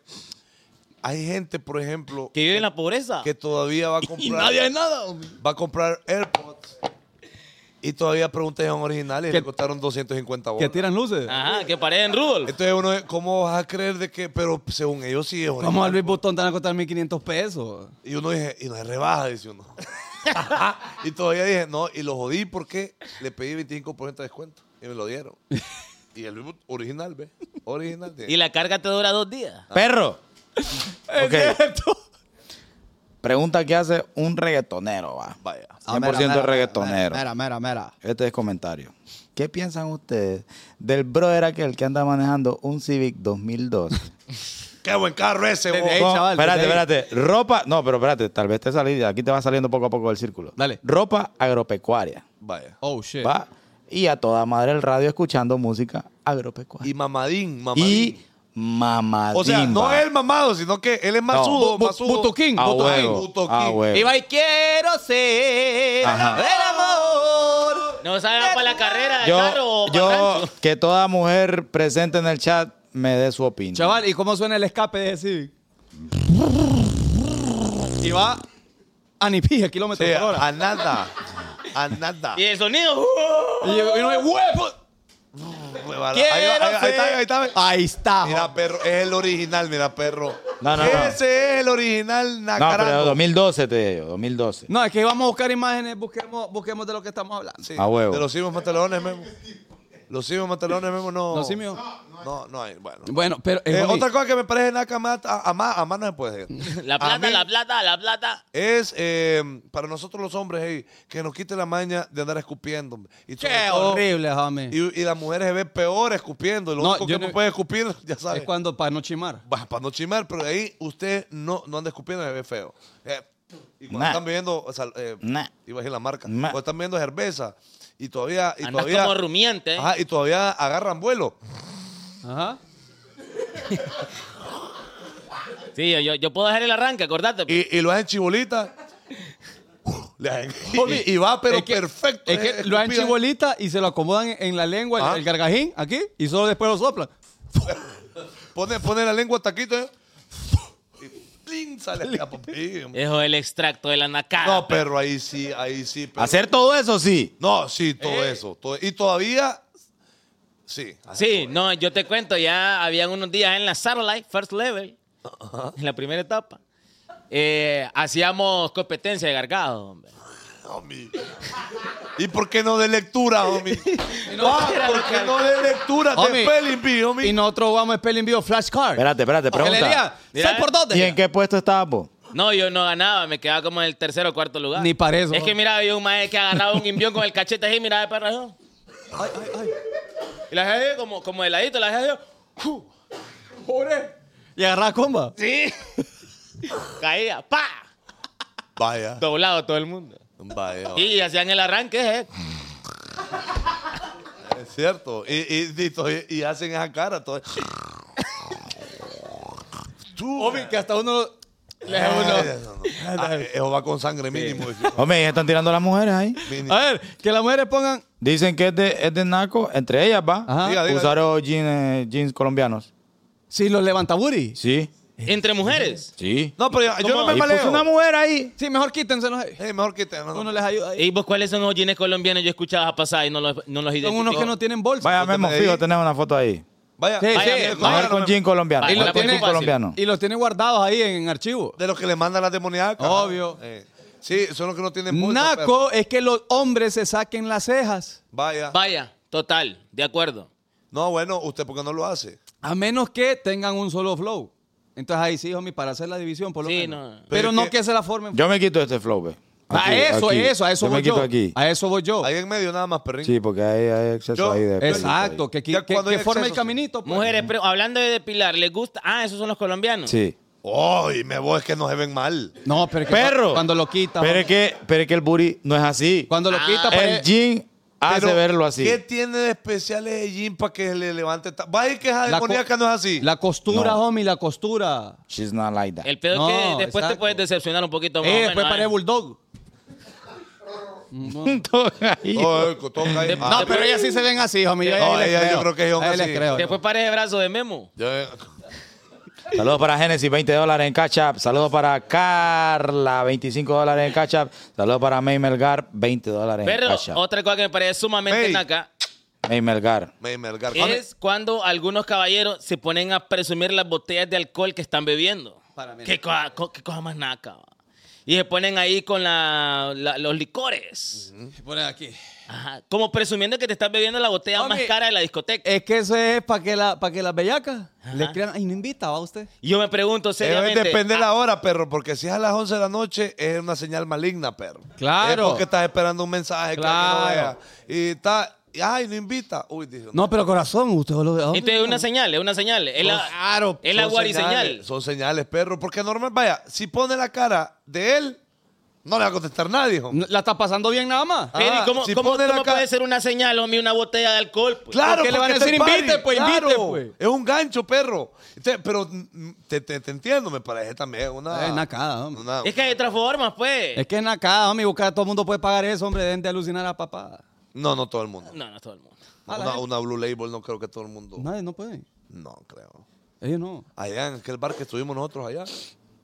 B: hay gente, por ejemplo,
C: Que vive en la pobreza.
B: que todavía va a
D: Y
B: comprar.
D: nadie es nada, homie.
B: va a comprar AirPods y todavía preguntas son originales y
D: Que-
B: le costaron 250
D: Que
B: bolas.
D: tiran luces.
C: Ajá, que parecen Rudolf.
B: Entonces uno, es, ¿cómo vas a creer de que? Pero según ellos sí es original.
D: Vamos a Luis Botón, te van a costar 1500 pesos.
B: Y uno dice, y no es rebaja, dice uno. y todavía dije, no, y lo jodí porque le pedí 25% de descuento y me lo dieron. Y el Louis Vuitton original, ¿ves? Original.
C: Y la carga te dura dos días.
E: ¡Perro! Ok. Pregunta que hace un reggaetonero, va.
B: Vaya.
D: Ah,
E: 100% reggaetonero.
D: Mira, mira, mira.
E: Este es comentario. ¿Qué piensan ustedes del brother aquel que anda manejando un Civic 2002
B: Qué buen carro ese,
D: Desde
B: vos.
D: ahí,
E: No,
D: chaval,
E: espérate,
D: desde ahí.
E: espérate. Ropa, no, pero espérate, tal vez te salí, aquí te va saliendo poco a poco del círculo.
D: Dale.
E: Ropa agropecuaria.
B: Vaya.
D: Oh, shit.
E: Va. Y a toda madre el radio escuchando música agropecuaria.
B: Y mamadín, mamadín.
E: Y, mamadimba.
B: o sea, no es el mamado, sino que él es masudo,
D: Bu- bu-
B: masudo.
D: butuquín,
E: A
B: Butuquín,
E: Ah, huevo,
B: Ah, butuquín.
E: a huevo.
D: Y va y quiero ser
E: Ajá.
D: el amor.
C: No sabe va para la carrera de carro o
E: yo,
C: para el
E: yo,
C: rancho.
E: que toda mujer presente en el chat me dé su opinión.
D: Chaval, ¿y cómo suena el escape de ese Civic? Y va a ni pija
B: O
D: kilómetros por
B: sea,
D: hora.
B: a nada. A nada.
C: Y el sonido. uh,
D: Y, yo- y no es huevo.
B: Huevada. Pues, Ahí,
D: pues, Quiero
B: va, ahí, va, ahí está, ahí está.
D: Ahí está.
B: Mira, perro, es el original, mira, perro.
E: No, no, no.
B: Ese es el original
E: no, pero
B: nacarano.
E: 2012 te digo, 2012.
D: No, es que vamos a buscar imágenes, busquemos, busquemos de lo que estamos hablando.
B: Sí,
E: A huevo.
B: De los simios pantalones, Memo. Los simios pantalones, Memo, no.
D: ¿Los simios?
B: No, no hay, bueno.
D: Bueno, pero
B: Eh,
D: eh, Juli,
B: otra cosa que me parece naca más, a, a más, a más no se puede decir.
C: La
B: A mí
C: plata, la plata, la plata.
B: Es eh, para nosotros los hombres, hey, que nos quite la maña de andar escupiendo. hombre. Y sobre
D: qué
B: todo-
D: horrible, homie.
B: Oh. Y, y las mujeres se ven peor escupiendo. Lo
D: No,
B: único
D: yo
B: que no,
D: no-
B: puede escupir, ya sabes.
D: Es cuando para no chimar.
B: para no chimar, pero de ahí usted no, no anda escupiendo, se ve feo. Eh, y cuando
E: Nah.
B: están bebiendo, o sea, eh,
E: Nah.
B: iba a decir la marca,
E: Nah.
B: cuando están bebiendo cerveza y todavía. Y
C: Andas
B: todavía
C: como rumiante. ¿eh?
B: Ajá, y todavía agarran vuelo.
D: Ajá.
C: Sí, yo- yo, yo puedo dejar el arranque, acordate. pues.
B: Y, y lo hacen chibolita. Le hacen- y, y va, pero
D: Es que-
B: perfecto.
D: Es que
B: eh,
D: lo dan
B: escupida.
D: chibolita y se lo acomodan en la lengua, el-
B: Ajá.
D: el gargajín, aquí, y solo después lo soplan.
B: Pone, pone la lengua taquito. eh. Y plin, sale la papilla.
C: Eso el extracto de la nacara.
B: No, perro, ahí sí, ahí sí. perro.
E: Hacer todo eso sí.
B: No, sí, todo
D: Eh.
B: eso. todo- y todavía. Sí.
C: Sí,
B: pues.
C: no, yo te cuento, ya habían unos días en la Satellite, First Level, en la primera etapa. eh, hacíamos competencia de gargado, hombre.
B: homie. ¿Y por qué no de lectura, homie? Ah, ¿Por qué no de lectura?
D: Homie,
B: De Pelimpi, homie.
D: Y nosotros jugamos el Pelin Bio Flashcard.
E: Espérate, espérate, pregunta. eh,
C: Mira,
D: ¿Sabes por dónde?
E: ¿Y en qué puesto estabas vos?
C: No, yo no ganaba, me quedaba como en el tercer o cuarto lugar.
D: Ni para eso.
C: Es que mira, había un maestro que agarraba un imbión con el cachete así, mira, de perro.
D: Ay, ay, ay.
C: Y la gente como, como de ladito, la gente
D: Pobre. Y agarrar comba.
C: sí. Caía, pa,
B: Vaya.
C: doblado todo el mundo.
B: Vaya.
C: Y hacían el arranque, eh.
B: Es cierto. Y, y, y to- y hacen esa cara. Todo. Tú.
D: Homie, que hasta uno. Le
B: Ay,
D: uno.
B: no, no. Ah, Eso va con sangre mínimo.
E: Hombre, ya están tirando las mujeres ahí.
B: Mínimo.
D: A ver, que las mujeres pongan.
E: Dicen que es de, es de Naco, entre ellas va.
D: Ajá.
B: Diga, diga.
E: Usar los jeans, eh, jeans colombianos.
D: Si los levanta booty.
E: Sí,
C: Entre mujeres.
E: sí.
B: No, pero yo, yo no
C: ¿Cómo?
B: me
E: Y puso
B: maleo.
E: una mujer ahí.
D: Sí, mejor quítenselos. ahí.
B: Eh, mejor que te. no, no.
D: Uno les ayuda ahí.
C: ¿Y vos cuáles son los jeans colombianos? Yo escuchaba a pasar y no los, no los
D: Son
C: identifico.
D: unos que no tienen bolsa.
E: Vaya,
B: Foto
E: Memo,
B: de
E: fijo,
B: ahí.
E: tenés una foto ahí.
B: Vaya,
D: Sí,
B: vaya,
D: sí.
B: mira,
C: Vaya,
E: Mujer
B: no
E: con
B: me-
E: jean colombiano.
C: Vaya,
E: Mujer
C: la
E: con
C: foto
E: jean
C: fácil.
E: colombiano.
D: Y los tienen guardados ahí en, en archivo.
B: De los que le mandan las demoníacas.
D: Obvio.
B: Eh, Sí, son los que no tienen bolsa,
C: pues.
B: perro.
D: Naco es que los hombres se saquen las cejas.
B: Vaya.
C: Vaya, total, de acuerdo.
B: No, bueno, usted por qué no lo hace.
D: A menos que tengan un solo flow. Entonces ahí sí, homie, para hacer la división, por lo
C: Sí,
D: menos.
C: no.
D: Pero
B: Pero es
D: no
B: que-
D: que se la formen.
E: Yo me quito este flow, ve.
D: a
E: Aquí,
D: Ah, eso,
E: aquí.
D: a eso, a eso
E: yo me
D: voy
E: quito
D: yo.
E: aquí.
D: A eso voy yo.
B: Ahí en medio nada más, perrín.
E: Sí, porque ahí hay exceso
B: Yo-
E: ahí de pelito
D: Exacto,
E: ahí.
D: que, que,
B: Ya
D: que-
B: cuando
D: que
B: hay
D: forme el
B: excesos, sí.
D: caminito. pues.
C: Mujeres, pero hablando de depilar, ¿les gusta? Ah, esos son los colombianos.
E: Sí.
B: Oh, y me voy, es que no se ven mal.
D: No, pero que
E: Perro.
D: cuando lo quita.
E: Pero
D: homie.
E: es que, pero es que el booty no es así.
D: Cuando lo
C: Ah.
D: quita, pues,
E: el
D: pare-
E: jean hace
B: Pero,
E: verlo así.
B: ¿Qué tiene de especial ese jean para que le levante? ta- Vaya que esa
D: La co-
B: demoníaca no es así.
D: la costura,
E: No.
D: homie, la costura.
E: She's not like that.
C: El pedo
D: No,
C: es que después te
D: exacto.
C: puedes decepcionar un poquito más.
D: Eh,
C: o
D: después
C: menos,
D: paré
C: ¿eh?
D: bulldog.
E: Todo ahí.
B: Oh, el cotón ahí.
C: No,
B: Ah,
D: No, pero ellas sí se ven así, homie. Yo,
B: No,
D: ahí les
B: ellas yo
D: creo.
B: creo que ellos
D: Ahí les
B: así.
D: creo.
C: Después parece el brazo de Memo.
B: ya-
E: Saludos para Genesis, 20 dólares en Catch Up. Saludos para Carla, 25 dólares en Catch Up. Saludos para May Melgar, 20 dólares en
C: Pero
E: Catch Up.
C: otra cosa que me parece sumamente
B: Ey.
C: naca
E: May Melgar.
B: Me eh, mergar.
C: es cuando algunos caballeros se ponen a presumir las botellas de alcohol que están bebiendo.
D: Para mí.
C: ¿Qué, cosa, co- qué cosa más naca. va. Y se ponen ahí con la- la- los licores.
D: Ponen aquí.
C: Ajá. Como presumiendo que te estás bebiendo la botella
D: Homie.
C: más cara de la discoteca.
D: Es que eso es para que, la, pa' que las bellacas le crean. Ay, no invita, va usted.
C: Y yo me pregunto
B: Pero
C: seriamente.
B: Eh,
C: ah,
B: depende
C: ¿a-
B: la hora, perro, porque si es a las 11 de la noche es una señal maligna, perro.
D: Claro.
B: Es porque estás esperando un mensaje. que alguien lo
D: Claro.
B: vea. Y está Ay, no invita. Uy, dije.
D: No, pero corazón, usted lo ¿a dónde
C: Esto es
D: está?
C: una señal, es una señal. Es la,
D: Claro,
C: es
B: Son
C: la
B: señales,
C: guariseñal.
B: Son señales, perro. Porque normal, vaya, si pone la cara de él, no le va a contestar nadie, hijo.
D: ¿La está pasando bien nada más?
C: Eddie,
B: Ah,
C: ¿cómo,
B: si
C: cómo-
B: pone la
C: cómo
B: cara-
C: puede ser una señal, homie, una botella de alcohol? pues?
B: Claro,
D: Porque le van a
B: está
D: decir,
B: el party,
D: invite, pues,
B: claro.
D: invite, pues.
B: Es un gancho, perro. Te- pero mm, te, te- te entiendo, me parece también una.
D: Es nacada, hombre.
B: una-
C: Es que hay otras formas, pues.
D: Es que es nacada, homie, busca, todo el mundo puede pagar eso, hombre, dejen de alucinar a papá.
B: No, no todo el mundo.
C: No, no es todo el mundo.
D: A la
B: Una,
D: gente.
B: una Blue Label, no creo que todo el mundo.
D: Nadie, no puede.
B: No, creo.
D: Ellos no.
B: Allá en aquel bar que estuvimos nosotros allá,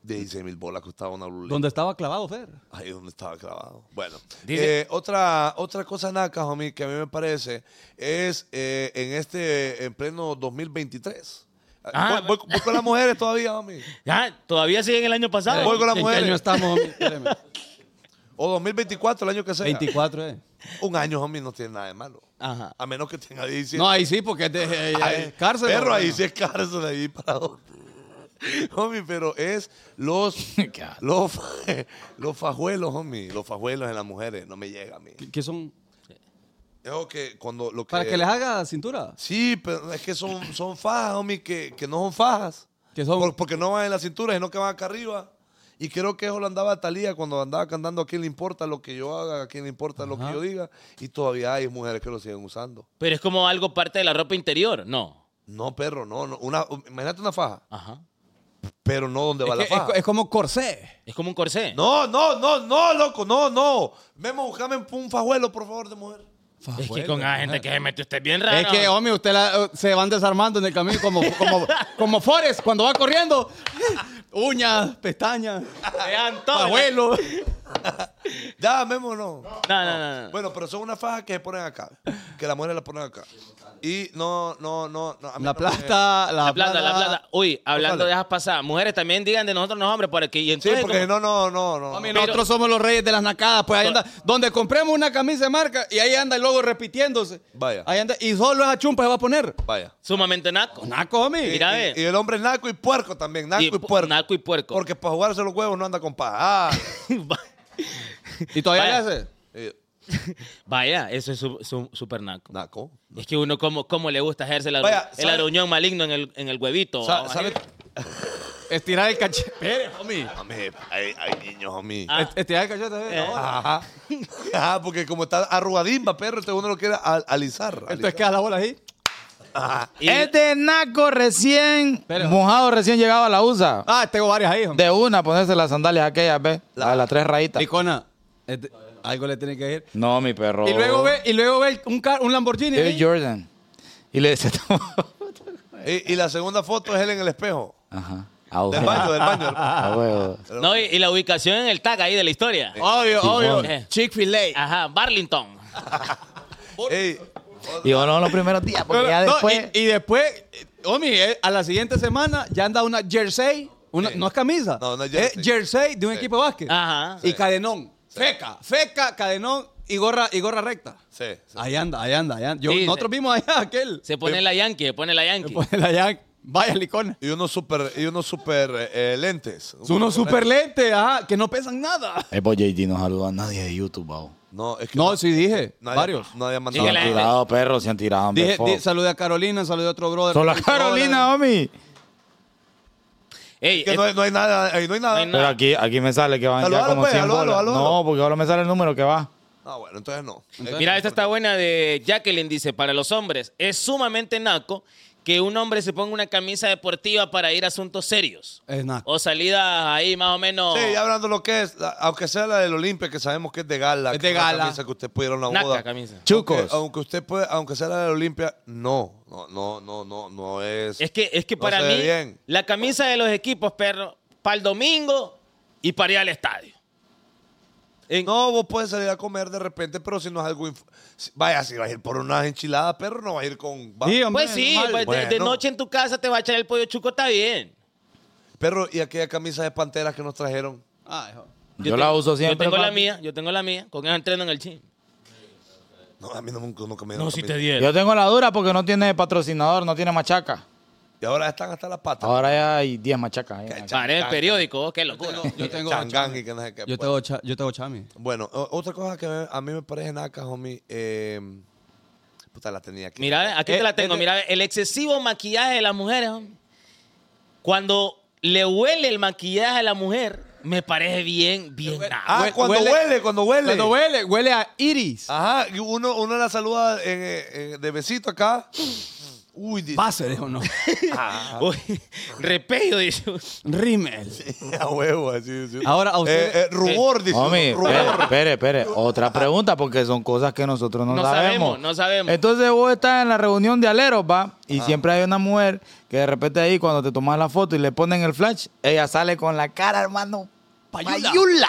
B: 16 mil bolas costaba una Blue Label.
D: Donde estaba clavado, Fer.
B: Ahí es donde estaba clavado. Bueno,
C: Dice-
B: eh, otra, otra cosa naca, homie, que a mí me parece es eh, en este, en pleno 2023.
C: Ah,
B: voy, voy- voy con las mujeres todavía, homie.
C: Ah, todavía sigue en el año pasado.
B: Voy con las
D: ¿En qué
B: mujeres.
D: año estamos, homie? Espéreme.
B: O 2024, el año que sea.
D: 24, eh.
B: Un año, homie, no tiene nada de malo.
C: Ajá.
B: A menos que tenga 17.
D: No, ahí sí, porque es de, eh, eh,
B: Ay,
D: cárcel.
B: Perro,
D: ¿no?
B: ahí sí es cárcel, ahí parado. Homie, pero es los, los, fa- los fajuelos, homie. Los fajuelos en las mujeres, no me llega a mí.
D: ¿Qué- qué son?
B: Eso que cuando lo que.
D: Para que les haga cintura.
B: Sí, pero es que son, son fajas, homie, que, que no son fajas.
D: Que son-
B: Por- porque no van en la cintura, sino que van acá arriba. Y creo que eso lo andaba Talía cuando andaba cantando a quién le importa lo que yo haga, a quién le importa lo que yo diga. Y todavía hay mujeres que lo siguen usando.
C: Pero es como algo parte de la ropa interior, no.
B: No, perro, no. no. Una, imagínate una faja,
C: Ajá.
B: pero no donde
D: Es,
B: va la
D: que- es
B: faja.
D: co- es como corsé.
C: Es como un corsé.
B: No, no, no, no, loco, no, no. Memo, buscame un fajuelo, por favor, de mujer.
C: es que con la gente que se mete usted bien raro.
D: Es que,
B: oh,
D: homie, usted la- eh, se van desarmando en el camino como, como, como Forrest cuando va corriendo. Uñas, pestañas,
C: Vean todo.
D: abuelo.
B: Ya, Memo, no.
C: No, no, no. no.
B: Bueno, pero son una faja que se ponen acá. Que las mujeres la ponen acá. Y no, no, no. no, a mí
D: La
B: no me-
D: plata, la,
C: La plata, la plata. Uy, hablando
B: Ojalá.
C: de esas pasadas, mujeres también digan de nosotros los hombres, porque y
B: Sí,
C: entonces,
B: porque
C: ¿cómo?
B: no, no, no, no.
D: Homie,
B: no.
D: nosotros somos los reyes de las nacadas, pues ahí anda. Donde compremos una camisa de marca y ahí anda el logo repitiéndose.
B: Vaya.
D: Ahí anda. Y solo esa chumpa se va a poner.
B: Vaya.
C: sumamente naco.
D: Naco, homie.
C: Mira, ve.
B: Y, y el hombre es naco y puerco también, naco y,
C: pu-
B: puerco.
C: naco y puerco.
B: Porque para jugarse los huevos no anda con paja. Ah,
D: Y todavía
C: Vaya.
D: le hace.
B: eh,
C: Vaya, eso es su- su- súper naco.
B: naco.
C: Es que uno, como, como le gusta ejercer la-
B: Vaya,
C: el
B: ¿sabe?
C: aruñón maligno en el, en el huevito?
B: Sa-
C: Ajá.
B: ¿Sabes?
D: Estirar el cachete. Espere, homie.
B: Homie, hay, hay niños, homie.
C: Ah.
D: Est- Estirar el cachete.
C: Eh.
D: no.
B: Ajá. Ajá, Ah, porque como está arrugadín, va, perro, este uno lo quiere al- alisar. alisar.
D: Entonces queda la bola ahí.
C: Y-
E: Este naco recién
D: Pero-
E: mojado, recién llegado a la USA.
D: Ah, tengo varias ahí, homie.
E: De una, ponerse las sandalias aquellas, ¿ves? La, las tres rayitas.
D: Icona, este, algo le tiene que ir.
E: No, mi perro.
D: Y luego ve, y luego ve un, car- un Lamborghini.
E: Air
D: ahí.
E: Jordan. Y le dice,
B: Y, y la segunda foto es él en el espejo.
E: Ajá. A
B: Del
E: huevo.
B: baño, del baño.
E: A huevo.
C: no, y, y la ubicación en el tag ahí de la historia.
D: Obvio,
E: Sí,
D: obvio. Ah.
C: bueno.
D: Chick-fil-A.
C: Ajá, Barlington.
B: Ey,
E: Y bueno, los primeros días, porque ya
D: No,
E: después.
D: y, y después, eh, homie, eh, a la siguiente semana ya anda una jersey. Una,
B: Sí.
D: No es camisa.
B: No, no es
D: es
B: jersey.
D: jersey de un
B: Sí.
D: equipo de básquet.
C: Ajá.
D: Y cadenón. Feca, feca, cadenón y gorra, y gorra recta.
B: sí, sí.
D: Ahí anda, ahí anda, ahí anda. Yo-
C: Sí,
D: nosotros
C: sí.
D: vimos allá aquel.
C: Se pone la Yankee, se pone la Yankee.
D: Pone la llave. Vaya licona.
B: Y unos super, y unos super eh, eh, lentes.
D: Unos super lentes, ajá, que no pesan nada.
E: Es por JD, no saluda a nadie de YouTube, babo.
B: No, es que
D: No, sí dije.
B: nadie,
D: varios.
B: Nadie ha
E: Se
C: Sí,
B: mandado.
C: que
E: han
C: la gente-
E: tirado, perro, se han tirado. hombre,
D: Dije,
E: fuck.
D: di- saludé a Carolina, saludé a oh. otro brother.
E: Solo a
D: Otro
E: Carolina, homie.
C: Ey,
B: Que
C: es-
B: no, hay- no hay nada, ahí no hay nada.
C: eh, No hay nada.
E: Pero aquí, aquí me sale que van
B: Saludalo,
E: ya como
B: pues,
E: 100
B: saludalo,
E: bolas.
B: saludalo.
E: No, porque ahora me sale el número que va.
B: Ah, bueno, entonces no.
C: Mira, esta está buena de Jacqueline, dice, para los hombres, es sumamente naco que un hombre se ponga una camisa deportiva para ir a asuntos serios.
D: brother. Es nada.
C: O salidas ahí más o menos...
B: Sí, ya hablando lo que es, la- aunque sea la del Olimpia, que sabemos que es de gala.
D: Es
B: que
D: de
B: una
D: gala.
B: Camisa que usted pudiera una
C: Naca
B: boda.
C: camisa.
E: Chucos.
B: Aunque, aunque usted puede, aunque sea la del Olimpia, no, no, no, no, no, no es.
C: Es que, es que
B: No
C: para
B: se ve
C: mí,
B: bien.
C: la camisa de los equipos, perro, para el domingo y para ir al estadio. En-
B: No, vos puedes salir a comer de repente, pero si no es algo. inf- si- Vaya, si vas a ir por unas enchiladas, pero no vas a ir con. va-
D: Sí, hombre,
C: pues sí,
D: normal.
C: pues de, de
B: Bueno.
C: noche en tu casa te va a echar el pollo chuco, está bien.
B: Perro, y aquella camisa de panteras que nos trajeron.
D: Ah, hijo.
E: Yo, la
C: tengo-
E: uso siempre.
C: Yo tengo la
E: papi.
C: mía, yo tengo la mía, con eso entreno en el gym.
B: No, a mí no, nunca, nunca me dieron
C: No, si
B: camisa.
C: te dieron.
E: Yo tengo la dura porque no tiene patrocinador, no tiene machaca.
B: Y ahora están hasta las patas.
E: Ahora ya hay 10 machacas. ahí.
C: Paré el periódico, oh, qué locura.
D: Yo tengo
B: Changán y que no sé qué. pues.
D: Yo
B: Bueno.
D: tengo, cha- yo tengo chami.
B: Bueno, o- otra cosa que me- a mí me parece naca, homie, eh, Puta, la tenía aquí. Eh,
C: Mira, aquí te
E: Eh,
C: la
E: este-
C: tengo. Mira, el excesivo maquillaje de las mujeres. hombre. Cuando le huele el maquillaje a la mujer, me parece bien, bien. raro.
B: Ah,
D: Huele-
B: cuando
D: huele-
B: huele, cuando huele.
D: Cuando huele, huele a iris.
B: Ajá, y uno, uno la saluda en, eh, en- de besito acá. Uy, dice.
D: Pase, dijo no.
C: Uy, repello, dice.
D: Rimmel.
B: A huevo, así, dice.
D: Ahora, a usted-
B: Eh, eh, rumor, dice.
E: Homie,
B: rumor.
E: espere,
D: eh,
E: espere, espere. Otra pregunta, porque son cosas que nosotros no,
C: No sabemos, no sabemos.
E: Entonces vos estás en la reunión de aleros, va, y siempre hay una mujer que de repente ahí cuando te tomas la foto y le ponen el flash, ella sale con la cara, hermano,
D: Payula.
E: payula.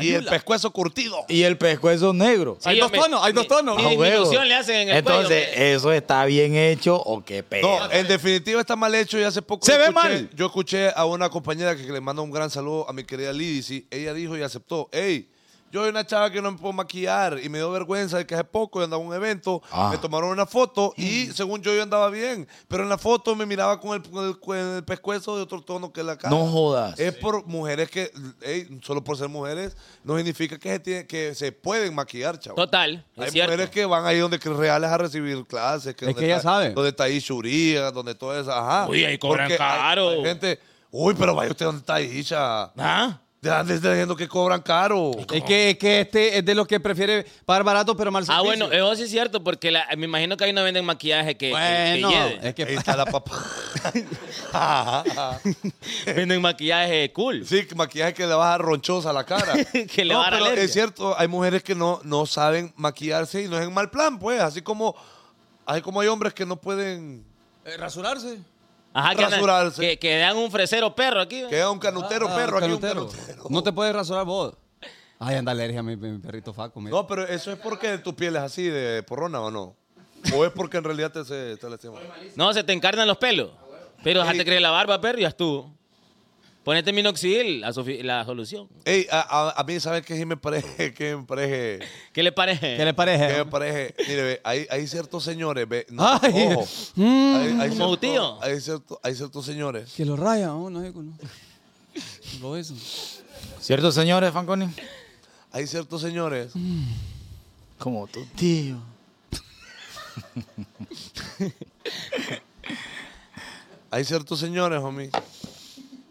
B: Y el pescuezo curtido.
E: Y el pescuezo negro.
D: Hay dos tonos, hay dos tonos.
C: Ni
E: A Ah, huevo.
C: disminución le hacen en el
E: Entonces,
C: cuello, pues. hombre.
E: ¿eso está bien hecho o qué pedo?
B: No, en definitiva está mal hecho y hace poco.
E: Se
B: yo
E: ve
B: escuché-
E: mal.
B: Yo escuché a una compañera que le manda un gran saludo a mi querida Lidisi. Ella dijo y aceptó: Hey, yo soy una chava que no me puedo maquillar y me dio vergüenza de que hace poco yo andaba a un evento,
E: Ah.
B: me tomaron una foto y según yo yo andaba bien, pero en la foto me miraba con el, con el, con el pescuezo de otro tono que la cara.
E: No jodas.
B: Es por mujeres que, hey, solo por ser mujeres, no significa que se, tiene- que se pueden maquillar,
E: eh,
B: chavos.
C: Total, es
B: Hay
C: cierto.
B: mujeres que van ahí donde que reales a recibir clases. Que
D: Es
B: donde
D: que ella
B: está-
D: sabe.
B: Donde está ahí Shuria, donde todo eso. Ajá.
C: Uy, ahí cobran
B: Porque hay-
C: caro.
B: hay gente. Uy, pero vaya usted donde está Isha.
C: ¿Ah?
B: Ya andes diciendo que cobran caro.
D: Es que, es que este es de los que prefiere pagar barato, pero mal
C: Ah,
D: servicio.
C: bueno, eso sí es cierto, porque la- me imagino que ahí no venden maquillaje eh, que, que- que
D: Bueno,
C: lleve.
D: es que
B: Ahí está la papá. Ajá, ajá.
C: Venden maquillaje cool.
B: sí, que maquillaje que le baja ronchosa la cara.
C: Que le
B: no,
C: va a dar
B: pero
C: alergia.
B: es cierto, hay mujeres que no, no saben maquillarse y no es en mal plan, pues. Así como, así como hay hombres que no pueden.
D: Eh, rasurarse.
C: Ajá, que, andan-
B: Rasurarse.
C: que, que dan un fresero perro aquí. ¿ve?
B: Queda un canutero,
D: Ah,
B: perro, aquí un canutero.
D: No te puedes rasurar vos. Ay, anda alergia mi, mi perrito Faco. mira.
B: No, pero eso es porque tu piel es así de porrona o no. O es porque en realidad te, se, te lastima.
C: No, se te encarnan los pelos. Pero déjate creer la barba, perro, y ya estuvo. Ponete minoxidil, la, sofi- la solución.
B: Ey, a, a- a mí, ¿sabes qué? Sí me parece, que me parece,
C: ¿Qué le parece?
D: ¿Qué le
B: que
D: parece?
B: me parece. Mire, ve, hay, hay ciertos señores, ve. No,
D: Ay.
B: ojo. Hay, hay
C: Como
B: cierto-
C: tío.
B: hay, cierto- hay ciertos señores.
D: Mm, Que lo raya, ¿no? no, digo, no. Lo eso.
E: ¿Cierto, señores, Fanconi?
B: Hay ciertos señores.
E: Como tu tío.
B: Hay ciertos señores, homie,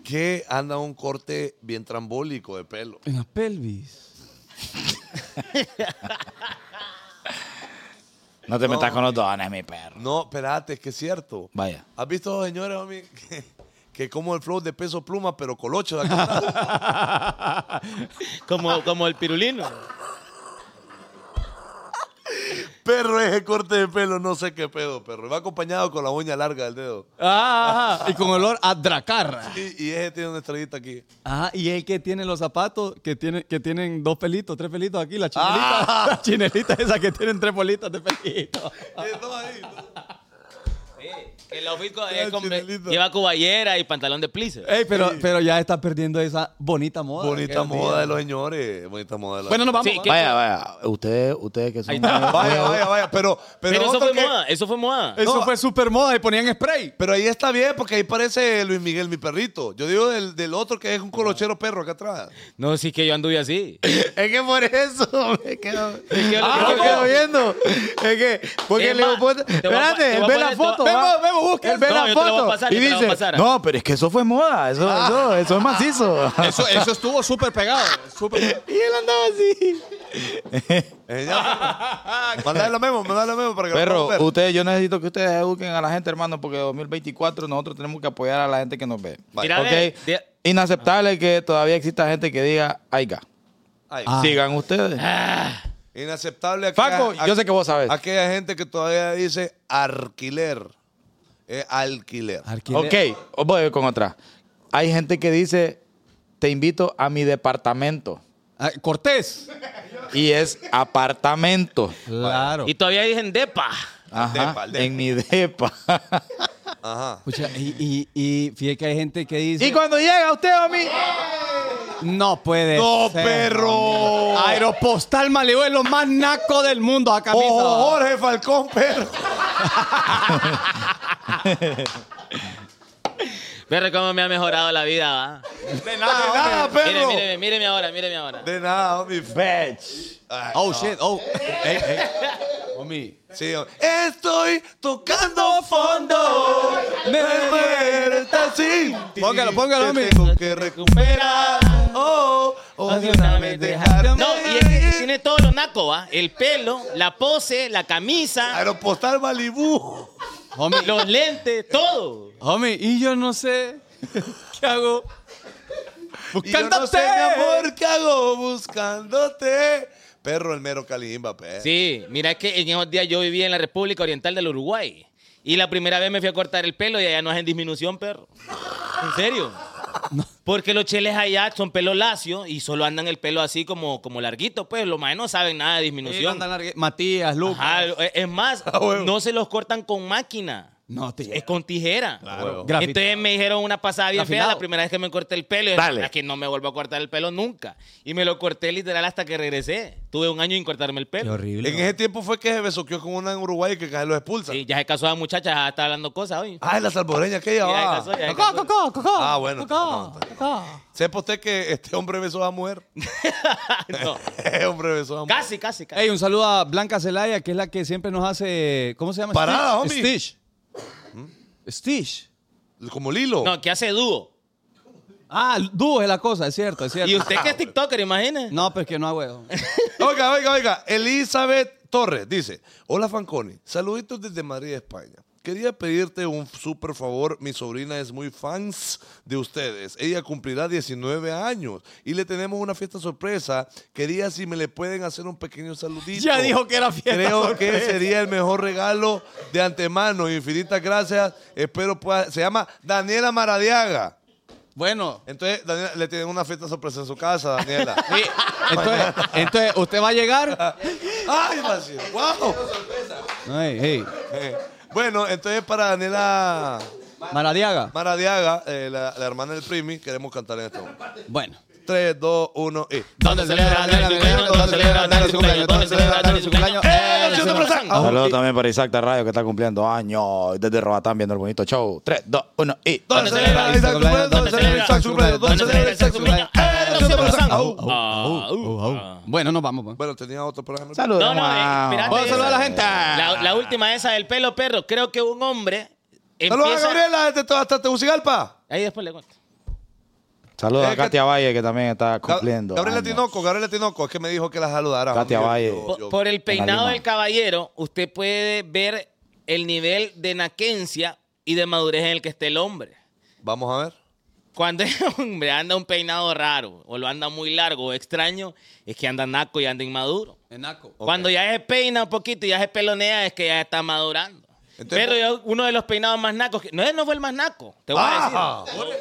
B: que andan un corte bien trambólico de pelo.
D: En la pelvis.
E: No te metas con los dones, mi perro.
B: No, espérate, es que es cierto.
E: Vaya.
B: ¿Has visto esos señores, homie? Que, que como el flow de peso pluma, pero colocho de acá.
C: Como, como el pirulino.
B: Perro, ese corte de pelo, no sé qué pedo, perro. Y Va acompañado con la uña larga del dedo.
D: Ah, ajá. y con olor a dracarra.
B: Y, y ese tiene una estrellita aquí.
D: Ajá, Ah, y el que tiene los zapatos que, tiene, que tienen dos pelitos, tres pelitos aquí, la chinelita,
B: Ah.
D: la chinelita esa que tienen tres bolitas de pelitos.
E: Ah.
B: Eh, no, ahí.
C: Que el outfit co-
B: Ya,
C: es como-
B: chinelito.
C: lleva coballera y pantalón de plice.
D: Ey, pero, pero ya está perdiendo esa bonita moda.
B: Bonita
D: Aquel día.
B: moda de los señores. Bonita moda de los
D: Bueno, nos vamos.
C: Sí, ¿qué-
E: Vaya, vaya. Ustedes, ustedes que son...
C: Ahí está.
B: Vaya, vaya, vaya. Pero, pero,
C: Pero, eso
B: otro
C: fue
B: que-
C: moda, eso fue moda.
D: Eso
B: No.
D: fue super moda y ponían spray.
B: pero ahí está bien, porque ahí parece Luis Miguel, mi perrito. Yo digo del, del otro que es un colochero perro acá atrás.
C: No, sí que yo anduve así.
E: Es que por eso me quedo, me quedo,
C: Ah,
E: me
C: ¿cómo?
E: quedo viendo. Es que, porque
C: Es
E: le
C: más,
E: digo, puta,
C: te voy a pa- te
E: espérate, él
C: voy a
E: ve la
C: poner- te voy a-
E: foto. va.
D: Vemos, vemos, busca.
E: Él ve
C: No,
E: la
C: yo te la voy a
E: foto
C: pasar,
E: y
C: yo te la voy a
E: dice,
C: pasar. Ah.
E: no, pero es que eso fue moda, eso, eso, eso es macizo.
D: Eso, eso estuvo súper pegado. súper-
E: y él andaba así.
B: Eh, ya. Mandale lo mismo, mandale lo mismo para que lo
E: Perro,
B: podamos ver.
E: ustedes, yo necesito que ustedes eduquen a la gente, hermano, porque 2024 nosotros tenemos que apoyar a la gente que nos ve.
C: Mira,
E: ¿ok?
C: ve, de-
E: Inaceptable que todavía exista gente que diga, ay, ga".
B: Ay,
C: Ah.
E: Sigan ustedes.
B: Inaceptable. aquella-
E: Faco, yo sé que vos sabes.
B: Aquella gente que todavía dice alquiler. Es alquiler.
E: Ok, voy con otra. Hay gente que dice, te invito a mi departamento.
D: Ah, Cortés.
E: Y es apartamento.
D: Claro.
C: Y todavía dicen depa.
E: Ajá,
B: Depa, depa.
E: En mi depa.
B: Ajá.
D: Pucha, y, y, y fíjate que hay gente que dice.
E: y cuando llega usted a mí,
D: No puede
B: ¡No,
D: ser.
B: perro!
D: Aeropostal Malibu es lo más naco del mundo a camisa.
B: ¡Ojo, Jorge Falcón, perro!
C: Pero cómo me ha mejorado la vida, va.
B: De nada, de nada
C: Mire,
B: perro.
C: míreme, míreme ahora, míreme ahora.
B: De nada, mi
E: bitch.
D: Oh, shit. Oh. Ey, ey. Homie.
B: Sí, o- estoy tocando fondo.
D: Me
B: muerta así.
D: Póngalo, póngalo, homie.
B: Tengo que recuperar. Oh, odiosamente dejar.
C: No, y es que tiene todo lo naco, ¿ah? El pelo, la pose, la camisa,
B: Aeropostal Malibú.
D: Homie,
C: los lentes, todo.
D: homie, y yo no sé eh, qué hago.
B: Y yo no sé, mi amor, ¿qué hago buscándote? Perro, el mero Calimba, pe.
C: Sí, mira que en esos días yo vivía en la República Oriental del Uruguay. Y la primera vez me fui a cortar el pelo y allá no es en disminución, perro. ¿En serio? Porque los cheles allá son pelo lacio y solo andan el pelo así como, como larguito, pues los más no saben nada de disminución.
D: Matías, Lucas.
C: Ajá, es- es más, no se los cortan con máquina.
D: No, tío.
C: Es con tijera.
D: Claro. Grafi-
C: Entonces me dijeron una pasada bien fea
D: Grafitado.
C: la primera vez que me corté el pelo. y
E: Dale.
C: Es que no me vuelvo a cortar el pelo nunca. Y me lo corté literal hasta que regresé. Tuve un año sin cortarme el
D: Qué
C: pelo.
D: horrible.
B: En ese tiempo fue que se besoqueó con una en Uruguay que casi lo expulsa.
C: Sí, ya se casó la muchacha, ya está hablando cosas hoy.
B: Ah, la salvadoreña aquella.
C: Ya se
B: va.
C: casó, ya se
D: Cocó,
C: casó.
D: cocó, cocó.
B: Ah, bueno,
D: Cocó,
B: está bien,
D: cocó.
B: ¿Sepa usted que este hombre besó a mujer?
C: No,
B: Este hombre besó a mujer.
C: casi, casi, casi.
D: Ey, un saludo a Blanca Celaya, que es la que siempre nos hace. ¿Cómo se llama?
B: Parada,
D: Stitch.
B: homie.
D: Stitch.
B: ¿Mm?
D: Stitch.
B: Como Lilo.
C: No, que hace dúo.
D: Ah, dúo es la cosa, es cierto, es cierto.
C: Y usted que es TikToker, imagina.
D: No, pero es que no hago eso.
B: Oiga, oiga, oiga. Elizabeth Torres dice: Hola, Fanconi. Saluditos desde Madrid, España. Quería pedirte un súper favor. Mi sobrina es muy fans de ustedes. Ella cumplirá 19 años y le tenemos una fiesta sorpresa. Quería si me le pueden hacer un pequeño saludito.
D: Ya dijo que era fiesta
B: Creo que
D: sorpresa.
B: sería el mejor regalo de antemano. Infinitas gracias. Espero pueda. Se llama Daniela Maradiaga.
D: Bueno,
B: Entonces, Daniela, le tienen una fiesta sorpresa en su casa, Daniela.
D: entonces, entonces, ¿usted va a llegar?
B: ¡Ay, Macio! ¡Wow!
D: Ey, ey.
B: Eh, bueno, entonces para Daniela
D: Maradiaga.
B: Maradiaga, eh, la, la hermana del Primi, queremos cantar en este momento.
D: Bueno.
B: 3, 2, 1 y.
C: ¿Dónde celebra Daniel su cumpleaños? ¿Dónde celebra Daniel su cumpleaños? ¿Dónde celebra Daniel su cumpleaños?
B: ¡Eh, la ciudad de Plaza!
D: Ah,
E: Saludos
D: ok.
E: también para Isaac Tarrayo que está cumpliendo años desde Roatán viendo el bonito show. 3, 2, 1 y.
B: ¿Dónde celebra Isaac su cumpleaños? ¿Dónde celebra Isaac su cumpleaños? ¿Dónde celebra Isaac su cumpleaños? ¡Eh, la ciudad de Plaza! Au, au.
C: Ah, uh, ah.
D: Bueno, nos vamos. pues.
B: Bueno, tenía otro programa.
E: Saludos.
C: No, eh, no,
E: Juan.
C: espérate.
E: Vamos saludar
C: esa. La, la última esa del pelo, perro. Creo que un hombre
B: Saludos a
C: empieza...
B: Gabriela desde toda hasta Tegucigalpa.
C: Ahí después le cuento.
E: Saludos
B: Eh,
E: a Katia Valle que también está
B: Ga-
E: cumpliendo.
B: Gabriela
E: años.
B: Tinoco, Gabriela Tinoco, es que me dijo que la saludara.
E: Katia
B: Yo-
E: Valle.
B: yo-
C: Por,
B: Oh, yo-
C: por e- el peinado
E: Lima.
C: del caballero, usted puede ver el nivel de naquencia y de madurez en el que esté el hombre.
B: Vamos a ver.
C: Cuando el hombre anda un peinado raro, o lo anda muy largo o extraño, es que anda naco y anda inmaduro. Cuando ya se peina un poquito y ya se pelonea, es que ya está madurando.
B: Entonces-
C: Pero yo- uno de los peinados más nacos, que- no, él no fue el más naco, te voy
B: Ah.
C: a decir.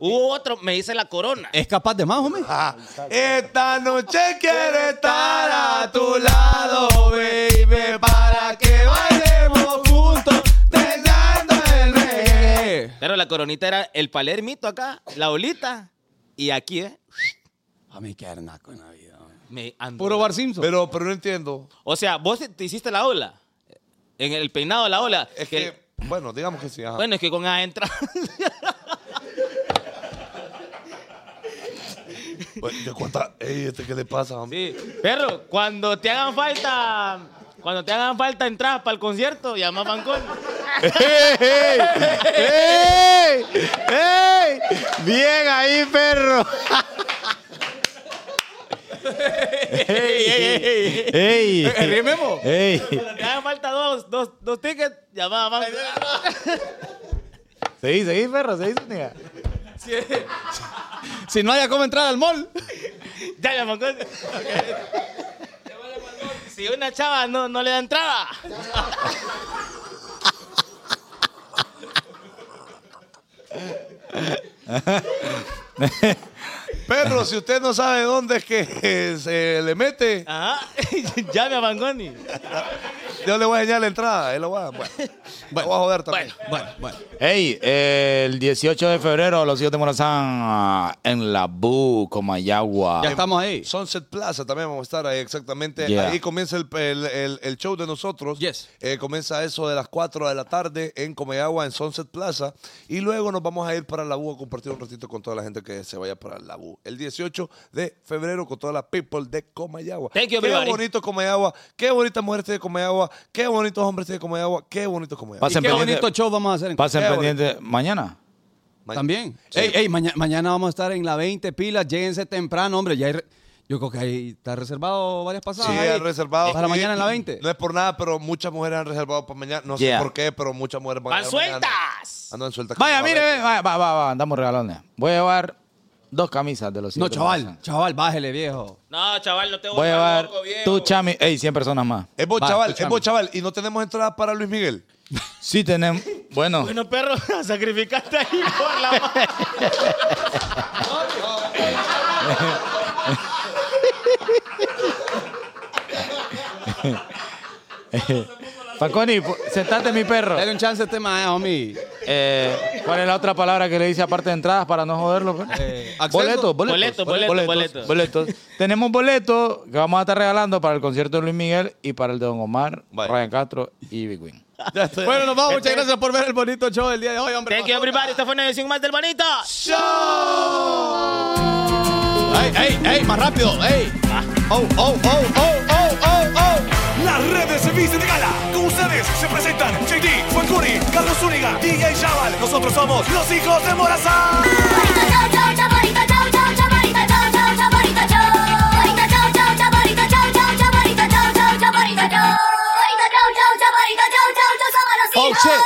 C: Hubo otro, me dice la corona.
D: ¿Es capaz de más, homie?
B: Ah, Esta noche quiero estar a tu lado,
D: baby, para que bailemos juntos, tentando el reggae.
C: Pero la coronita era el palermito acá, la olita, y aquí, ¿eh?
D: A mí qué arnaco en la vida. homie.
C: Me ando-
D: Puro Bar Simpson.
B: Pero, pero no entiendo.
C: O sea, vos te hiciste la ola. En el peinado de la ola.
B: Es
C: Que-
B: que, ah. bueno, digamos que sí. ajá.
C: Bueno, es que con A entra.
B: Bueno, ¿de cuánta- Ey, este, ¿qué le pasa, hombre?
C: sí. Perro, cuando te hagan falta. Cuando te hagan falta entradas para el concierto, llama a Bancón.
E: ¡Ey! ¡Ey! Bien ahí, perro. ¡Ey! ¡Ey! ¡Ey!
D: Rimemos.
E: ¡Ey!
C: Cuando te hagan falta dos, dos, dos tickets, llama a Bancón.
E: Seguí, seguí, perro, seguí, Zúñiga.
D: Si no haya cómo entrar al mall.
C: Ya llama a Bancón. Si una chava no, no le da entrada.
B: Pedro, si usted no sabe dónde es que eh, se le mete,
C: Ajá. Llame a Banconi.
B: yo le voy a enseñar la entrada. Él lo va, bueno, lo voy a joder también.
D: Bueno, bueno.
E: Ey, eh, el 18 de febrero, los hijos de Morazán ah, en la Bu, Comayagua.
D: Ya estamos ahí.
B: Sunset Plaza también vamos a estar ahí, exactamente.
E: Yeah.
B: Ahí comienza el, el- el- el show de nosotros.
D: Yes.
B: Eh, comienza eso de las 4 de la tarde en Comayagua, en Sunset Plaza. Y luego nos vamos a ir para la U a compartir un ratito con toda la gente que se vaya para la U. El 18 de febrero con toda la people de Comayagua.
C: Thank you,
B: Qué
C: everybody.
B: bonito Comayagua. Qué bonita mujer tiene Comayagua. Qué bonitos hombres tiene como de agua. Qué bonitos como de agua.
E: Pasen
D: Qué
E: pendiente.
D: bonito show vamos a hacer en
E: Pasen
B: Qué
E: pendiente mañana.
B: Ma-
D: También.
B: Sí.
D: Ey, ey, maña- mañana vamos a estar en la 20 pilas. Lléguense temprano, hombre. Ya hay re- yo creo que ahí está reservado varias pasadas.
B: Sí,
D: ahí.
B: han reservado.
D: Para
B: Y-
D: mañana en la 20.
B: No es por nada, pero muchas mujeres han reservado para mañana. No
E: Yeah.
B: sé por qué, pero muchas mujeres van a
C: ¡Van
B: llegar mañana.
C: sueltas!
B: Andan sueltas.
E: Vaya,
B: como
E: mire,
B: babete.
E: ve, vaya, va, va, va, andamos regalones. Voy a llevar dos camisas de los
D: No,
E: siete
D: chaval,
E: más.
D: chaval, bájele, viejo.
C: No, chaval, no te
E: Voy a
C: volvas
E: llevar
C: loco, viejo.
E: tu chami. Ey, 100 personas más.
B: Es vos,
D: Va,
B: chaval, es
D: escúchame.
B: vos, chaval. Y no tenemos entrada para Luis Miguel.
E: Sí tenemos. Bueno,
C: Bueno, perro, sacrificaste ahí por la madre.
E: Faconi, po- sentate mi perro.
D: Dale un chance a este mae, homie.
E: Eh, ¿Cuál es la otra palabra que le dice aparte de entradas para no joderlo? pues?
D: Eh, ¿acceso?
E: boletos,
C: Boleto,
E: boletos,
C: boleto,
E: boletos, boletos. Tenemos boletos que vamos a estar regalando para el concierto de Luis Miguel y para el de Don Omar,
B: Vaya.
E: Ryan Castro y Big Win.
D: Bueno, nos vamos. Muchas gracias por ver el bonito show del día de hoy, hombre.
C: Este- Thank you, everybody. Esta fue una edición más del Bonito.
D: ¡Ey, ey, ey! ¡Más rápido! ¡Ey! ¡Oh, oh, oh, oh, oh, oh, oh!
A: Las redes se visten de gala. Con ustedes se presentan JD, Fuencuri, Carlos Zúñiga, DJ Chaval. Nosotros somos los hijos de Morazán.
D: Oh, shit.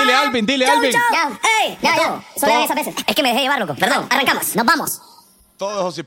D: Dile, Alvin, dile, Alvin.
H: Ya, ey, ya, ya. Solo
D: Todo.
H: esas veces. Es que me dejé llevar, loco. Perdón, arrancamos. Nos vamos.
B: Todos los